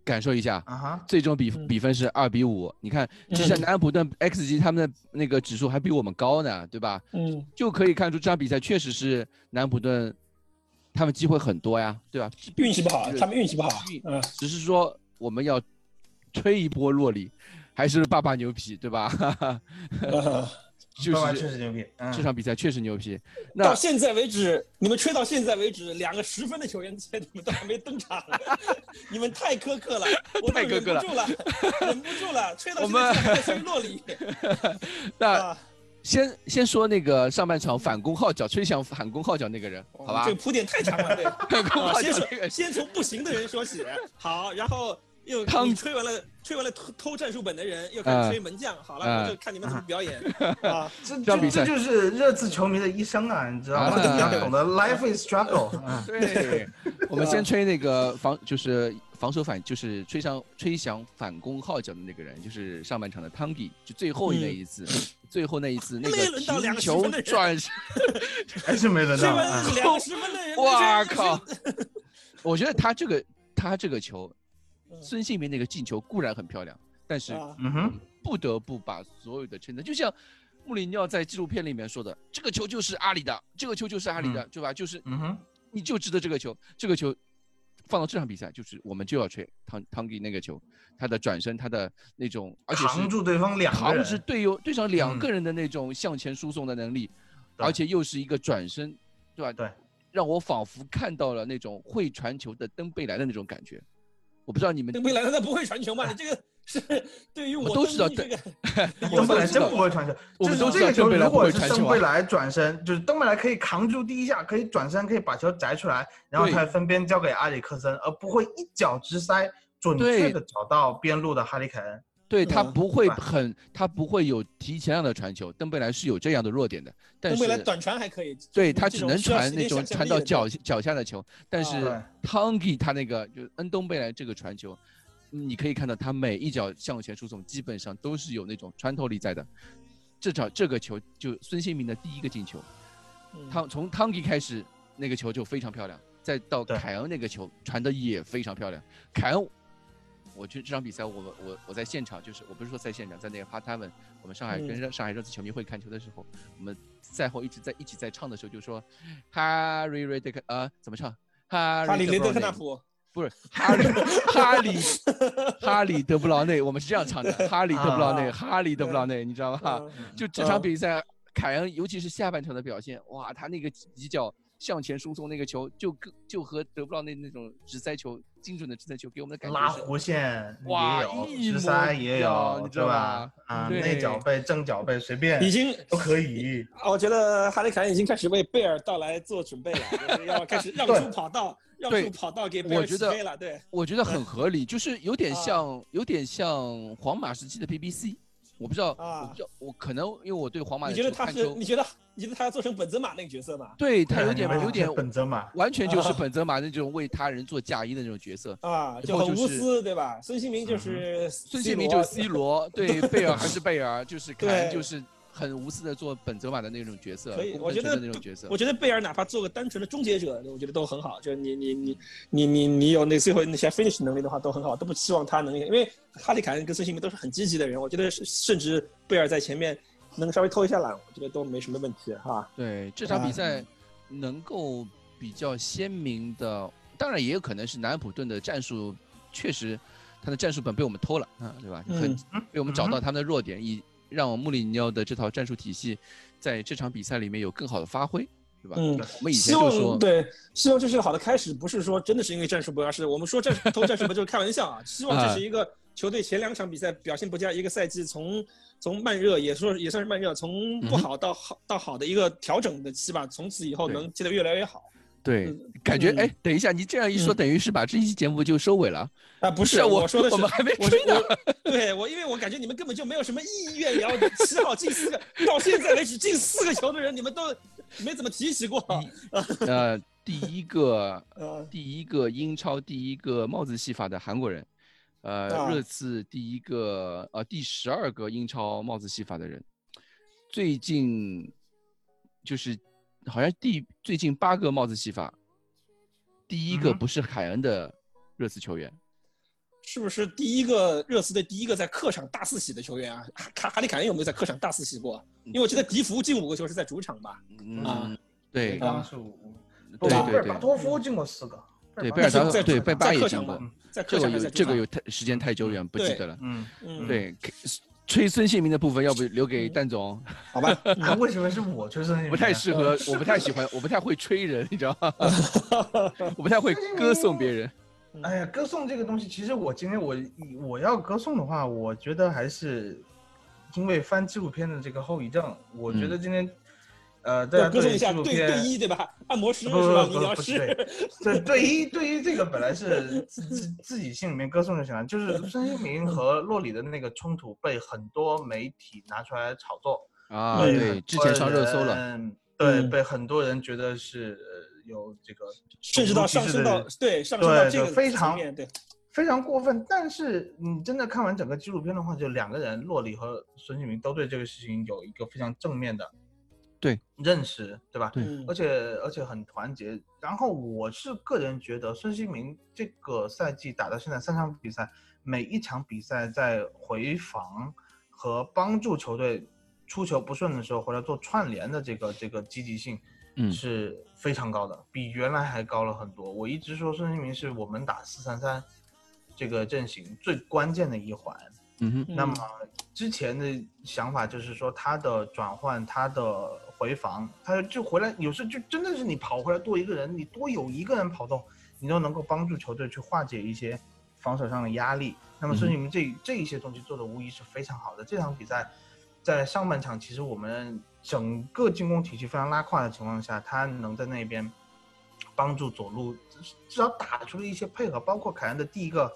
Speaker 7: 感受一下，
Speaker 6: 啊哈，
Speaker 7: 最终比
Speaker 2: 嗯
Speaker 7: 比分是二比五。你看，之前南安普顿 X 级他们的那个指数还比我们高呢，对吧？
Speaker 2: 嗯
Speaker 7: 就可以看出这场比赛确实是南安普顿，他们机会很多呀，对吧？
Speaker 2: 运气不好
Speaker 7: 这，个
Speaker 2: 他们运气不好，嗯
Speaker 7: 只是说我们要吹一波洛里，还是爸爸牛皮，对吧？
Speaker 2: 呃
Speaker 7: 就
Speaker 6: 爸爸确
Speaker 7: 是
Speaker 6: 实牛逼，
Speaker 7: 这
Speaker 6: 嗯，
Speaker 7: 场比赛确实牛皮。那
Speaker 2: 到现在为止，你们吹到现在为止，两个十分的球员，你们都还没登 场，你们太苛刻 了，我都
Speaker 7: 太苛刻了
Speaker 2: 忍不住了，忍 不住了，吹到
Speaker 7: 我
Speaker 2: 现
Speaker 7: 们
Speaker 2: 在还在吹洛 里
Speaker 6: 嗯
Speaker 7: 那
Speaker 2: 啊，
Speaker 7: 先先说那个上半场反攻号角吹响反攻号角那个人，好吧
Speaker 2: 哦这？个铺垫太长了，对，
Speaker 7: 反 攻
Speaker 2: 啊
Speaker 7: 号
Speaker 2: 先
Speaker 7: 角
Speaker 2: 说
Speaker 7: 那个人
Speaker 2: 先从不行的人说 起，好，然后又
Speaker 7: 汤
Speaker 2: 你吹完了吹完了偷偷战术本的人，又开始吹门将，好
Speaker 7: 嗯
Speaker 2: 了，就看你们怎么表演 啊，
Speaker 6: 这
Speaker 7: 这场
Speaker 6: 这
Speaker 7: 比赛
Speaker 6: 这就是热刺球迷的一生啊，你知道吗？
Speaker 7: 啊
Speaker 6: 你要懂得 life is struggle，嗯
Speaker 7: 对， 我们
Speaker 2: 啊
Speaker 7: 先吹那个防，就是防守反，就是吹响吹响反攻号角的那个人，就是上半场的汤迪，就最后那一次，
Speaker 2: 嗯
Speaker 7: 最后那一次那
Speaker 2: 没轮到两个
Speaker 7: 个皮
Speaker 2: 十分
Speaker 7: 球
Speaker 2: 的人
Speaker 7: 转身，
Speaker 6: 还 是没轮
Speaker 2: 吹
Speaker 6: 到
Speaker 2: 完
Speaker 6: 啊。
Speaker 2: 两个十分的人，
Speaker 7: 哇
Speaker 2: 那这
Speaker 7: 靠！我觉得他这个他这个球，
Speaker 2: 嗯
Speaker 7: 孙兴民那个进球固然很漂亮，但是
Speaker 2: 啊，
Speaker 6: 嗯哼，
Speaker 7: 不得不把所有的称赞，就像穆里尼奥在纪录片里面说的，这个球就是阿里的，这个球就是阿里的，对吧？就是
Speaker 6: 嗯哼，
Speaker 7: 你就值得这个球，这个球放到这场比赛，就是我们就要吹汤汤迪那个球，他的转身，他的那种，而且
Speaker 6: 扛
Speaker 7: 是
Speaker 6: 住对方两个
Speaker 7: 扛
Speaker 6: 人，
Speaker 7: 是队友对上两
Speaker 6: 嗯
Speaker 7: 个人的那种向前输送的能力，
Speaker 6: 对
Speaker 7: 而且又是一个转身，对吧？
Speaker 6: 对，
Speaker 7: 让我仿佛看到了那种会传球的登贝莱的那种感觉。我不知道你们
Speaker 2: 登贝莱他不会传球嘛？你这个是对于
Speaker 7: 我
Speaker 2: 我
Speaker 7: 都知道
Speaker 2: 这个
Speaker 7: 我们
Speaker 6: 登贝
Speaker 7: 都
Speaker 6: 莱
Speaker 7: 知
Speaker 6: 真
Speaker 7: 道
Speaker 6: 不会传球。
Speaker 7: 我们
Speaker 6: 这
Speaker 7: 都知
Speaker 6: 这
Speaker 7: 道
Speaker 6: 个球
Speaker 7: 登贝莱
Speaker 6: 如
Speaker 7: 不会
Speaker 6: 果是
Speaker 7: 传球啊
Speaker 6: 登贝莱转身，就是登贝莱可以扛住第一下，可以转身，可以把球摘出来，然后
Speaker 7: 对
Speaker 6: 他分边交给埃里克森，而不会一脚直塞，准确
Speaker 7: 对
Speaker 6: 的找到边路的哈里凯恩。
Speaker 7: 对他
Speaker 2: 嗯
Speaker 7: 不会
Speaker 6: 对
Speaker 7: 很，他不会有提前量的传球。登贝莱是有这样的弱点的，但
Speaker 2: 登贝莱
Speaker 7: 是
Speaker 2: 短传还可以，
Speaker 7: 对他只能
Speaker 2: 这种需要
Speaker 7: 传
Speaker 2: 时
Speaker 7: 那
Speaker 2: 间
Speaker 7: 种
Speaker 2: 想象
Speaker 7: 传
Speaker 2: 力
Speaker 7: 到
Speaker 2: 的
Speaker 7: 脚脚下的球。但
Speaker 2: 啊
Speaker 7: 是
Speaker 6: 对
Speaker 7: 汤吉他那个就是恩东贝莱这个传球，嗯你可以看到他每一脚向前输送，基本上都是有那种穿透力在的。这场这个球就孙兴民的第一个进球，
Speaker 2: 嗯
Speaker 7: 汤从汤迪开始，那个球就非常漂亮，再到
Speaker 6: 对
Speaker 7: 凯恩那个球传的也非常漂亮。凯恩，我觉得这场比赛我们我我在现场，就是我不是说在现场，在那个 part time，我们上
Speaker 2: 嗯
Speaker 7: 海跟上上海热刺球迷会看球的时候，我们赛后一直在一起在唱的时候就说哈瑞瑞德克呃怎么唱？哈
Speaker 2: 哈里雷德克纳
Speaker 7: 纳普。
Speaker 2: 普
Speaker 7: 不是哈里哈里哈里德布劳内，我们是这样唱的，哈里德布劳内，
Speaker 2: 啊
Speaker 7: 哈里德布劳内，你知道吗？就这场
Speaker 2: 嗯
Speaker 7: 比赛，凯恩尤其是下半场的表现，哇，他那个几脚向前输送那个球，就跟就和德布劳内那种直塞球精准的直塞球给我们的感
Speaker 6: 拉
Speaker 7: 觉是，
Speaker 6: 弧线
Speaker 7: 哇
Speaker 6: 也有，
Speaker 7: 一模
Speaker 6: 直塞也
Speaker 7: 一样
Speaker 6: 有，
Speaker 7: 你知
Speaker 6: 对
Speaker 7: 道
Speaker 6: 吧？啊，
Speaker 7: 对
Speaker 6: 内脚背、正脚背随便
Speaker 2: 已经，
Speaker 6: 都可以。
Speaker 2: 我觉得哈里凯恩已经开始为贝尔到来做准备了，就是要开始让
Speaker 6: 对
Speaker 2: 出跑道，让
Speaker 7: 对
Speaker 2: 出跑道给贝尔
Speaker 7: 我觉
Speaker 2: 起
Speaker 7: 得
Speaker 2: 飞了，对，
Speaker 7: 我觉得很合理，就是有点
Speaker 2: 啊
Speaker 7: 像有点像皇马时期的 BBC，我不知道，
Speaker 2: 啊
Speaker 7: 我不知道，我可能因为我对皇马
Speaker 2: 你
Speaker 7: 的
Speaker 2: 觉
Speaker 7: 球
Speaker 2: 得他
Speaker 7: 看
Speaker 2: 是？
Speaker 7: 球
Speaker 2: 你，觉得你觉得他要做成本泽马那个角色吗？
Speaker 7: 对他有
Speaker 1: 你
Speaker 7: 点
Speaker 1: 们
Speaker 7: 有点
Speaker 1: 本泽马，
Speaker 7: 完全就是本泽马那种为他人做嫁衣的那种角色。
Speaker 2: 啊，
Speaker 7: 以
Speaker 2: 就
Speaker 7: 后
Speaker 2: 很
Speaker 7: 就
Speaker 2: 无
Speaker 7: 是嗯
Speaker 2: 私，对吧？孙兴民就是
Speaker 7: 孙
Speaker 2: C
Speaker 7: 兴民
Speaker 2: 罗
Speaker 7: 就是 C 罗，对 贝尔还是贝尔，就是
Speaker 2: 对
Speaker 7: 看就是很无私的做本泽马的那种角色，
Speaker 2: 可以，
Speaker 7: 功
Speaker 2: 我
Speaker 7: 能
Speaker 2: 觉
Speaker 7: 圈的
Speaker 2: 得
Speaker 7: 那种角
Speaker 2: 不
Speaker 7: 色
Speaker 2: 我。觉得贝尔哪怕做个单纯的终结者，我觉得都很好。就是你你你你你你有那最后那些 finish 能力的话，都很好，都不期望他能，因为哈利凯恩跟孙兴民都是很积极的人，我觉得是甚至贝尔在前面能稍微偷一下懒，我觉得都没什么问题哈。
Speaker 7: 对这场比
Speaker 2: 啊
Speaker 7: 赛能够比较鲜明的，当然也有可能是南安普顿的战术确实他的战术本被我们偷了，啊，对吧？
Speaker 2: 嗯
Speaker 7: 很被我们找到他们的弱点，以让穆里尼奥的这套战术体系在这场比赛里面有更好的发挥，对吧？
Speaker 2: 嗯
Speaker 7: 我们以前
Speaker 2: 希
Speaker 7: 就
Speaker 2: 望
Speaker 7: 说，
Speaker 2: 对，希望这是个好的开始，不是说真的是因为战术不佳，是我们说战术偷战术不就是开玩笑啊？ 希望
Speaker 7: 哎
Speaker 2: 这是一个球队前两场比赛表现不佳，一个赛季从从慢热也说也算是慢热，从不好到好、到好的一个调整的期吧，从此以后
Speaker 7: 嗯对
Speaker 2: 能踢得越来越好
Speaker 7: 对
Speaker 2: 嗯，
Speaker 7: 感觉
Speaker 2: 嗯
Speaker 7: 哎，等一下，你这样一说，
Speaker 2: 嗯
Speaker 7: 等于是把这一期节目就收尾了。
Speaker 2: 啊！不
Speaker 7: 是
Speaker 2: 是
Speaker 7: 啊我
Speaker 2: 说的是
Speaker 7: 我们还没
Speaker 2: 我
Speaker 7: 吹呢
Speaker 2: 我对我，因为我感觉你们根本就没有什么意愿聊起好进四个，到现在为止进四个球的人，你们都没怎么提起过。
Speaker 7: 呃，第一个
Speaker 2: 呃，
Speaker 7: 第一个英超第一个帽子戏法的韩国人，呃，
Speaker 2: 啊
Speaker 7: 热刺第一个呃第十二个英超帽子戏法的人，最近就是好像第最近八个帽子戏法，第一个
Speaker 1: 嗯
Speaker 7: 不是海恩的热刺球员，
Speaker 2: 是不是第一个热刺队第一个在客场大四喜的球员啊？哈卡哈里凯恩有没有在客场大四喜过？啊因为我记得迪福进五个球是在主场吧？
Speaker 7: 嗯
Speaker 2: 啊，
Speaker 7: 对对
Speaker 6: 刚是五，
Speaker 7: 对
Speaker 1: 贝
Speaker 7: 对
Speaker 1: 尔巴托夫进过四个，
Speaker 7: 对，
Speaker 1: 巴
Speaker 7: 贝尔
Speaker 2: 那
Speaker 7: 达
Speaker 2: 是在
Speaker 7: 对
Speaker 2: 主
Speaker 7: 贝巴
Speaker 2: 在
Speaker 7: 也
Speaker 2: 客
Speaker 7: 进
Speaker 2: 场
Speaker 7: 过
Speaker 2: 吧，在客
Speaker 7: 这个
Speaker 2: 场还是在
Speaker 7: 有这
Speaker 2: 主
Speaker 7: 个
Speaker 2: 场
Speaker 7: 有太时间太久远不记
Speaker 2: 对
Speaker 7: 得了。
Speaker 6: 嗯，
Speaker 2: 嗯，
Speaker 7: 对，吹孙兴民的部分要不留给蛋总，
Speaker 2: 好吧，
Speaker 6: 啊为什么是我吹孙兴民
Speaker 7: 不
Speaker 6: 呢？
Speaker 7: 太适合，我不太喜欢，我不太会吹人，你知道吗？ 我不太会歌颂别人。
Speaker 6: 哎呀，歌颂这个东西，其实我今天我我要歌颂的话，我觉得还是因为翻纪录片的这个后遗症，我
Speaker 7: 嗯
Speaker 6: 觉得今天，呃，大家
Speaker 2: 要歌颂
Speaker 6: 对
Speaker 2: 一
Speaker 6: 纪
Speaker 2: 下
Speaker 6: 录
Speaker 2: 对对
Speaker 6: 片。
Speaker 2: 一对吧？按摩师
Speaker 6: 不
Speaker 2: 是
Speaker 6: 不
Speaker 2: 吧？
Speaker 6: 不
Speaker 2: 理疗
Speaker 6: 不是
Speaker 2: 师，
Speaker 6: 对对于对于这个本来是自自自己心里面歌颂就行了，就是孙兴民和洛里的那个冲突被很多媒体拿出来炒作，
Speaker 7: 啊，
Speaker 6: 被
Speaker 7: 对，
Speaker 6: 很
Speaker 7: 之
Speaker 6: 多
Speaker 7: 前上热搜了，
Speaker 6: 人，哎对，
Speaker 2: 嗯
Speaker 6: 被很多人觉得是呃有这个
Speaker 2: 甚至到上升到
Speaker 6: 种族歧视的
Speaker 2: 对上升到
Speaker 6: 对
Speaker 2: 这个
Speaker 6: 对非
Speaker 2: 层
Speaker 6: 常
Speaker 2: 面对，
Speaker 6: 非常过分。但是你真的看完整个纪录片的话，就两个人，洛里和孙兴民都对这个事情有一个非常正面的
Speaker 7: 对
Speaker 6: 认识，对吧？
Speaker 7: 对
Speaker 2: 嗯
Speaker 6: 而且而且很团结。然后我是个人觉得，孙兴民这个赛季打到现在三场比赛，每一场比赛在回防和帮助球队出球不顺的时候回来做串联的这个这个积极性，
Speaker 7: 嗯
Speaker 6: 是非常高的，比原来还高了很多。我一直说孙兴民是我们打四三三这个阵型最关键的一环。
Speaker 7: 嗯哼，
Speaker 6: 那
Speaker 2: 嗯
Speaker 6: 么之前的想法就是说，他的转换，他的回防，他就回来，有时就真的是你跑回来多一个人，你多有一个人跑动，你都能够帮助球队去化解一些防守上的压力。那么
Speaker 7: 嗯
Speaker 6: 孙兴民这这一些东西做的无疑是非常好的。这场比赛在上半场，其实我们整个进攻体系非常拉胯的情况下，他能在那边帮助左路，至至少打出了一些配合，包括凯恩的第一个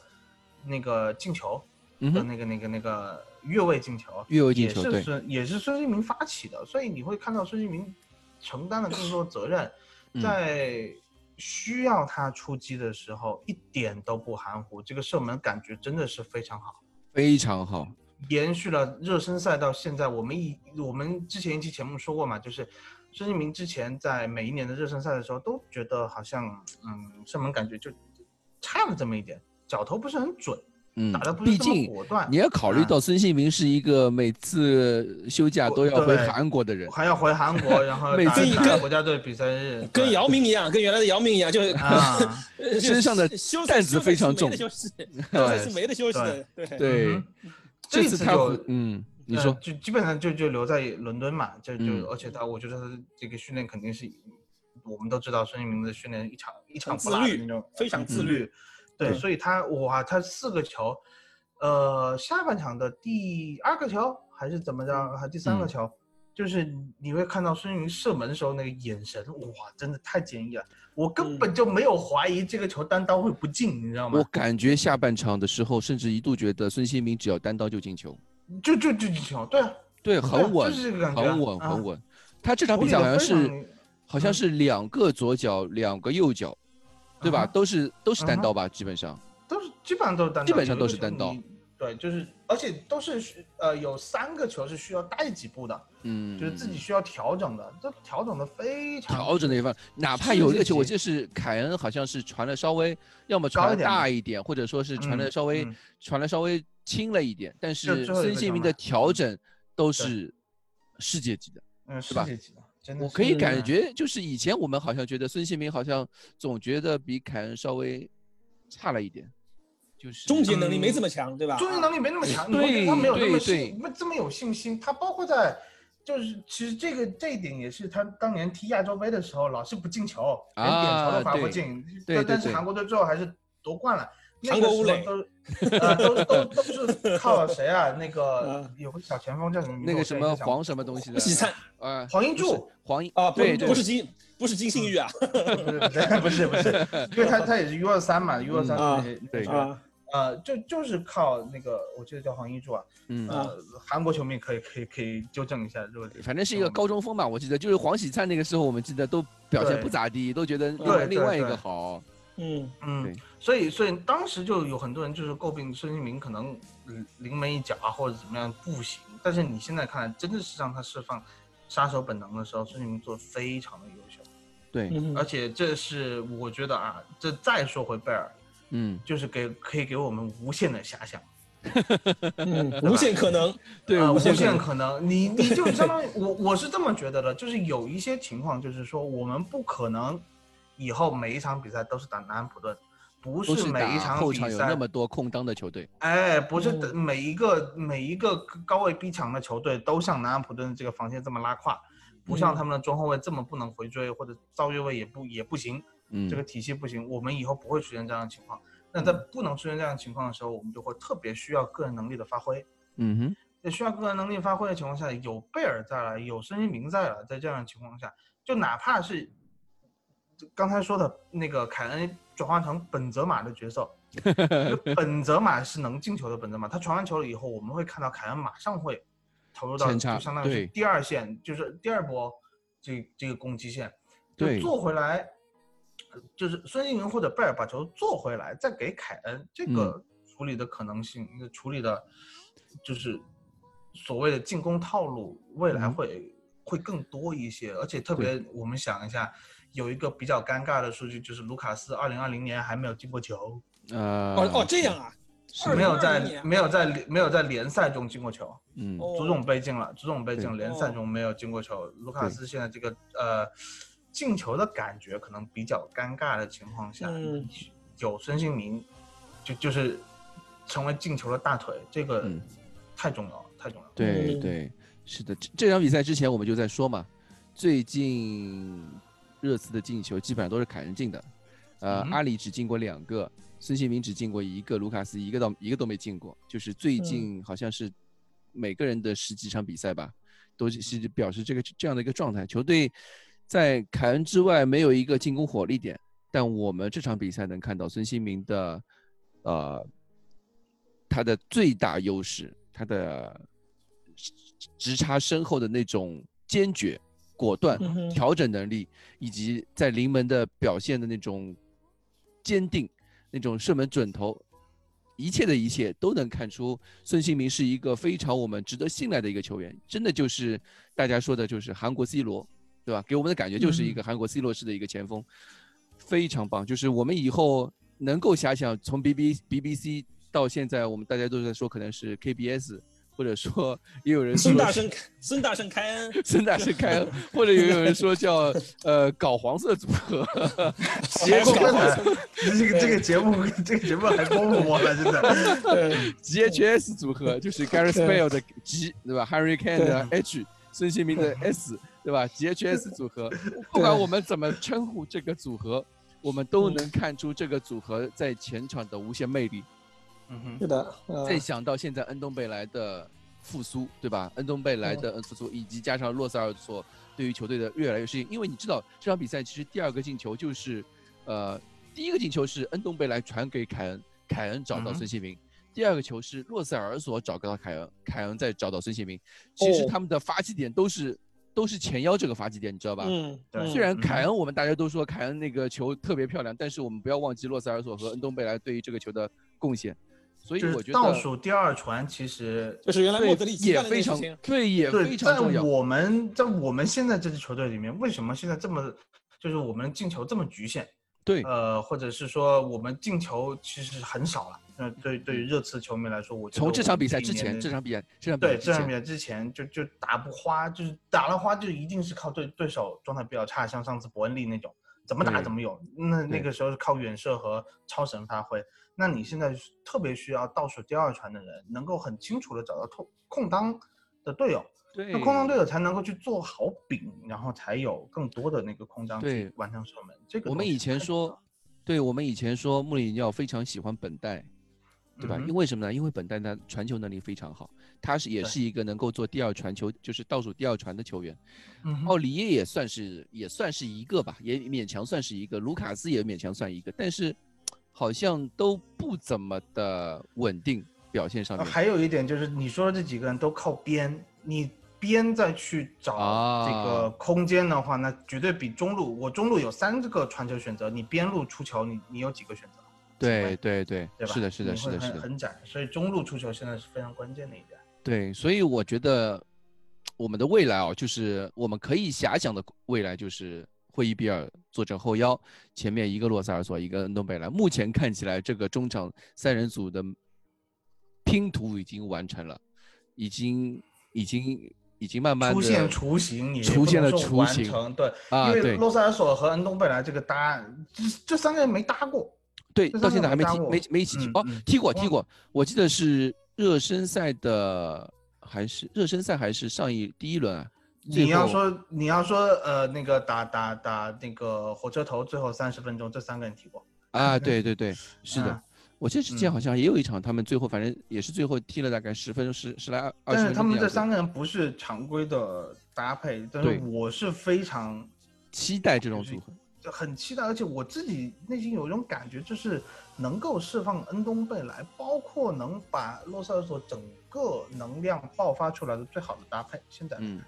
Speaker 6: 那个进球，
Speaker 7: 嗯
Speaker 6: 的
Speaker 7: 哼，
Speaker 6: 那个那个那个越位进球，
Speaker 7: 越位进球
Speaker 6: 也
Speaker 7: 对
Speaker 6: 是孙也是孙兴民发起的，所以你会看到孙兴民承担了更多的责任，
Speaker 7: 嗯
Speaker 6: 在需要他出击的时候一点都不含糊，这个射门感觉真的是非常好，
Speaker 7: 非常好，
Speaker 6: 延续了热身赛到现在，我们一我们之前一期节目说过嘛，就是孙兴民之前在每一年的热身赛的时候都觉得好像嗯射门感觉就差了这么一点，脚头不是很准，
Speaker 7: 嗯
Speaker 6: 打的，不是
Speaker 7: 毕
Speaker 6: 这么
Speaker 7: 竟
Speaker 6: 果断。
Speaker 7: 你要考虑
Speaker 6: 啊
Speaker 7: 到孙兴民是一个每次休假都要回
Speaker 6: 对
Speaker 7: 韩国的人，
Speaker 6: 还要回韩国，然后
Speaker 7: 每
Speaker 6: 打
Speaker 2: 次一
Speaker 6: 打
Speaker 2: 跟
Speaker 6: 国家队比赛日，
Speaker 2: 跟
Speaker 6: 对
Speaker 2: 姚明一样，跟原来的姚明一样，就是
Speaker 6: 啊，
Speaker 2: 呃
Speaker 7: 身上的
Speaker 2: 休
Speaker 7: 担子非常重
Speaker 2: 休赛期没得休息，休赛期没得休息的，对
Speaker 7: 对
Speaker 6: 嗯哼，
Speaker 7: 这
Speaker 6: 这
Speaker 7: 次
Speaker 6: 次
Speaker 7: 他
Speaker 6: 就
Speaker 7: 回嗯，你
Speaker 6: 呃
Speaker 7: 说
Speaker 6: 就基本上就就留在伦敦嘛，就就、
Speaker 7: 嗯
Speaker 6: 而且他，我觉得他这个训练肯定是，我们都知道孙兴民的训练一场一场不
Speaker 2: 自
Speaker 6: 落的
Speaker 2: 律
Speaker 6: 那种，
Speaker 2: 非常
Speaker 6: 很
Speaker 2: 自律，
Speaker 6: 对，
Speaker 2: 对
Speaker 6: 所以他哇，他四个球，呃，下半场的第二个球还是怎么着，还第三个
Speaker 7: 嗯
Speaker 6: 球。就是你会看到孙兴民射门的时候那个眼神，哇，真的太坚毅了！我根
Speaker 2: 嗯
Speaker 6: 本就没有怀疑这个球单刀会不进，你知道吗
Speaker 7: 我？感觉下半场的时候，甚至一度觉得孙兴民只要单刀就进球，
Speaker 6: 就就就一条，对啊，
Speaker 7: 对，
Speaker 6: 对啊
Speaker 7: 很稳
Speaker 6: 就，是这个感觉啊，
Speaker 7: 很稳，
Speaker 6: 啊
Speaker 7: 很。稳。他这场
Speaker 6: 处
Speaker 7: 比
Speaker 6: 理
Speaker 7: 赛
Speaker 6: 得
Speaker 7: 好像
Speaker 6: 非
Speaker 7: 是
Speaker 6: 常
Speaker 7: 好像
Speaker 6: 嗯
Speaker 7: 是两个左脚，两个右脚，对吧？
Speaker 6: 啊哈
Speaker 7: 都是都是单
Speaker 6: 啊哈
Speaker 7: 刀吧，基本上。
Speaker 6: 都是基本上都是单刀，
Speaker 7: 基本上都是
Speaker 6: 有一个
Speaker 7: 单
Speaker 6: 球
Speaker 7: 刀
Speaker 6: 你。对，就是而且都是需呃有三个球是需要带几步的，
Speaker 7: 嗯，
Speaker 6: 就是自己需要调整的，这调整的非常
Speaker 7: 调整的一方，哪怕
Speaker 6: 世
Speaker 7: 有一
Speaker 6: 界
Speaker 7: 个球，我
Speaker 6: 级
Speaker 7: 记得是凯恩好像是传的稍微，要么传的
Speaker 6: 高一点
Speaker 7: 大
Speaker 6: 吧
Speaker 7: 一点，或者说是传的
Speaker 6: 嗯
Speaker 7: 稍微
Speaker 6: 嗯
Speaker 7: 传的稍微轻了一点，但是
Speaker 6: 最后
Speaker 7: 孙
Speaker 6: 一个
Speaker 7: 兴
Speaker 6: 球
Speaker 7: 民
Speaker 6: 嘛
Speaker 7: 的调
Speaker 6: 嗯
Speaker 7: 整都是世界级的。
Speaker 6: 嗯
Speaker 7: 是
Speaker 6: 世
Speaker 7: 吧
Speaker 6: 界级的，真的
Speaker 7: 我可以
Speaker 6: 是
Speaker 7: 感觉，就是以前我们好像觉得孙兴民好像总觉得比凯恩稍微差了一点，就是
Speaker 2: 终结能力没这
Speaker 6: 嗯
Speaker 2: 么强，对吧？啊
Speaker 6: 终结能力没那么强，你会觉
Speaker 7: 啊对
Speaker 6: 得他没有那
Speaker 7: 对
Speaker 6: 么
Speaker 7: 对
Speaker 6: 信，没这么有信心。他包括在，就是其实这个这一点也是他当年踢亚洲杯的时候老是不进球，连点球
Speaker 7: 啊
Speaker 6: 都罚不
Speaker 7: 对
Speaker 6: 进。
Speaker 7: 对对
Speaker 6: 但但是
Speaker 7: 对
Speaker 6: 韩国队最后还是夺冠了。那
Speaker 2: 韩
Speaker 6: 个
Speaker 2: 国吴
Speaker 6: 时候
Speaker 2: 磊
Speaker 6: 都，呃，都都都是靠 谁啊？那个
Speaker 2: 嗯
Speaker 6: 有个小前锋叫什么名字？
Speaker 7: 那个
Speaker 6: 我
Speaker 7: 什
Speaker 6: 现在
Speaker 7: 么
Speaker 6: 想
Speaker 7: 黄什么东西的，
Speaker 2: 不喜灿
Speaker 7: 啊，
Speaker 6: 黄英
Speaker 7: 不是
Speaker 6: 柱，
Speaker 7: 黄英
Speaker 2: 啊，不
Speaker 7: 对
Speaker 2: 是
Speaker 7: 对
Speaker 2: 不是金不是金信玉啊
Speaker 6: 不是不 是，因为他他也是 U 二三嘛，U 二
Speaker 2: 嗯
Speaker 6: 三那
Speaker 2: 啊
Speaker 6: 些那
Speaker 7: 对
Speaker 6: 些
Speaker 2: 啊，
Speaker 6: 呃，就就是靠那个，我记得叫黄英柱啊，
Speaker 7: 嗯，
Speaker 2: 啊
Speaker 6: 呃，韩国球迷可以可以可以纠正一下，如果
Speaker 7: 反正是一
Speaker 2: 嗯
Speaker 7: 个高中锋吧，我记得就是黄喜灿那个时候，我们记得都表现
Speaker 6: 对
Speaker 7: 不咋地，都觉得另
Speaker 6: 对
Speaker 7: 外
Speaker 6: 对
Speaker 7: 另外一个
Speaker 6: 对
Speaker 7: 好，
Speaker 2: 嗯，
Speaker 6: 嗯
Speaker 7: 对，
Speaker 6: 所以所以当时就有很多人就是诟病孙兴民可能嗯临门一脚啊或者怎么样不行，但是你现在看来，真的是让他释放杀手本能的时候，孙兴民做的非常的优秀，
Speaker 7: 对，
Speaker 2: 嗯
Speaker 6: 而且这是我觉得啊，这再说回贝尔，
Speaker 7: 嗯，
Speaker 6: 就是给可以给我们无限的遐想。
Speaker 2: 嗯，无限可能，
Speaker 7: 对，
Speaker 6: 啊
Speaker 7: 无
Speaker 6: 无
Speaker 7: 限
Speaker 6: 限可能。你 你就相当于我我是这么觉得的，就是有一些情况，就是说我们不可能以后每一场比赛都是打南安普顿，不
Speaker 7: 都是
Speaker 6: 每一
Speaker 7: 打后
Speaker 6: 比
Speaker 7: 场有
Speaker 6: 赛
Speaker 7: 那么多空当的球队，
Speaker 6: 哎，不是的
Speaker 2: 嗯
Speaker 6: 每一个、每一个高位逼抢的球队都像南安普顿这个防线这么拉胯，不像
Speaker 2: 嗯
Speaker 6: 他们的中后卫这么不能回追，或者造越位也不也不行，
Speaker 7: 嗯
Speaker 6: 这，个体系不行，我们以后不会出现这样的情况。那在
Speaker 2: 嗯
Speaker 6: 不能出现这样的情况的时候，我们就会特别需要个人能力的发挥。
Speaker 7: 嗯哼，
Speaker 6: 在需要个人能力发挥的情况下，有贝尔在了，有孙兴民在了，在这样的情况下，就哪怕是刚才说的那个凯恩转换成本泽马的角色， 因 为本泽马是能进球的本泽马，他传完球了以后，我们会看到凯恩马上会投入到
Speaker 7: 前
Speaker 6: 就
Speaker 7: 插
Speaker 6: 相当于
Speaker 7: 对
Speaker 6: 是第二线，就是第二波这这个攻击线，就
Speaker 7: 对
Speaker 6: 做回来，就是孙兴民或者贝尔把球做回来，再给凯恩，这个
Speaker 7: 嗯
Speaker 6: 处理的可能性，那处理的，就是所谓的进攻套路，未
Speaker 7: 嗯
Speaker 6: 来会、会更多一些。而且特别，我们想一下，有一个比较尴尬的数据，就是卢卡斯二零二零年还没有进过球，
Speaker 7: 呃，
Speaker 2: 哦哦这样啊，
Speaker 6: 没有
Speaker 2: 2020
Speaker 6: 在
Speaker 2: 年啊
Speaker 6: 没有在没有在联赛中进过球。
Speaker 7: 嗯，
Speaker 2: 哦
Speaker 6: 足总杯进了，足总杯进了，
Speaker 7: 对
Speaker 6: 联赛中没有进过球。卢卡斯现在这个呃进球的感觉可能比较尴尬的情况下，
Speaker 2: 嗯
Speaker 6: 有孙兴民就就是成为进球的大腿，这个
Speaker 7: 嗯
Speaker 6: 太重要了，太重要了。
Speaker 7: 对
Speaker 2: 嗯
Speaker 7: 对，是的，这这场比赛之前我们就在说嘛，最近热刺的进球基本上都是凯恩进的，呃，
Speaker 6: 嗯
Speaker 7: 阿里只进过两个，孙兴民只进过一个，卢卡斯一个到一个都没进过，就是最近好像是每个人的十几场比赛吧，都是是表示这个这样的一个状态，球队在凯恩之外没有一个进攻火力点，但我们这场比赛能看到孙兴民的，呃，他的最大优势，他的直直插身后的那种坚决、果断、
Speaker 2: 嗯哼
Speaker 7: 调整能力，以及在临门的表现的那种坚定、那种射门准头，一切的一切都能看出孙兴民是一个非常我们值得信赖的一个球员，真的就是大家说的就是韩国 C 罗，对吧？给我们的感觉
Speaker 2: 嗯
Speaker 7: 就是一个韩国 C 罗式的一个前锋，非常棒。就是我们以后能够遐想，从 B B B B C 到现在，我们大家都在说可能是 K B S，或者说 也有人说
Speaker 2: 孙大圣孙大圣开恩，
Speaker 7: 孙大圣开恩，或者也有人说叫呃搞黄色组合，
Speaker 6: 结果
Speaker 2: 搞黄
Speaker 6: 这个这个节目，这个节目还功夫我了，真的。
Speaker 2: 对
Speaker 7: GHS 组合，就 是 Gareth
Speaker 2: 对
Speaker 7: Bale 的 G，对吧？Harry Kane 的 H，孙兴民的 S，对吧？GHS 组合，不管我们怎么称呼这个组合，我们都能看出这个组合在前场的无限魅力。
Speaker 6: 嗯哼，
Speaker 2: 是的，呃
Speaker 7: 再想到现在恩东贝莱的复苏，对吧？恩东贝莱的恩复苏，以及加上洛塞尔索对于球队的越来越适应，因为你知道这场比赛其实第二个进球就是，呃，第一个进球是恩东贝莱传给凯恩，凯恩找到
Speaker 6: 嗯
Speaker 7: 孙兴民，第二个球是洛塞尔索找到凯恩，凯恩再找到孙兴民，其实
Speaker 2: 哦
Speaker 7: 他们的发起点都是都是前腰这个发起点，你知道吧？
Speaker 2: 嗯，
Speaker 6: 对
Speaker 2: 嗯
Speaker 7: 虽然凯
Speaker 6: 嗯
Speaker 7: 恩，我们大家都说凯恩那个球特别漂亮，但是我们不要忘记洛塞尔索和恩东贝莱对于这个球的贡献。所以
Speaker 6: 就
Speaker 7: 我
Speaker 6: 是
Speaker 7: 觉得
Speaker 6: 倒数第二传，其实
Speaker 2: 就是原来莫德
Speaker 7: 对
Speaker 2: 里奇
Speaker 7: 也
Speaker 2: 干的那
Speaker 7: 非
Speaker 2: 个事
Speaker 7: 常
Speaker 2: 情，
Speaker 7: 对也非
Speaker 6: 对，
Speaker 7: 常
Speaker 6: 在
Speaker 7: 重要。
Speaker 6: 我们在我们现在这支球队里面，为什么现在这么就是我们进球这么局限？
Speaker 7: 对，
Speaker 6: 呃，或者是说我们进球其实很少了。那对对于热刺球迷来说，我觉
Speaker 7: 嗯
Speaker 6: 得
Speaker 7: 从这
Speaker 6: 我
Speaker 7: 场
Speaker 6: 们
Speaker 7: 比赛
Speaker 6: 一
Speaker 7: 之
Speaker 6: 年
Speaker 7: 前，
Speaker 6: 的
Speaker 7: 这场比赛这场比赛
Speaker 6: 对
Speaker 7: 之
Speaker 6: 这场比
Speaker 7: 前，
Speaker 6: 赛之前就就打不花，就是打了花就一定是靠对对手状态比较差，像上次伯恩利那种，怎么打
Speaker 7: 对
Speaker 6: 怎么有。那
Speaker 7: 对
Speaker 6: 那个时候是靠远射和超神发挥。那你现在是特别需要倒数第二传的人，能够很清楚的找到空空当的队友，
Speaker 7: 对
Speaker 6: 那空当队友才能够去做好饼，然后才有更多的那个空当
Speaker 7: 对
Speaker 6: 去完成射门。这个
Speaker 7: 我们
Speaker 6: 东西
Speaker 7: 以前
Speaker 6: 太重要
Speaker 7: 说，对我们以前说穆里尼奥非常喜欢本代，对吧？
Speaker 6: 嗯哼
Speaker 7: 因为什么呢？因为本代他传球能力非常好，他是也
Speaker 6: 对
Speaker 7: 是一个能够做第二传球，就是倒数第二传的球员。
Speaker 6: 嗯哼
Speaker 7: 奥里耶也算是也算是一个吧，也勉强算是一个，卢卡斯也勉强算一个，但是好像都不怎么的稳定表现上
Speaker 6: 呃
Speaker 7: 面。
Speaker 6: 还有一点就是，你说的这几个人都靠边，你边再去找这
Speaker 7: 啊
Speaker 6: 个空间的话，那绝对比中路，我中路有三个传球选择，你边路出球，你你有几个选择，
Speaker 7: 对对对，
Speaker 6: 对吧？
Speaker 7: 是的，是的，
Speaker 6: 你
Speaker 7: 是
Speaker 6: 会
Speaker 7: 的，
Speaker 6: 很
Speaker 7: 是的，
Speaker 6: 很窄，所以中路出球现在是非常关键的一点。
Speaker 7: 对，所以我觉得我们的未来啊，就是我们可以遐想的未来就是。霍伊比尔坐镇后腰，前面一个洛塞尔索，一个恩东贝莱。目前看起来，这个中场三人组的拼图已经完成了，已经已经已经慢慢
Speaker 6: 出
Speaker 7: 的
Speaker 6: 现雏形，你也
Speaker 7: 出
Speaker 6: 不
Speaker 7: 现
Speaker 6: 能
Speaker 7: 了
Speaker 6: 说
Speaker 7: 啊雏
Speaker 6: 完
Speaker 7: 形
Speaker 6: 成对，
Speaker 7: 啊
Speaker 6: 因
Speaker 7: 对
Speaker 6: 为洛塞尔索和恩东贝莱这个搭，这这三个人没搭过，
Speaker 7: 对，
Speaker 6: 这
Speaker 7: 到
Speaker 6: 三
Speaker 7: 现
Speaker 6: 个
Speaker 7: 在还
Speaker 6: 没
Speaker 7: 没
Speaker 6: 搭
Speaker 7: 踢，
Speaker 6: 过
Speaker 7: 没没一起踢
Speaker 6: 嗯
Speaker 7: 哦
Speaker 6: 嗯，
Speaker 7: 踢过踢
Speaker 6: 忘
Speaker 7: 过，我记得是热身赛的还是热身赛还是上一第一轮啊？最
Speaker 6: 你要
Speaker 7: 后
Speaker 6: 说你要说呃那个打打打那个火车头最后三十分钟这三个人踢过，
Speaker 7: 啊，对对 对，是的
Speaker 6: 啊，
Speaker 7: 我记得之前
Speaker 6: 嗯
Speaker 7: 好像也有一场，他们最后反正也是最后踢了大概十分钟十十来二二十分
Speaker 6: 但是
Speaker 7: 钟
Speaker 6: 他们
Speaker 7: 的
Speaker 6: 这
Speaker 7: 样子
Speaker 6: 三个人不是常规的搭配，但
Speaker 7: 对
Speaker 6: 是我是非常
Speaker 7: 期待这种
Speaker 6: 就是
Speaker 7: 组合，
Speaker 6: 就很期待，而且我自己内心有一种感觉，就是能够释放恩东贝莱，包括能把洛塞尔索整个能量爆发出来的最好的搭配。现在，
Speaker 7: 嗯，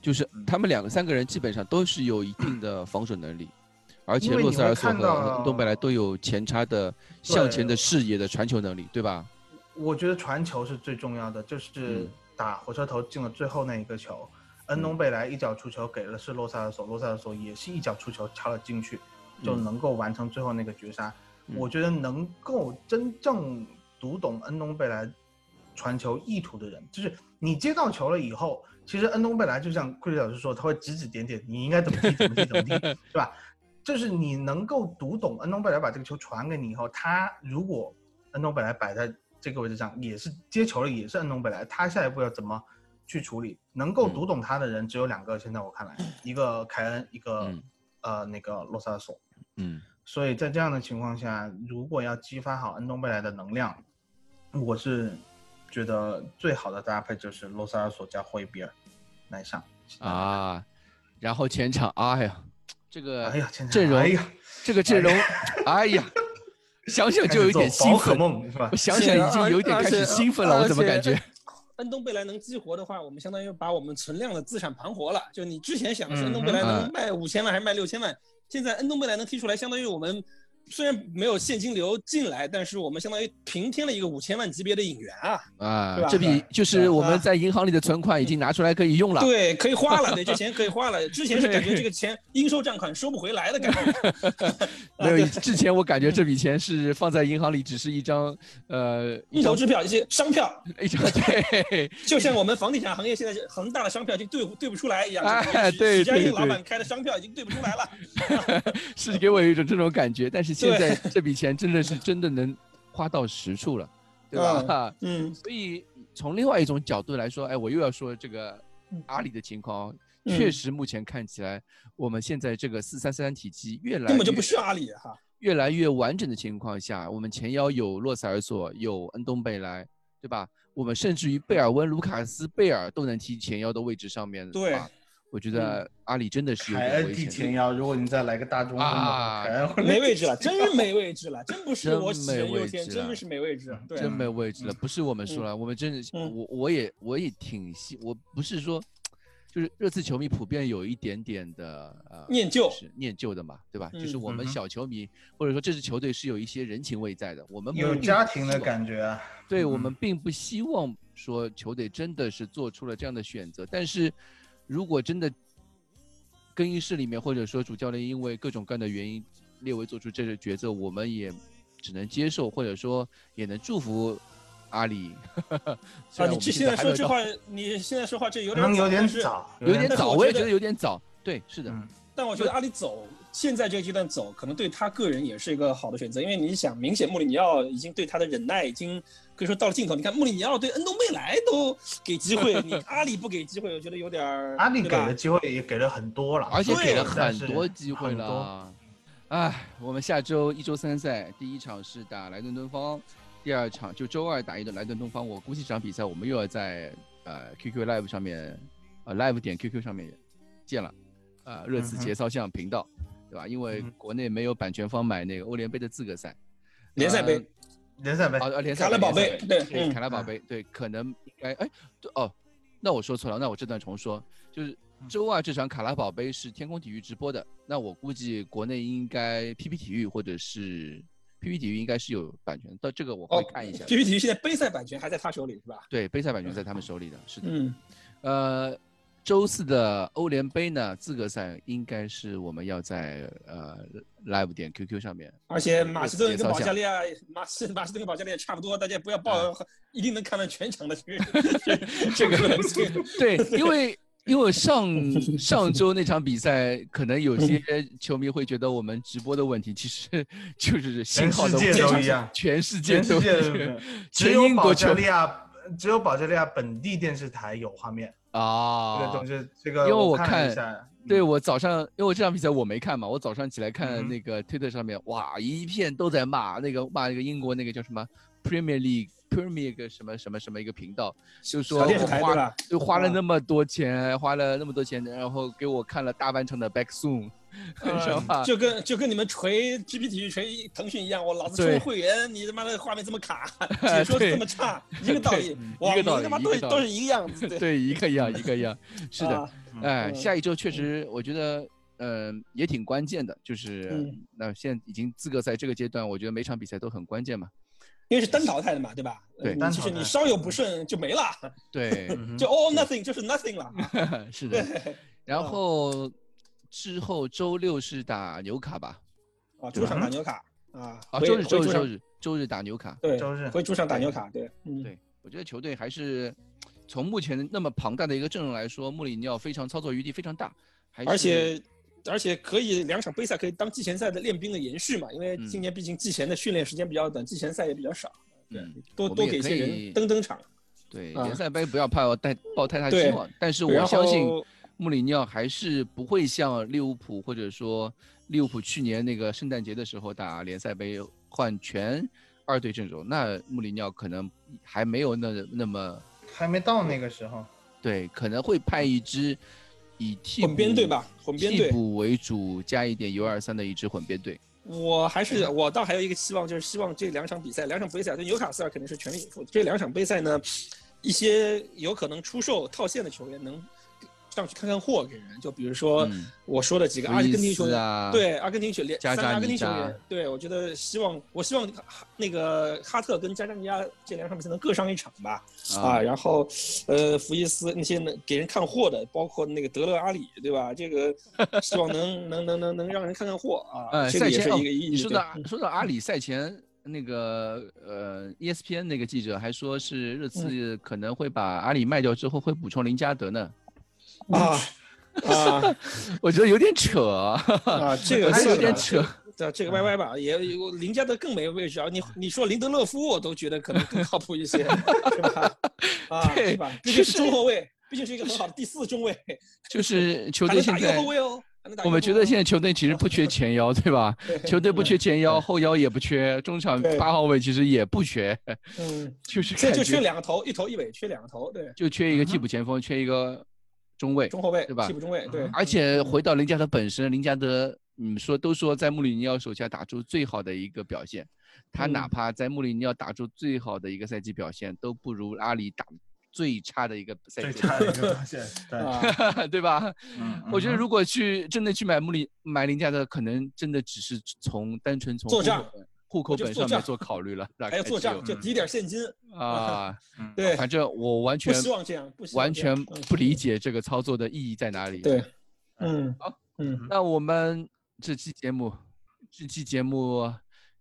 Speaker 7: 就是
Speaker 6: 嗯
Speaker 7: 他们两个三个人基本上都是有一定的防守能力。而
Speaker 6: 因
Speaker 7: 且
Speaker 6: 为
Speaker 7: 洛
Speaker 6: 你
Speaker 7: 塞
Speaker 6: 会
Speaker 7: 尔索
Speaker 6: 看
Speaker 7: 和恩东贝莱
Speaker 6: 到
Speaker 7: 都有前插的向前的
Speaker 6: 对
Speaker 7: 视野的传球能力，对吧？
Speaker 6: 我觉得传球是最重要的，就是
Speaker 7: 嗯
Speaker 6: 打火车头进了最后那一个球，恩东贝莱一脚出球给了是洛塞尔索，洛塞尔索也是一脚出球插了进去，就
Speaker 7: 嗯
Speaker 6: 能够完成最后那个绝杀。
Speaker 7: 嗯
Speaker 6: 我觉得能够真正读懂恩东贝莱传球意图的人，就是你接到球了以后，其实恩东贝莱就像库里老师说，他会指指点点，你应该怎么踢，怎么踢，怎么踢，对吧？就是你能够读懂恩东贝莱把这个球传给你以后，他如果恩东贝莱摆在这个位置上，也是接球了，也是恩东贝莱，他下一步要怎么去处理？能够读懂他的人只有两个，现在我看来，一个凯恩，一个、
Speaker 7: 嗯
Speaker 6: 呃那个洛萨索。
Speaker 7: 嗯，
Speaker 6: 所以在这样的情况下，如果要激发好恩东贝莱的能量，我是觉得最好的搭配就是洛塞尔索加霍伊比尔来上。
Speaker 7: 啊，然后前场，哎呀，这个
Speaker 6: 哎呀，前场
Speaker 7: 阵容
Speaker 6: 哎呀，
Speaker 7: 这个阵容，哎呀，想想就有一点
Speaker 6: 开始做
Speaker 7: 兴
Speaker 6: 宝可
Speaker 7: 奋，
Speaker 6: 梦是吧
Speaker 7: 我？想
Speaker 2: 而
Speaker 7: 想
Speaker 2: 且
Speaker 7: 已经有一点开始兴奋了，我怎么感？
Speaker 2: 啊而
Speaker 7: 觉
Speaker 2: 且？恩东贝莱能激活的话，我们相当于把我们存量的资产盘活了。就你之前想的是
Speaker 6: 嗯
Speaker 2: 恩东贝莱能
Speaker 7: 嗯
Speaker 2: 卖五千万还是卖六千万，现在恩东贝莱能踢出来，相当于我们虽然没有现金流进来，但是我们相当于平添了一个五千万级别的引援啊。
Speaker 7: 啊
Speaker 2: 对，吧
Speaker 7: 这笔就是
Speaker 6: 对
Speaker 7: 我们
Speaker 2: 啊
Speaker 7: 在银行里的存款已经拿出来可以用了。
Speaker 2: 对，啊可以花了，对，这钱可以花 了。之前是感觉这个钱应收账款收不回来的感觉，
Speaker 7: 没
Speaker 2: 啊
Speaker 7: 有，之前我感觉这笔钱是放在银行里，只是一张呃
Speaker 2: 一
Speaker 7: 一
Speaker 2: 手
Speaker 7: 张
Speaker 2: 支票，一些商票，
Speaker 7: 一张对，
Speaker 2: 就像我们房地产行业现在是恒大的商票已经对不对不出来一样，
Speaker 7: 哎
Speaker 2: 许
Speaker 7: 对
Speaker 2: 许家
Speaker 7: 对
Speaker 2: 印老
Speaker 7: 对
Speaker 2: 板开的商票已经对不出来了。
Speaker 7: 是给我有一种这种感觉。但是现
Speaker 2: 对
Speaker 7: 在这笔钱真的是真的能花到实处了，对吧？
Speaker 2: 嗯，
Speaker 7: 所以从另外一种角度来说，哎，我又要说这个
Speaker 2: 嗯
Speaker 7: 阿里的情况哦，
Speaker 2: 嗯
Speaker 7: 确实目前看起来，我们现在这个四三三体系越来
Speaker 2: 根本就
Speaker 7: 越
Speaker 2: 不需要阿里啊哈。
Speaker 7: 越来越完整的情况下，我们前腰有洛塞尔索，有恩东贝莱，对吧？我们甚至于贝尔温、卢卡斯、贝尔都能踢前腰的位置上面。
Speaker 2: 对嗯
Speaker 7: 把我觉得阿里真的是有
Speaker 1: 凯
Speaker 7: 点
Speaker 1: 恩
Speaker 7: 危
Speaker 1: 地
Speaker 7: 险
Speaker 1: 前。腰，如果你再来个大中锋
Speaker 7: 啊
Speaker 1: 的，凯恩会
Speaker 2: 没位置了，真没位置了，真不是
Speaker 7: 真
Speaker 2: 我杞人
Speaker 7: 没
Speaker 2: 忧
Speaker 7: 位
Speaker 2: 天，
Speaker 7: 置
Speaker 2: 真
Speaker 7: 了
Speaker 2: 的是没位置。对，啊
Speaker 7: 真没位置了，不是我们输了，我们真的是，
Speaker 2: 嗯
Speaker 7: 我我也我也挺希，我不是说，就是热刺球迷普遍有一点点的呃
Speaker 2: 念旧
Speaker 7: 是念旧的嘛，对吧？就是
Speaker 2: 嗯
Speaker 7: 我们
Speaker 1: 嗯哼
Speaker 7: 小球迷或者说这支球队是有一些人情味在的，我们
Speaker 1: 有
Speaker 7: 并不
Speaker 1: 家
Speaker 7: 希
Speaker 1: 庭的
Speaker 7: 望
Speaker 1: 感觉啊。
Speaker 7: 对
Speaker 1: 嗯
Speaker 7: 我们并不希望说球队真的是做出了这样的选择，但是如果真的更衣室里面或者说主教练因为各种各样的原因列为做出这个抉择，我们也只能接受，或者说也能祝福阿里。
Speaker 2: 啊，
Speaker 7: 虽然
Speaker 2: 你
Speaker 7: 我们
Speaker 2: 这现在
Speaker 7: 还
Speaker 2: 说
Speaker 7: 没有
Speaker 2: 这
Speaker 7: 到
Speaker 2: 话，你现在说话这有
Speaker 1: 可
Speaker 2: 点
Speaker 1: 能有点
Speaker 2: 但是
Speaker 1: 早，
Speaker 7: 有点
Speaker 2: 但是
Speaker 7: 早，
Speaker 2: 我
Speaker 7: 我也
Speaker 2: 觉
Speaker 7: 觉
Speaker 2: 得
Speaker 7: 得有点早。对，是的，
Speaker 1: 嗯
Speaker 2: 但我觉得阿里走现在这个阶段走，可能对他个人也是一个好的选择，因为你想，明显穆里尼奥已经对他的忍耐已经可以说到了尽头。你看穆里尼奥对恩东贝莱都给机会， 你阿里不给机会，我觉得有点儿
Speaker 1: 阿里
Speaker 2: 对
Speaker 1: 给
Speaker 2: 吧
Speaker 1: 的机会也给了很多了，
Speaker 7: 而且给了
Speaker 1: 但
Speaker 7: 很
Speaker 1: 是
Speaker 7: 多机会
Speaker 1: 很多
Speaker 7: 了。哎，我们下周一周三赛，第一场是打莱顿东方，第二场就周二打一顿莱顿东方。我估计这场比赛我们又要在呃 QQ Live 上面，呃 Live 点 QQ 上面见了，呃热
Speaker 1: 嗯
Speaker 7: 刺
Speaker 1: 哼
Speaker 7: 节操项频道，对吧？因为
Speaker 1: 嗯
Speaker 7: 国内没有版权方买那个欧联杯的资格赛，
Speaker 2: 联赛杯
Speaker 1: 嗯
Speaker 7: 呃
Speaker 1: 联赛杯
Speaker 7: 啊，啊联赛
Speaker 2: 卡拉宝贝，
Speaker 7: 联赛
Speaker 2: 对，
Speaker 7: 对，
Speaker 2: 嗯
Speaker 7: 凯拉宝贝，对，可能应该哎，对哦，那我说错了，那我这段重说，就是
Speaker 2: 嗯
Speaker 7: 周二这场卡拉宝贝是天空体育直播的，那我估计国内应该 PP 体育或者是 PP 体育应该是有版权，到这个我会
Speaker 2: 哦
Speaker 7: 看一下的。
Speaker 2: ，PPT 现在杯赛版权还在他手里是吧？
Speaker 7: 对，杯赛版权在他们手里的，是的。
Speaker 2: 嗯，
Speaker 7: 呃，周四的欧联杯呢，资格赛应该是我们要在呃 live 点 QQ 上面，
Speaker 2: 而且马其顿
Speaker 7: 节
Speaker 2: 跟
Speaker 7: 操
Speaker 2: 保加
Speaker 7: 项
Speaker 2: 利亚，马其 马其顿跟保加利亚差不多，大家不要抱 一定能看完全 场的这个嗯这个这个
Speaker 7: 对，因为因为上上周那场比赛，可能有些球迷会觉得我们直播的问题，其实 就是信
Speaker 1: 全
Speaker 7: 号
Speaker 1: 世
Speaker 7: 的
Speaker 1: 界
Speaker 7: 问
Speaker 1: 都
Speaker 7: 题
Speaker 1: 一样，
Speaker 7: 全世界
Speaker 1: 全世
Speaker 7: 都
Speaker 1: 界都一
Speaker 7: 是
Speaker 1: 样只
Speaker 7: 全
Speaker 1: 有
Speaker 7: 英
Speaker 1: 保
Speaker 7: 国
Speaker 1: 加
Speaker 7: 球
Speaker 1: 利亚，只有保加利亚本地电视台有画面，这个
Speaker 7: 啊
Speaker 1: 东。西，这个
Speaker 7: 因为我
Speaker 1: 看了一
Speaker 7: 看
Speaker 1: 下，
Speaker 7: 对
Speaker 1: 嗯
Speaker 7: 我早上，因为我这场比赛我没看嘛，我早上起来
Speaker 1: 嗯
Speaker 7: 看
Speaker 1: 哼
Speaker 7: 那个推特上面，哇，一片都在骂那个骂那个英国那个叫什么 Premier League Premier 个什么什么什么一个频道，就说
Speaker 2: 小电视
Speaker 7: 我
Speaker 2: 台
Speaker 7: 花
Speaker 2: 对吧？
Speaker 7: 就花了那么多钱，花了那么多钱，然后给我看了大半场的 Back Soon，
Speaker 2: 嗯
Speaker 7: 你知道吗？
Speaker 2: 就跟就跟你们锤 GP 体育、锤腾讯一样，我老子充
Speaker 7: 对
Speaker 2: 了会员，你他妈的画面这么卡， 解说这么差，一个道理。哇，
Speaker 7: 一个道
Speaker 2: 你他
Speaker 7: 理
Speaker 2: 妈
Speaker 7: 一
Speaker 2: 都
Speaker 7: 个
Speaker 2: 是
Speaker 7: 道理
Speaker 2: 都是一个样子。对，
Speaker 7: 对，一个一样，一个一样，是的，
Speaker 2: 啊
Speaker 7: 哎，
Speaker 2: 嗯
Speaker 7: 下一周确实，我觉得，呃，也挺关键的，就是
Speaker 2: 嗯
Speaker 7: 那现在已经资格赛这个阶段，我觉得每场比赛都很关键嘛。
Speaker 2: 因为是单淘汰的嘛，对吧？
Speaker 7: 对
Speaker 2: 嗯
Speaker 1: 单
Speaker 2: 就是
Speaker 1: 淘汰
Speaker 2: 你稍有不慎就没了，
Speaker 7: 对，嗯
Speaker 1: 嗯哼
Speaker 2: 就 all nothing 就是 nothing 了。嗯
Speaker 7: 是 的。然后之后周六是打纽卡吧？
Speaker 2: 啊，主场打纽卡啊，
Speaker 7: 嗯啊，
Speaker 2: 回
Speaker 7: 周日
Speaker 2: 回
Speaker 7: 周
Speaker 2: 主
Speaker 7: 日周
Speaker 2: 场
Speaker 7: 日周日打纽卡。
Speaker 1: 周日
Speaker 2: 对，回主场打纽卡，对，嗯，
Speaker 7: 对，我觉得球队还是从目前那么庞大的一个阵容来说，穆里尼奥非常操作余地非常大，还
Speaker 2: 而
Speaker 7: 是
Speaker 2: 且而且可以两场杯赛可以当季前赛的练兵的延续嘛，因为
Speaker 7: 嗯
Speaker 2: 今年毕竟季前的训练时间比较短，季前赛也比较少，对
Speaker 7: 嗯，
Speaker 2: 多
Speaker 7: 我们
Speaker 2: 多
Speaker 7: 也
Speaker 2: 给一
Speaker 7: 可
Speaker 2: 些
Speaker 7: 以
Speaker 2: 人登登场。
Speaker 7: 对
Speaker 2: 啊
Speaker 7: 联赛杯不要抱太抱太大
Speaker 2: 对
Speaker 7: 希望，但是
Speaker 2: 然
Speaker 7: 我相信
Speaker 2: 后
Speaker 7: 穆里尼奥还是不会像利物浦或者说利物浦去年那个圣诞节的时候打联赛杯换全二队阵容，那穆里尼奥可能还没有那那么
Speaker 1: 还没到那个时 候，
Speaker 7: 对，可能会派一支以替
Speaker 2: 混编
Speaker 7: 补
Speaker 2: 队吧，混编
Speaker 7: 替
Speaker 2: 队。
Speaker 7: 补为主加一点 U 二三的一支混编队。
Speaker 2: 我还是
Speaker 7: 嗯
Speaker 2: 我倒还有一个希望，就是希望这两场比赛，两场杯赛对纽卡斯尔肯定是全力以赴。这两场杯赛呢，一些有可能出售套现的球员能上去看看货给人，就比如说
Speaker 7: 嗯
Speaker 2: 我说的几个阿
Speaker 7: 路
Speaker 2: 根
Speaker 7: 易
Speaker 2: 廷球
Speaker 7: 斯
Speaker 2: 员，
Speaker 7: 啊，
Speaker 2: 对，阿根廷球连
Speaker 7: 加
Speaker 2: 三个
Speaker 7: 扎
Speaker 2: 阿根廷
Speaker 7: 尼
Speaker 2: 球
Speaker 7: 加
Speaker 2: 员，对我觉得希望我希望哈那个哈特跟加扎尼亚这两场比赛能各上一场吧啊，然后呃福伊斯那些能给人看货的，包括那个德勒阿里对吧？这 个希望能能能能能让人看看货啊，
Speaker 7: 呃，
Speaker 2: 这个
Speaker 7: 赛
Speaker 2: 也
Speaker 7: 前
Speaker 2: 是
Speaker 7: 哦，
Speaker 2: 一个意义。嗯
Speaker 7: 你说
Speaker 2: 对
Speaker 7: 到说到阿里赛前那个呃 ESPN 那个记者还说是
Speaker 2: 嗯
Speaker 7: 热刺可能会把阿里卖掉之后会补充林加德呢，
Speaker 2: 啊啊
Speaker 7: 我觉得有点扯啊，
Speaker 2: 啊，这个
Speaker 7: 我觉得有
Speaker 2: 算
Speaker 7: 点
Speaker 2: 了。
Speaker 7: 扯。
Speaker 2: 这这个 YY 吧，也有林加德更没位置啊！你你说林德勒夫，我都觉得可能更靠谱 一些，是吧？啊，
Speaker 7: 对
Speaker 2: 是吧？毕
Speaker 7: 就
Speaker 2: 竟
Speaker 7: 是
Speaker 2: 是中后卫，毕竟是一个很好的第四中卫，
Speaker 7: 就是球
Speaker 2: 还
Speaker 7: 队
Speaker 2: 能
Speaker 7: 现
Speaker 2: 打右
Speaker 7: 在
Speaker 2: 后，卫哦。还能打
Speaker 7: 我们觉得现在球队其实不缺前腰，对吧？
Speaker 2: 在
Speaker 7: 球队不缺前腰，后腰也不缺，中场
Speaker 2: 对
Speaker 7: 八号位其实也不缺，
Speaker 2: 嗯，
Speaker 7: 就是
Speaker 2: 现
Speaker 7: 感
Speaker 2: 在就缺
Speaker 7: 觉
Speaker 2: 两个头，一头一尾，缺两个头，对，
Speaker 7: 就缺一个替补前锋，缺一个中卫，
Speaker 2: 中后卫
Speaker 7: 对吧嗯
Speaker 2: 替补中卫，对，嗯
Speaker 7: 而且回到林加德本身，林加德，嗯，说都说在穆里尼奥手下打出最好的一个表现，他哪
Speaker 2: 嗯
Speaker 7: 怕在穆里尼奥打出最好的一个赛季表现，都不如阿里打最差的一个赛
Speaker 1: 最
Speaker 7: 季，
Speaker 1: 差的一哎个发现，对，
Speaker 7: 哎
Speaker 2: 啊，
Speaker 7: 对吧？
Speaker 6: 嗯，
Speaker 7: 我觉得
Speaker 6: 嗯
Speaker 7: 如果去真的去买穆里买林加德，可能真的只是从单纯从
Speaker 2: 做
Speaker 7: 户口
Speaker 2: 账
Speaker 7: 本户口
Speaker 2: 就
Speaker 7: 本
Speaker 2: 做
Speaker 7: 上面
Speaker 2: 账
Speaker 7: 做 考虑了，大
Speaker 2: 还有
Speaker 7: 概
Speaker 2: 做
Speaker 7: 只
Speaker 2: 账
Speaker 7: 有
Speaker 2: 就抵点现金，
Speaker 7: 啊，
Speaker 6: 嗯
Speaker 2: 对，
Speaker 7: 反正我完
Speaker 2: 不
Speaker 7: 全
Speaker 2: 希望这样，不希望
Speaker 7: 完
Speaker 2: 这样
Speaker 7: 全不理，解这个操作的意义在哪里。
Speaker 2: 嗯对，嗯，嗯，
Speaker 7: 那我们这期节目，这期节目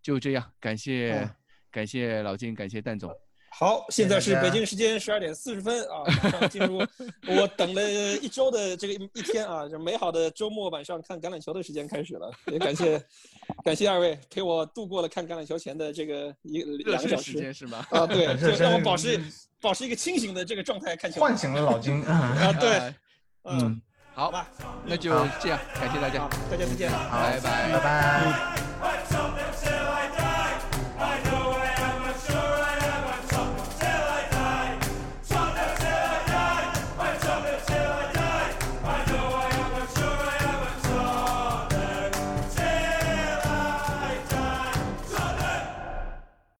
Speaker 7: 就这样，感谢、
Speaker 2: 嗯
Speaker 7: 感谢老金，感谢蛋总。
Speaker 2: 好，现在
Speaker 1: 谢
Speaker 2: 是
Speaker 1: 谢大
Speaker 2: 北
Speaker 1: 家
Speaker 2: 京时间十二点四十分啊，马上进 入我等了一周的这个一一天啊，这美好的周末晚上看橄榄球的时间开始了，也感谢感谢二位陪我度过了看橄榄球前的这个一
Speaker 7: 热
Speaker 2: 两个
Speaker 7: 身
Speaker 2: 小
Speaker 7: 时
Speaker 2: 时
Speaker 7: 间是吗？
Speaker 2: 啊，对，
Speaker 1: 热
Speaker 2: 就
Speaker 1: 身
Speaker 2: 让我保持保持一个清醒的这个状态看球
Speaker 1: 唤醒了老金。嗯
Speaker 2: 啊，对
Speaker 7: 呃，
Speaker 2: 嗯，
Speaker 7: 好
Speaker 2: 好 吧，
Speaker 7: 那就这样，感谢大家
Speaker 2: 好，，大家再见。
Speaker 7: 拜拜。
Speaker 1: 拜拜。
Speaker 6: 嗯